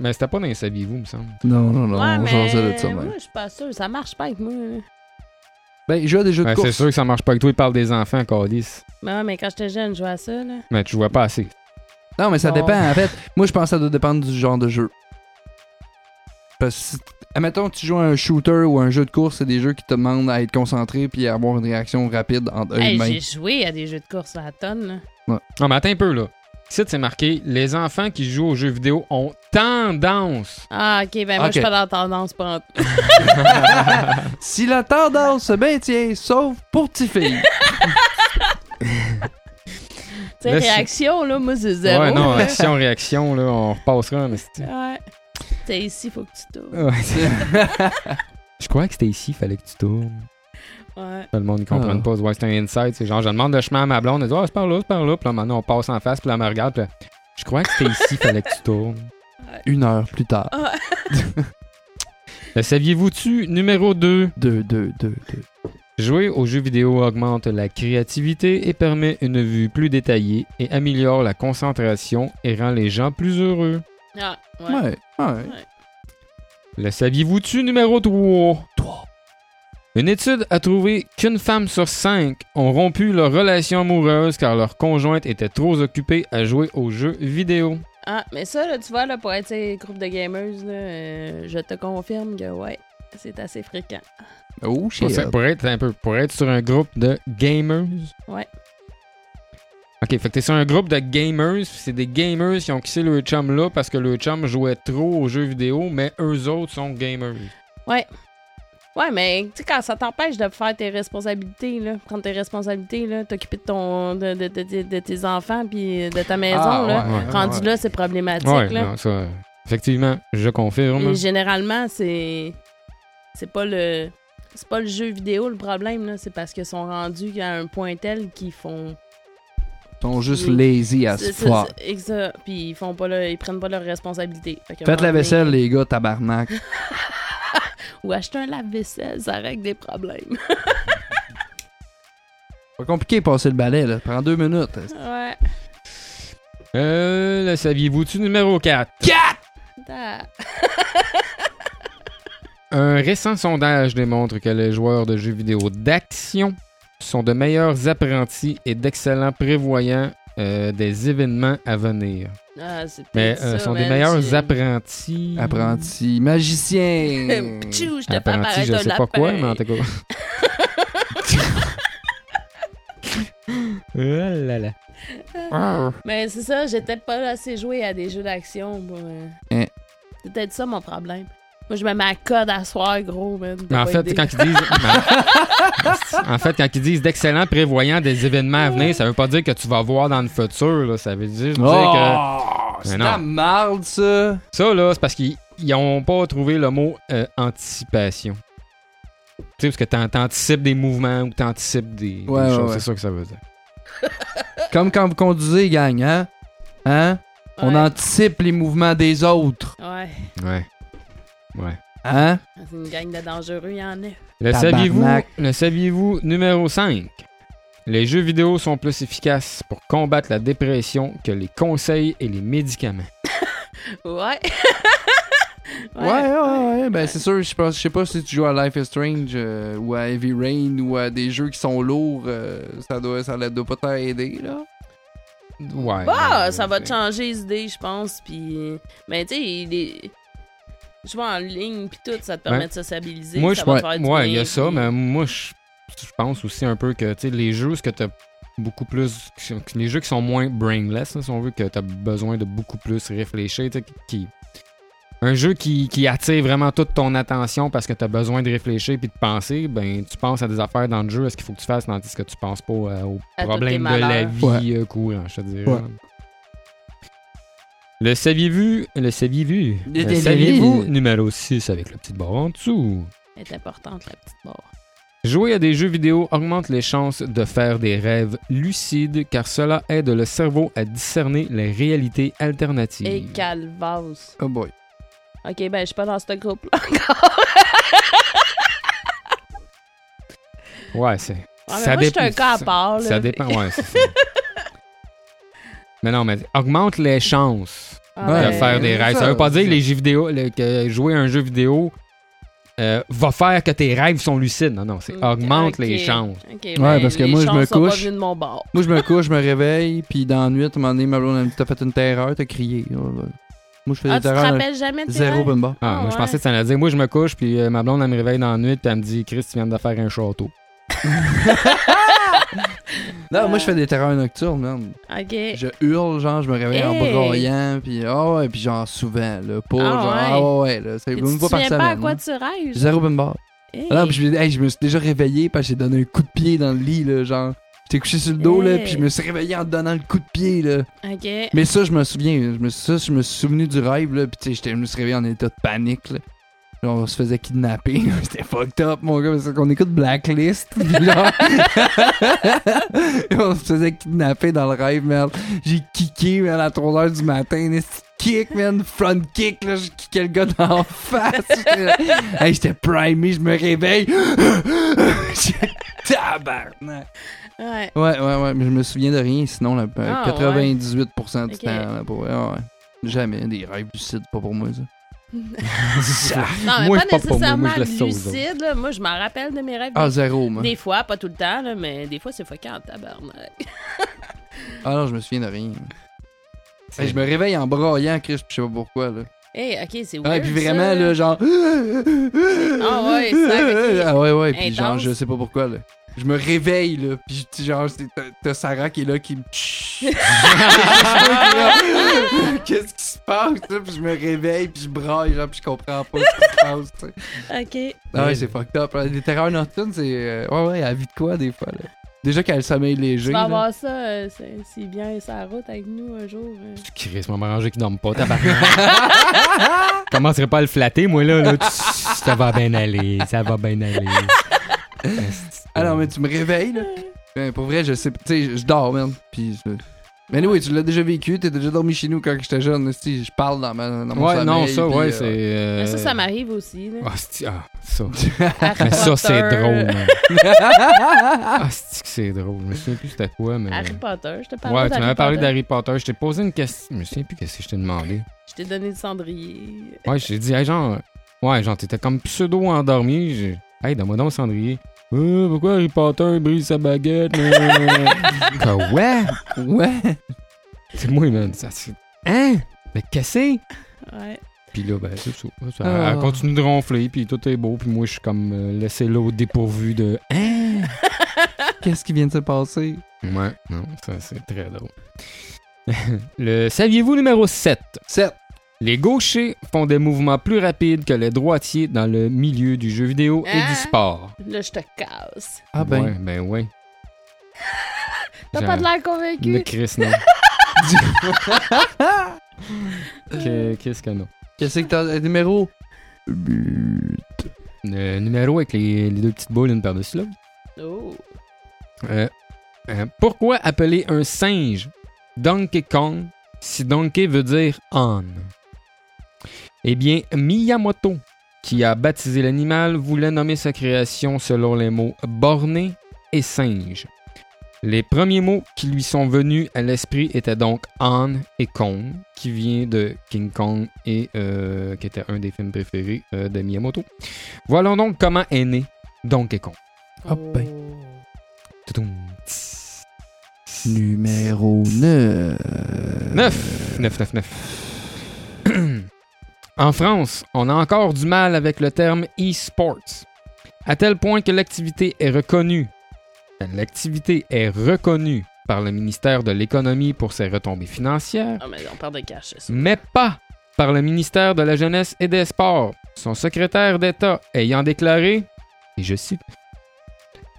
Mais c'était pas dans les saviez-vous, me semble.
Non, non, non,
ouais,
on
mais
jasait de ça, même.
moi, je suis pas sûre. Ça marche pas avec moi. là.
Ben, je joue à des jeux de
Ouais, c'est
course.
sûr que ça marche pas avec toi, il parle des enfants, Calice.
Mais Ben ouais, mais quand j'étais jeune, je jouais à ça. Là.
Mais tu jouais pas assez.
Non, mais ça
Non.
dépend. En fait, moi, je pense que ça doit dépendre du genre de jeu. Parce que, si- admettons, tu joues à un shooter ou un jeu de course, c'est des jeux qui te demandent à être concentré puis à avoir une réaction rapide entre eux
Hey,
mains.
j'ai joué à des jeux de course à la tonne. là.
Non, mais attends un peu, là. Ici, c'est marqué les enfants qui jouent aux jeux vidéo ont tendance.
Ah, ok, ben moi,
Ok.
je suis pas dans la tendance. Pas en-
Si la tendance se maintient, sauf pour tes filles.
Tu sais,
Là, c'est-
réaction, là, moi, c'est zéro.
ouais, non,
là.
action-réaction, là, on repassera, mais c'est-
Ouais. T'es ici, faut que tu
Euh.
tournes.
Ouais, c'est- je croyais que c'était ici, fallait que tu tournes.
Ouais.
Le monde ne comprend
Ah.
pas. Ouais, c'est un insight. C'est genre, je demande le chemin à ma blonde. Elle dit, ah, c'est par là, c'est par là. Puis là, maintenant, on passe en face. Puis là, elle me regarde. Puis là, je croyais que c'était ici, fallait que tu tournes.
Une heure plus tard.
Ah.
Le saviez-vous-tu? Numéro 2.
Deux, deux, deux, deux.
Jouer aux jeux vidéo augmente la créativité et permet une vue plus détaillée et améliore la concentration et rend les gens plus heureux.
Ah, ouais.
Ouais, ouais.
Le saviez-vous-tu numéro 3?
Trois.
Une étude a trouvé qu'une femme sur cinq ont rompu leur relation amoureuse car leur conjointe était trop occupée à jouer aux jeux vidéo.
Ah, mais ça, là, tu vois, là, pour être un groupe de gamers, là, euh, je te confirme que, ouais, c'est assez fréquent.
Oh,
Pour,
shit.
ça- pour être un peu, pour être sur un groupe de gamers.
Ouais.
Ok, fait que t'es sur un groupe de gamers, puis c'est des gamers qui ont quitté le chum là parce que le chum jouait trop aux jeux vidéo, mais eux autres sont gamers.
Ouais, mais tu sais, quand ça t'empêche de faire tes responsabilités, là, prendre tes responsabilités, là, t'occuper de, ton, de, de, de- de tes enfants puis de ta maison,
Ah,
là,
ouais, ouais,
rendu
ouais.
là, c'est problématique.
Ouais,
là.
non, ça, effectivement, je confirme.
Et généralement, c'est. C'est pas le. C'est pas le jeu vidéo le problème, là. C'est parce qu'ils sont rendus à un point tel qu'ils font.
Ils sont juste lazy à
C'est-
ce
c'est-
soir.
c'est- exact. Puis ils font pas le- ils prennent pas leurs responsabilités. Fait qu'à un
Faites la
moment donné-
vaisselle, les gars, tabarnak.
Ou acheter un lave-vaisselle, ça règle des problèmes.
Pas compliqué de passer le balai, là. Prends deux minutes.
ouais.
Euh, le saviez-vous-tu numéro 4?
Da-
Un récent sondage démontre que les joueurs de jeux vidéo d'action sont de meilleurs apprentis et d'excellents prévoyants euh, des événements à venir.
Ah, c'est
Mais
peut-être
euh,
ça,
sont des
man,
meilleurs
j'ai-
apprentis.
Mm.
Apprenti magicien.
Pchou, je te
Apprentis,
fais apparaître
je
un
sais pas
lapin.
quoi, mais en tout cas. Oh là là.
Mais c'est ça, j'ai peut-être pas assez joué à des jeux d'action. pour, euh,
Hein.
C'est peut-être ça mon problème. Moi, je me mets à code à soir, gros, man. T'as
Mais en
pas
fait,
idée.
quand ils disent. en fait, quand ils disent d'excellents prévoyants des événements à venir, ça veut pas dire que tu vas voir dans le futur. là. Ça veut dire, dire que.
Oh,
Mais
c'est
non.
la marde, ça.
Ça, là, c'est parce qu'ils ils n'ont pas trouvé le mot euh, anticipation. Tu sais, parce que t'an- t'anticipes des mouvements ou t'anticipes des, des
Ouais, ouais,
choses.
ouais.
C'est ça que ça veut dire.
Comme quand vous conduisez, gang, hein? Hein? On
Ouais.
anticipe les mouvements des autres.
Ouais.
Ouais. Ouais.
Hein?
C'est une gang de dangereux, il y en a.
Le
Tabarnak.
saviez-vous, le saviez-vous numéro 5? Les jeux vidéo sont plus efficaces pour combattre la dépression que les conseils et les médicaments.
Ouais.
Ouais, ouais, ouais. Ben, c'est sûr, je pense- je sais pas si tu joues à Life is Strange euh, ou à Heavy Rain ou à des jeux qui sont lourds, euh, ça doit, ça la doit pas t'aider, là.
Ouais.
Bah,
Euh,
ça va te
c'est-
changer les idées, je pense. Puis, mais tu sais, il est- jouer en ligne, puis tout, ça te permet
Ouais.
de sociabiliser.
Moi, je
ça va te faire
ouais,
du
ouais, il y a
bien,
ça,
puis-
mais moi, je je pense aussi un peu que tu sais, les jeux, ce que t'as beaucoup plus. qui sont- Les jeux qui sont moins brainless, là, si on veut, que t'as besoin de beaucoup plus réfléchir. tu sais, Qui, un jeu qui, qui attire vraiment toute ton attention parce que t'as besoin de réfléchir puis de penser, ben tu penses à des affaires dans le jeu, est-ce qu'il faut que tu fasses, tandis que tu penses pas euh, aux
À tous tes
problèmes de la
malheurs.
vie
Ouais.
euh, courant, je te dirais.
Ouais.
Le saviez-vous? Le saviez-vous?
Le
Le saviez-vous? Numéro 6 avec la petite barre en dessous.
Elle est importante, la petite barre.
Jouer à des jeux vidéo augmente les chances de faire des rêves lucides car cela aide le cerveau à discerner les réalités alternatives.
Et Calvas.
Oh boy.
Ok, ben, je suis pas dans ce groupe-là encore.
Ouais, c'est.
Ouais, mais
ça
moi, je suis
dépend-
un cas à part. là.
Ça dépend, ouais, c'est ça. mais non, mais augmente les chances
Ah,
de
Ouais.
faire des
c'est
rêves. Ça,
ça,
veut pas dire que
c'est-
les jeux vidéo, le- que jouer à un jeu vidéo euh, va faire que tes rêves sont lucides. Non, non, c'est
Ok,
augmente
Mm. ok.
les chances.
Ok, ben,
parce que
les
moi, je
chances
me
sont pas
couche.
venues de mon bord.
Moi, je me couche, je me réveille, puis dans la nuit, à un moment donné, ma blonde, elle me dit, t'as fait une terreur, t'as crié. Oh, là. Moi, je fais
Ah,
des
tu te
terreurs. là.
rappelles jamais de tes
Zéro
rêves?
bonne barre.
Ah,
Ah,
moi, je
ouais.
pensais que ça allait dire, moi, je me couche, puis euh, ma blonde, elle me réveille dans la nuit, puis elle me dit, Chris, tu viens de faire un château.
Non,
Euh.
moi, je fais des terreurs nocturnes, man.
Ok.
Je hurle, genre, je me réveille en
Hey.
broyant, puis ah ouais, puis genre, souvent, là. Pas
Ah,
genre,
ouais.
ah ouais, ouais, là. C'est
Puis
une
Tu te
fois par
souviens pas à
semaine.
quoi
hein.
tu rêves?
Zéro bonne barre.
Hey.
Ah Non, puis je, me- hey, je me suis déjà réveillé parce que j'ai donné un coup de pied dans le lit, là, genre. J'étais couché sur le dos, là,
Hey.
puis je me suis réveillé en donnant le coup de pied, là.
Ok.
Mais ça, je me souviens, je me, ça, je me suis souvenu du rêve, là, puis tu sais, j'étais- je me suis réveillé en état de panique, là. Là, on se faisait kidnapper, là, c'était fucked up, mon gars, parce qu'on écoute Blacklist, puis genre... on se faisait kidnapper dans le rêve, merde. J'ai kické, man, à 3h du matin, un esti de kick, man, front kick, là, j'ai kické le gars d'en face. J'étais là- hey, j'étais primé, je me réveille. J'ai- Tabarnak!
Ouais.
Ouais, ouais, ouais, mais je me souviens de rien, sinon là, euh,
Ah,
98% du
Ok.
temps, là, pour ouais, ouais. Jamais des rêves lucides, pas pour moi, ça. Ça-
Non, mais
Moi,
pas
je suis pas pour moi. Moi,
nécessairement
je laisse ça aux
lucide. là. Moi, je m'en rappelle de mes rêves.
ah, zéro, moi.
des fois, pas tout le temps, là, mais des fois, c'est fuckant, tabarnak.
Ah non, je me souviens de rien. Hey, je me réveille en braillant, Chris, je sais pas pourquoi, là.
Hey, ok, c'est weird.
Ouais, puis
ça,
vraiment, là, genre... Ah
ouais, ça, ok.
Ah ouais, ouais, puis
Intense.
genre, je sais pas pourquoi, là. Je me réveille, là, puis tu- genre, c'est- t'as- t'as Sarah qui est là, qui me... Qu'est-ce qui se passe, là? Puis je me réveille, puis je braille, genre, puis je comprends pas ce qui se passe, tu sais.
Ok.
Ah
Ouais.
ouais, c'est fucked up. Les terreurs nocturnes, c'est. euh, Ouais, ouais, elle vit de quoi des fois, là? Déjà qu'elle sommeille
Tu
léger.
vas
là.
avoir ça euh, c'est- si bien ça route avec nous un jour. euh.
Chris, m'a arrangé qui dorme pas, tabarnak. Commencerai pas à le flatter, moi, là. là. Ça va bien aller, ça va bien aller.
Ah non, mais tu me réveilles, là. Ben, pour vrai, je sais. Tu sais, je dors, man. Puis. je- Mais oui, tu l'as déjà vécu, t'as déjà dormi chez nous quand j'étais jeune. Si je parle dans, ma, dans mon
Ouais, non,
sommeil,
ça,
puis,
ouais,
euh,
c'est. euh,
Mais ça, ça m'arrive aussi. Là.
Ah, c'est- ah, ça.
Harry
Mais ça, c'est
Potter,
drôle,
euh,
man.
euh,
Ah, c'est que c'est drôle. Je me souviens plus c'était quoi, mais.
Harry Potter, je te parle
Ouais, tu m'avais parlé d'Harry Potter. Je t'ai posé une question. Je me souviens plus qu'est-ce que je t'ai demandé.
Je t'ai donné le cendrier.
Ouais, j'ai dit, hey, genre. Ouais, genre, t'étais comme pseudo-endormi. J'ai- Hey, donne-moi donc le cendrier. Euh, pourquoi Harry Potter brise sa baguette? mais- Quoi? ouais?
Ouais.
C'est moi, man. Ça, c'est- hein? Mais qu'est-ce que c'est?
Ouais.
Puis là, ben, c'est ça. Ça-
Ah.
Elle continue de ronfler, puis tout est beau, puis moi, je suis comme euh, laissé là au dépourvu de Hein?
Qu'est-ce qui vient de se passer?
Ouais, non, ça, c'est très drôle. Le saviez-vous numéro 7?
7.
Les gauchers font des mouvements plus rapides que les droitiers dans le milieu du jeu vidéo et
Ah.
du sport.
Là, je te casse.
Ah ben.
Ouais, ben ouais.
T'as
J'ai-
pas de l'air
Le
convaincu?
Chris, non. Que- Qu'est-ce que non?
Qu'est-ce que t'as. euh, Numéro.
Le Euh, numéro avec les, les deux petites boules une par-dessus l'autre.
Oh.
Euh, euh, pourquoi appeler un singe Donkey Kong si Donkey veut dire on? Eh bien, Miyamoto, qui a baptisé l'animal, voulait nommer sa création selon les mots borné et singe. Les premiers mots qui lui sont venus à l'esprit étaient donc on et Kong, qui vient de King Kong et euh, qui était un des films préférés euh, de Miyamoto. Voilà donc comment est né Donkey Kong.
Hop, ben.
Oh.
Toutoum, tss, tss.
Numéro 9.
9. 9, 9, 9. en France, on a encore du mal avec le terme e-sports, à tel point que l'activité est reconnue. ben, L'activité est reconnue par le ministère de l'Économie pour ses retombées financières,
Ah, mais on parle de cash, c'est ça.
mais pas par le ministère de la Jeunesse et des Sports, son secrétaire d'État ayant déclaré, et je cite,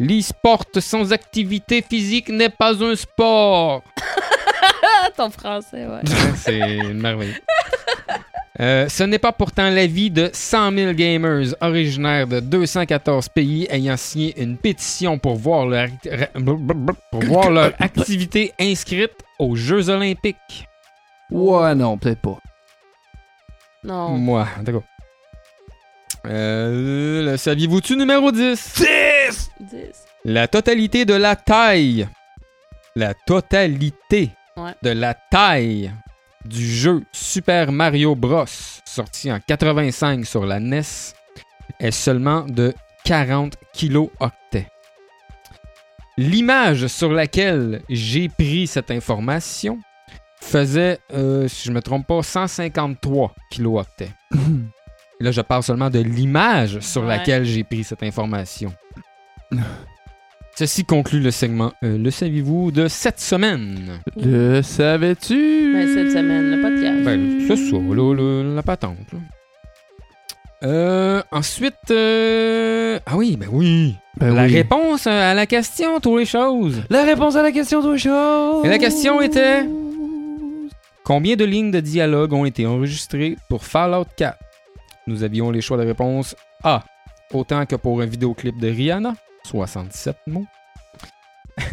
L'e-sport sans activité physique n'est pas un sport.
Ah, ton français, ouais.
Hein, C'est une merveille. Euh, ce n'est pas pourtant l'avis de 100 000 gamers originaires de 214 pays ayant signé une pétition pour voir leur, pour voir leur activité inscrite aux Jeux olympiques.
Ouais, non, peut-être pas.
Non.
Moi, d'accord. Euh, le saviez-vous-tu numéro 10?
10.
La totalité de la taille. La totalité
Ouais.
de la taille du jeu Super Mario Bros. sorti en 85 sur la NES est seulement de 40 kilo-octets. L'image sur laquelle j'ai pris cette information faisait, euh, si je ne me trompe pas, 153 kilo-octets. Là, je parle seulement de l'image sur
Ouais.
laquelle j'ai pris cette information. Ceci conclut le segment euh, Le saviez-vous de cette semaine.
Le savais-tu?
Mais Ben, cette semaine, le podcast.
Ben, c'est ça, là, là, la patente. là. Euh, ensuite, euh, ah oui, ben oui.
Ben
la
oui.
réponse à la question, toutes les choses.
La réponse à la question, toi, chaud!
Et la question était Combien de lignes de dialogue ont été enregistrées pour Fallout 4 Nous avions les choix de réponse A. Autant que pour un vidéoclip de Rihanna, 77 mots.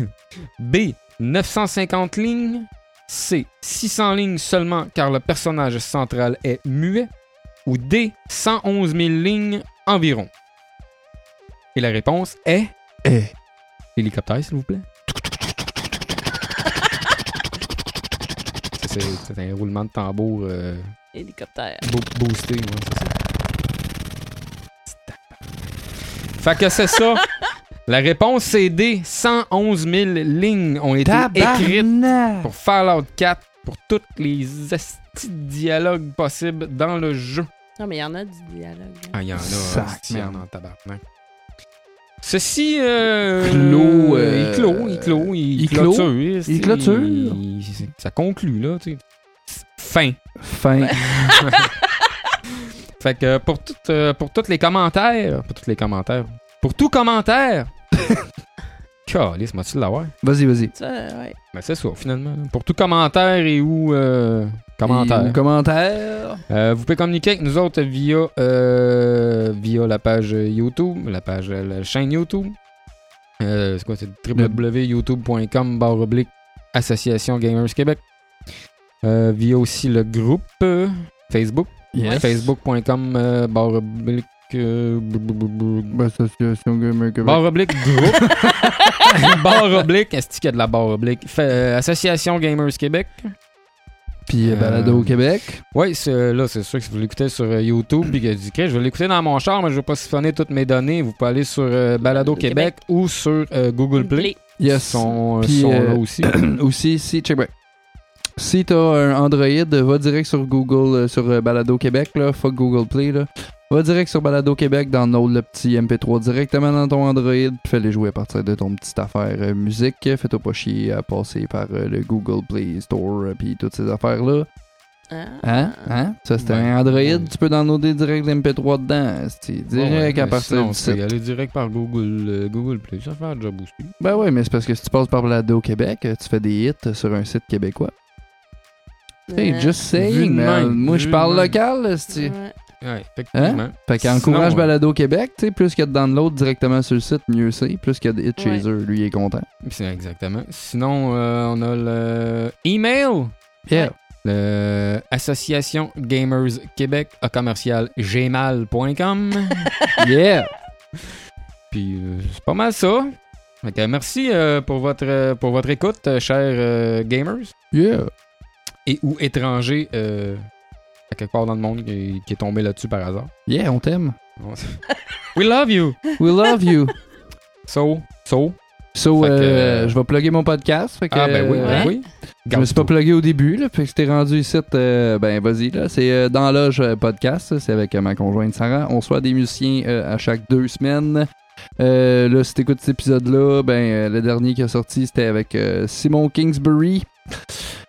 B. 950 lignes. C. 600 lignes seulement car le personnage central est muet. Ou D. 111 000 lignes environ. Et la réponse est
Eh.
Hélicoptère, s'il vous plaît. Ça, C'est c'est un roulement de tambour euh,
Hélicoptère.
bo- boosté, ouais, c'est ça. Petit tabarnak. Fait que c'est ça. La réponse, c'est D. 111 000 lignes ont été écrites
Tabarnak!
pour Fallout 4 pour tous les estis de dialogues possibles dans le jeu.
Non, mais il y en a du dialogue. hein.
Ah, il y en a.
Sac,
hostie, il y en a
man.
en tabarnak. Ceci. Euh,
Clôt, euh,
il clôt, il clôt, il,
il clôt,
clôture. hostie,
il clôture.
il- il- ça conclut, là, tu sais. Fin.
Fin.
Fait que pour, tout, euh, pour tous les commentaires. Pour tous les commentaires. Pour tout commentaire. Calice, m'as-tu de l'avoir?
Vas-y, vas-y.
Ça, ouais.
Ben, c'est ça, finalement. là. Pour tout commentaire et ou. euh, commentaire.
Et- Commentaire.
Euh, vous pouvez communiquer avec nous autres via, euh, via la page YouTube, la page la chaîne YouTube. Euh, c'est quoi, c'est www.youtube.com barre oblique Association Gamers Québec. Euh, via aussi le groupe euh, Facebook,
Yes.
facebook.com euh, barre oblique euh, bou- bou- bou- bou-
Ben, Association Gamer Québec.
Barre oblique groupe. barre oblique. Est-ce qu'il y a de la barre oblique? Fait, euh, Association Gamers Québec.
Puis euh, Balado au Québec.
Oui, c'est- là, c'est sûr que si vous l'écoutez sur euh, YouTube, puis que vous dites, Chris, je vais l'écouter dans mon char, mais je ne vais pas siphonner toutes mes données. Vous pouvez aller sur euh, Balado
Balado
Québec, ou sur euh, Google Play.
Play.
Ils
Yes.
sont, euh,
Puis,
sont
euh,
là aussi.
Aussi, si, check back. Si t'as un Android, va direct sur Google, euh, sur euh, Balado Québec, là, fuck Google Play, là. Va direct sur Balado Québec, download le petit MP3 directement dans ton Android, puis fais-les jouer à partir de ton petite affaire euh, musique. Fais-toi pas chier à passer par euh, le Google Play Store, euh, puis toutes ces affaires-là.
Hein?
Hein? Hein? Ça, c'est
Ben,
un Android,
ouais.
tu peux downloader direct l'MP3 dedans, c'est direct
Ouais,
à
mais
partir
sinon,
du
c'est
site.
aller direct par Google, euh, Google Play. Ça fait un job aussi.
Ben euh, oui, mais c'est parce que si tu passes par Balado Québec, euh, tu fais des hits sur un site québécois. Hey, just
Vu
saying,
de
man.
même,
Moi, je
vu
parle
de même.
local, c'est.
Ouais.
Ouais, effectivement.
Fait
Sinon,
qu'encourage
ouais.
Balado Québec, tu sais, plus qu'il y a de download directement sur le site, mieux c'est. Plus qu'il y a de hits chez
Ouais.
eux, lui, il est content.
C'est exactement. Sinon, euh, on a le email.
Yeah.
Le Association Gamers Québec à commercial gmail.com.
Yeah.
Puis euh, c'est pas mal ça. Fait que, merci euh, pour, votre, euh, pour votre écoute, euh, chers euh, gamers
Yeah.
et ou étrangers euh, à quelque part dans le monde qui, qui est tombé là-dessus par hasard.
Yeah, on t'aime.
We love you!
We love you. Ah,
Ah,
So, so.
So,
Fait que-
euh, je vais plugger mon podcast. Fait que,
ah, ben oui,
euh,
ben
Ouais.
oui.
Je me suis pas plugué au début, là, fait que c'était rendu ici, euh, ben vas-y, là. C'est euh, dans Loge euh, Podcast, ça, c'est avec euh, ma conjointe Sarah. On reçoit des musiciens euh, à chaque deux semaines. Euh, là, si t'écoutes cet épisode-là, ben euh, le dernier qui a sorti, c'était avec euh, Simon Kingsbury.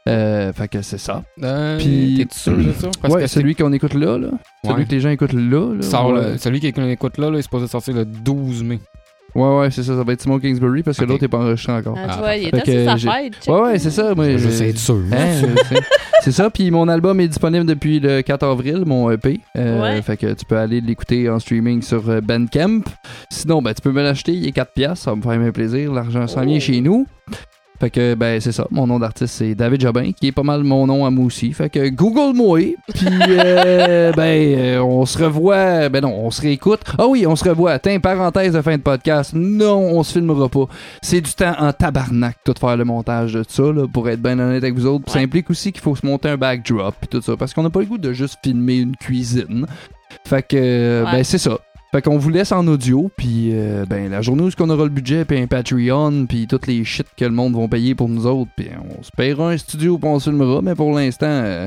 Euh, fait que c'est ça.
Euh,
Puis-
T'es sûr de ça?
ouais, celui qu'on écoute là, là.
c'est- ouais.
Celui que les gens écoutent là. là.
Sort,
ouais.
là, celui qui écoute là, là, il est supposé sortir le 12 mai.
ouais, ouais, c'est ça, ça va être Simon Kingsbury parce que
Ok.
l'autre est pas enregistré encore.
Ah, tu
Ah,
vois, il est
parfait. Fait
assez
que
sa
j'ai-
fête. Ah, check.
Ouais, ouais, c'est ça. Moi,
je
je-
sais être sûr.
Hein, je sais. c'est ça, puis mon album est disponible depuis le 4 avril, mon EP. Euh,
Ouais.
Fait que tu peux aller l'écouter en streaming sur euh, Bandcamp. Sinon, ben, tu peux me l'acheter, il est 4 piastres, ça va me faire un plaisir, l'argent s'en vient chez nous. Fait que, ben, c'est ça, mon nom d'artiste, c'est David Jobin, qui est pas mal mon nom à moi aussi. Fait que, google-moi, puis, euh, ben, euh, on se revoit, ben non, on se réécoute. Ah oui, on se revoit, tiens, parenthèse de fin de podcast, non, on se filmera pas. C'est du temps en tabarnak, tout faire le montage de ça, là, pour être bien honnête avec vous autres. Puis Ça
Ouais.
implique aussi qu'il faut se monter un backdrop, puis tout ça, parce qu'on n'a pas le goût de juste filmer une cuisine. Fait que, euh,
Ouais.
ben, c'est ça. Fait qu'on vous laisse en audio, puis euh, ben, la journée où est-ce qu'on aura le budget, puis un Patreon, puis toutes les shit que le monde vont payer pour nous autres, puis on se payera un studio, puis on se filmera, mais pour l'instant, euh,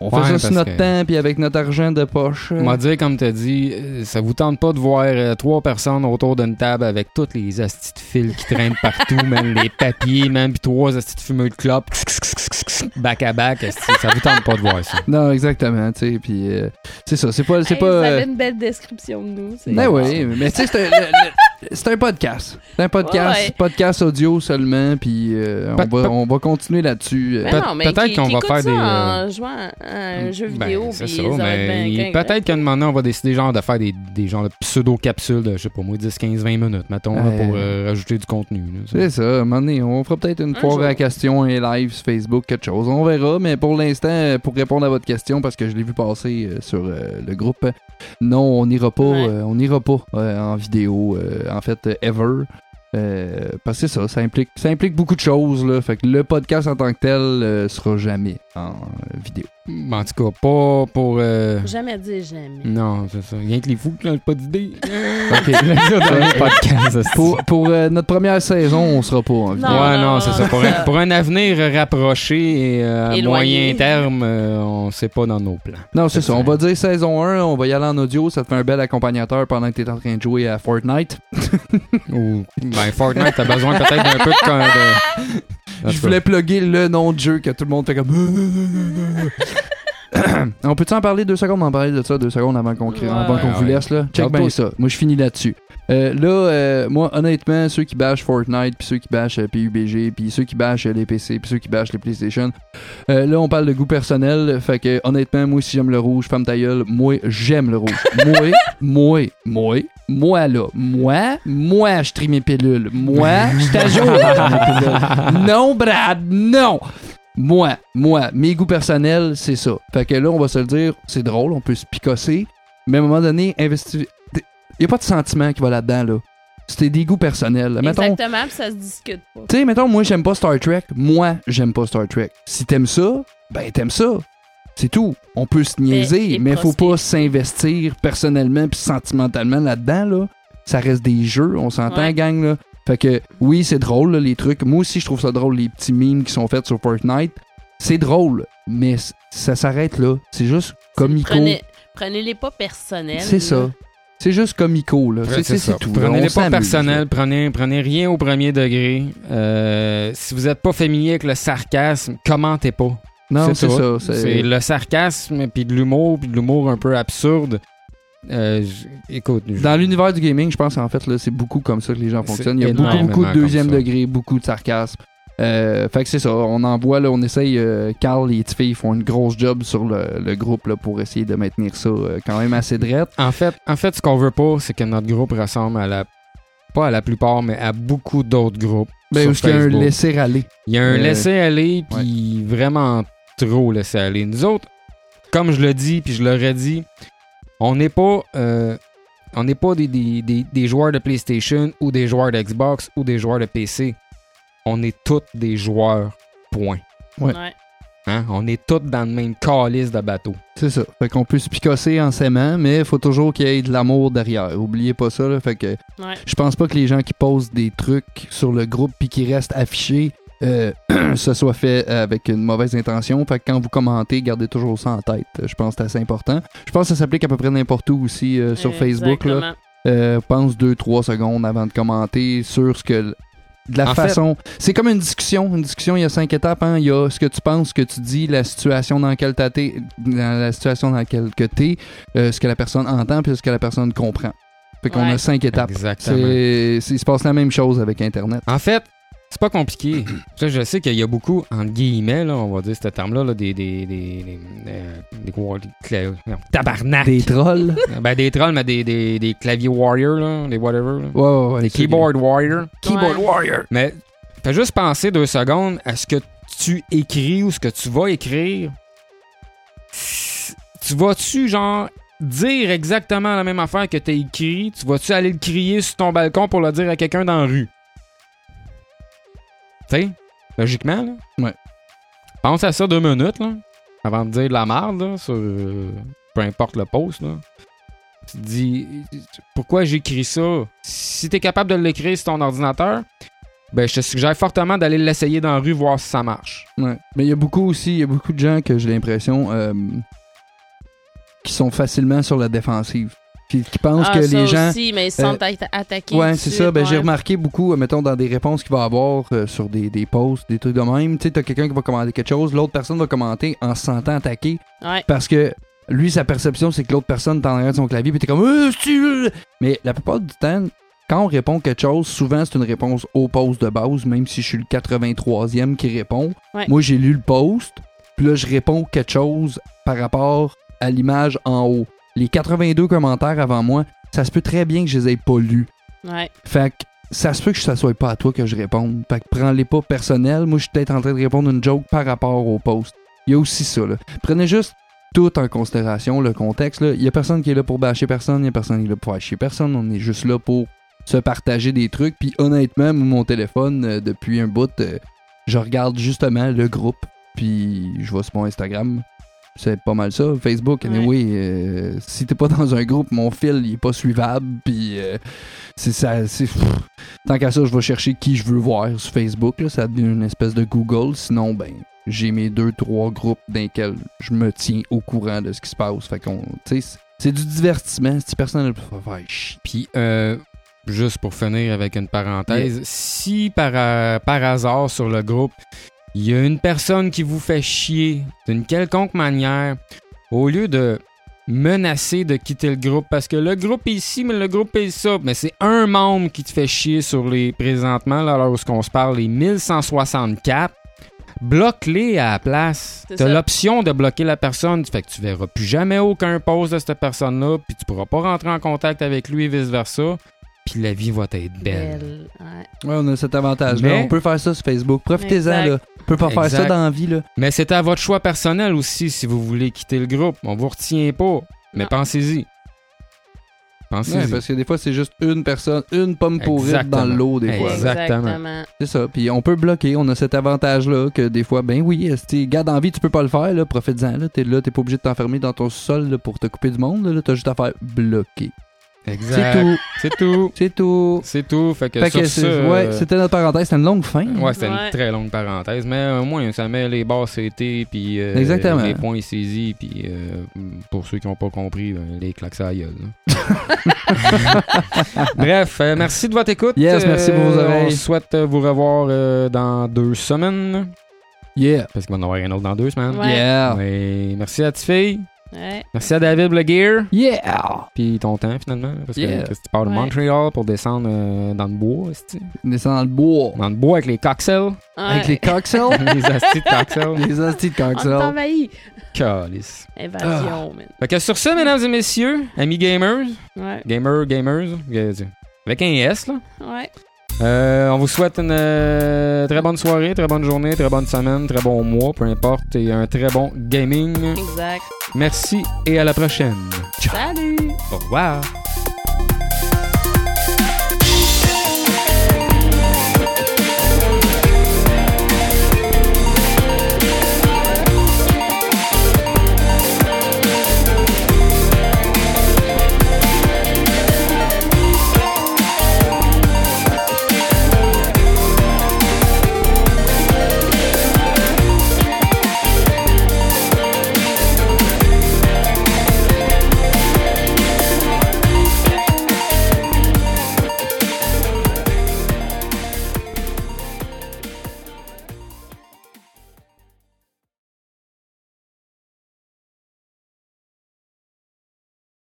on
Ouais,
fait ça
parce
sur notre
que-
temps, puis avec notre argent de poche. euh.
On m'a dit, comme t'as dit, euh, ça vous tente pas de voir euh, trois personnes autour d'une table avec toutes les astis de fils qui traînent partout, même les papiers, même puis trois astis de fumeux de clope, back à back, asti, ça vous tente pas de voir ça.
Non, exactement, tu sais, puis euh, c'est ça, c'est pas... c'est
Hey,
pas
Vous
euh,
avez une belle description de nous. c'est-
Ben oui, mais tu sais, c'est un, le- le- c'est un podcast. C'est un podcast,
Ouais, ouais.
podcast audio seulement, puis
Pe-
euh, on, va,
pe-
on va continuer là-dessus. euh.
Ben
Pe-
non, mais
peut-être
qui-
qu'on
qui
va
écoute
faire
ça
des,
en jouant à un jeu
Ben,
vidéo,
c'est
puis
ça,
ça va être
mais
bien
il-
gang, hein.
peut-être qu'à un moment donné, on va décider genre de faire des, des genres de pseudo-capsules de, je sais pas moi, 10, 15, 20 minutes, mettons, là,
Ouais.
pour euh, rajouter du contenu. là, ça.
C'est ça, à un moment donné, on fera peut-être une
Un
foire à
jour.
questions et live sur Facebook, quelque chose. On verra, mais pour l'instant, euh, pour répondre à votre question, parce que je l'ai vu passer euh, sur euh, le groupe, euh, non, on n'ira pas,
Ouais.
euh, on n'ira pas euh, en vidéo, euh, en fait, euh, ever. Euh, parce que c'est ça, ça implique, ça implique beaucoup de choses, là. Fait que le podcast en tant que tel euh, sera jamais en euh, vidéo.
Mais En tout cas, pas pour... euh,
Jamais dire
Hmm.
jamais.
Non, c'est ça. Rien que les fous qui n'ont pas d'idée.
Ok.
Le podcast, asti.
pour pour euh, notre première saison, on sera pas en vidéo.
Non,
ouais, non,
non,
c'est
non,
ça. Pour,
ça-
un, pour un avenir rapproché et euh, à moyen
Éloigné.
terme, euh, on sait pas dans nos plans.
Non, c'est ça.
Excellent.
On va dire saison 1, on va y aller en audio, ça te fait un bel accompagnateur pendant que t'es en train de jouer à Fortnite.
Ou, ben, Fortnite, t'as besoin peut-être d'un peu de. con- de-
Je voulais plugger le nom de jeu que tout le monde fait comme. on peut-tu en parler deux secondes, on va parler de ça deux secondes avant qu'on crée-
Ouais.
avant qu'on
Ouais,
vous
ouais.
laisse là. Check
Garde-toi.
bien ça. Moi je finis là-dessus. Euh, là, euh, moi honnêtement, ceux qui bâchent Fortnite, puis ceux qui bâchent euh, PUBG, puis ceux qui bâchent euh, les PC, puis ceux qui bâchent les PlayStation. euh, là on parle de goût personnel, fait que honnêtement, moi si j'aime le rouge, femme ta gueule, moi j'aime le rouge. moi, moi, moi, moi là, moi, moi je trie mes pilules, moi je t'ajoute mes pilules. Non, Brad, non! Moi, moi, mes goûts personnels, c'est ça. Fait que là, on va se le dire, c'est drôle, on peut se picosser, mais à un moment donné, investi... Il a pas de sentiment qui va là-dedans, là. C'était des goûts personnels. Ben, Mettons,
Exactement, puis ça se discute pas.
tu sais, mettons, moi, j'aime pas Star Trek. Moi, j'aime pas Star Trek. Si t'aimes ça, ben t'aimes ça. C'est tout. On peut se niaiser,
et
mais faut
prospérer.
pas s'investir personnellement puis sentimentalement là-dedans, là. Ça reste des jeux, on s'entend,
Ouais.
gang, là. Fait que, oui, c'est drôle, là, les trucs. Moi aussi, je trouve ça drôle, les petits memes qui sont faits sur Fortnite. C'est drôle, mais c- ça s'arrête là. C'est juste comico.
Prenez, prenez-les pas personnels.
C'est ça.
là.
C'est juste comico, là.
Ouais,
C'est- C'est c'est tout. là.
Prenez
On
les pas
s'amuse, là.
personnels, prenez, prenez rien au premier degré. Euh, si vous êtes pas familier avec le sarcasme, commentez pas.
Non, c'est ça.
C'est le sarcasme, puis de l'humour, puis de l'humour un peu absurde. Euh, j- écoute, je-
Dans l'univers du gaming, je pense en fait là, c'est beaucoup comme ça que les gens
C'est
fonctionnent. Il y a beaucoup,
énormément
beaucoup de
comme
deuxième
ça.
degré, beaucoup de sarcasme, Euh, fait que c'est ça, on envoie, là, on essaye, euh, Carl et les petites filles font une grosse job sur le, le groupe là, pour essayer de maintenir ça euh, quand même assez drette.
En fait, en fait, ce qu'on veut pas, c'est que notre groupe ressemble à la. Pas à la plupart, mais à beaucoup d'autres groupes.
Ben,
sur
parce qu'il y a un
Facebook.
laisser-aller.
Il y a un
Euh,
laisser-aller, puis vraiment trop laisser-aller. Nous autres, comme je le dis, puis je le redis, on n'est pas, euh, on n'est pas des, des- des- des joueurs de PlayStation ou des joueurs d'Xbox ou des joueurs de PC. On est tous des joueurs, point.
Ouais.
Ouais.
Hein? On est tous dans le même calice de bateau.
C'est ça. Fait qu'on peut se picosser en s'aimant, mais il faut toujours qu'il y ait de l'amour derrière. Oubliez pas ça, là. Fait que
Ouais.
je pense pas que les gens qui posent des trucs sur le groupe puis qui restent affichés, euh, ce soit fait euh, avec une mauvaise intention. Fait que quand vous commentez, gardez toujours ça en tête. Je pense que c'est assez important. Je pense que ça s'applique à peu près n'importe où aussi euh, sur Facebook, là.
Exactement.
Euh, pense 2-3 secondes avant de commenter sur ce que. l- De la
En fait-
façon. C'est comme une discussion. Une discussion, il y a cinq étapes. hein. Il y a ce que tu penses, ce que tu dis, la situation dans laquelle t'as t'es, dans la situation dans laquelle que t'es, euh, ce que la personne entend, puis ce que la personne comprend. Fait qu'on
Ouais.
a cinq étapes.
Exactement.
C'est, c'est- il se passe la même chose avec Internet.
En fait, c'est pas compliqué. Ça, je sais qu'il y a beaucoup, entre guillemets, là, on va dire ce terme-là, là, des, des, des, des, euh, des, quoi, des cla- non, tabarnak.
Des trolls.
Ben, des trolls, mais des, des, des claviers warriors, là, des whatever. là.
ouais, ouais, ouais,
des
c'est-
keyboard warriors.
Keyboard Ouais.
warrior. Mais fais juste penser deux secondes à ce que tu écris ou ce que tu vas écrire. S- Tu vas-tu, genre, dire exactement la même affaire que t'as écrit? Tu vas-tu aller le crier sur ton balcon pour le dire à quelqu'un dans la rue? Tu sais, logiquement, là.
Ouais.
Pense à ça deux minutes, là, avant de dire de la merde, là, sur euh, peu importe le post, là. Tu te dis, pourquoi j'écris ça? Si t'es capable de l'écrire sur ton ordinateur, ben je te suggère fortement d'aller l'essayer dans la rue, voir si ça marche.
Ouais. Mais il y a beaucoup aussi, il y a beaucoup de gens que j'ai l'impression euh, qui sont facilement sur la défensive. Puis qui pensent
Ah,
que
ça
les gens. euh,
aussi, mais ils se sentent atta- attaqués.
Ouais,
tout
c'est
de
ça.
suite,
Ben, J'ai
ouais.
remarqué beaucoup, euh, mettons, dans des réponses qu'il va avoir euh, sur des, des posts, des trucs de même. Tu sais, t'as quelqu'un qui va commander quelque chose, l'autre personne va commenter en se sentant attaqué
Ouais.
parce que lui, sa perception, c'est que l'autre personne t'en arrière de son clavier, puis t'es comme. Euh, c'est-tu- Mais la plupart du temps, quand on répond quelque chose, souvent c'est une réponse au post de base, même si je suis le 83e qui répond.
Ouais.
Moi, j'ai lu le post, puis là, je réponds quelque chose par rapport à l'image en haut. Les 82 commentaires avant moi, ça se peut très bien que je les ai pas lus.
Ouais.
Fait que ça se peut que ça soit pas à toi que je réponde. Fait que prends-les pas personnels. Moi, je suis peut-être en train de répondre une joke par rapport au post. Il y a aussi ça, là. Prenez juste tout en considération, le contexte, là. Il y a personne qui est là pour bâcher personne, il y a personne qui est là pour hacher personne. On est juste là pour se partager des trucs. Puis honnêtement, moi, mon téléphone, euh, depuis un bout, euh, je regarde justement le groupe. Puis je vois sur mon Instagram. C'est pas mal ça. Facebook,
Ouais.
oui, si t'es pas dans un groupe, mon fil, il est pas suivable. Puis euh, c'est ça. c'est- pff. Tant qu'à ça, je vais chercher qui je veux voir sur Facebook. là. Ça devient une espèce de Google. Sinon, ben, j'ai mes deux, trois groupes dans lesquels je me tiens au courant de ce qui se passe. Fait qu'on. Tu sais, c'est- c'est du divertissement. Si personne ne le peut faire chier.
Puis, euh, juste pour finir avec une parenthèse, si par, euh, par hasard sur le groupe, il y a une personne qui vous fait chier d'une quelconque manière, au lieu de menacer de quitter le groupe parce que le groupe est ici, mais le groupe est ça, mais c'est un membre qui te fait chier sur les présentements, là, alors où on se parle, les 1164. Bloque-les à la place.
C'est
T'as
ça.
l'option de bloquer la personne. Fait que tu verras plus jamais aucun post de cette personne-là, puis tu pourras pas rentrer en contact avec lui et vice-versa. Puis la vie va être
Ben,
belle.
Belle. Ouais.
Ouais, on a cet avantage-là.
Mais-
On peut faire ça sur Facebook. Profitez-en,
Exact.
là. On peut pas faire ça
Exact.
dans la vie, là.
Mais c'est à votre choix personnel aussi si vous voulez quitter le groupe. On vous retient pas. Mais
Non.
pensez-y.
Ouais,
Pensez-y.
parce que des fois, c'est juste une personne, une pomme pourrite
Exactement.
dans l'eau, des fois.
Exact. Exactement.
C'est ça. Puis on peut bloquer. On a cet avantage-là que des fois, ben oui, esti, garde en vie, tu peux pas le faire, là. Profite-en, là. T'es là, t'es pas obligé de t'enfermer dans ton sol là, pour te couper du monde, là. T'as juste à faire bloquer. C'est
Exact.
tout.
C'est tout.
C'est tout.
C'est tout. Fait que
Fait
sur
que
ça,
c'est-
euh,
ouais, c'était notre parenthèse. C'était une longue fin.
Ouais, c'était une
Ouais.
très longue parenthèse, mais au moins, ça met les bases CT, puis euh,
Exactement.
les points saisis, puis euh, pour ceux qui n'ont pas compris, ben, les claques à la gueule, là. Bref, euh, merci de votre écoute.
Yes, merci pour vos oreilles.
On souhaite euh, vous revoir euh, dans deux semaines,
Yeah.
parce qu'il va y en avoir un autre dans deux semaines.
Ah.
Ouais.
Yeah.
Ouais, merci à Tiffy.
Ouais.
Merci à David Blaguer.
Yeah!
Puis ton temps, finalement. Parce que,
Yeah.
qu'est-ce que tu pars de
Ouais.
Montréal pour descendre euh, dans le bois, esti?
Descend dans le bois.
Dans le bois avec les coxels.
Avec
Ouais.
les coxels.
les astis de coxels.
les astis de
On
coxels.
t'envahit.
Calice.
Invasion, man.
Ah.
Fait que sur ça, mesdames et messieurs, amis gamers,
Ouais.
gamers, gamers, avec un S, là.
Ouais.
Euh, on vous souhaite une euh, très bonne soirée, très bonne journée, très bonne semaine, très bon mois, peu importe, et un très bon gaming.
Exact.
Merci et à la prochaine.
Salut!
Au revoir.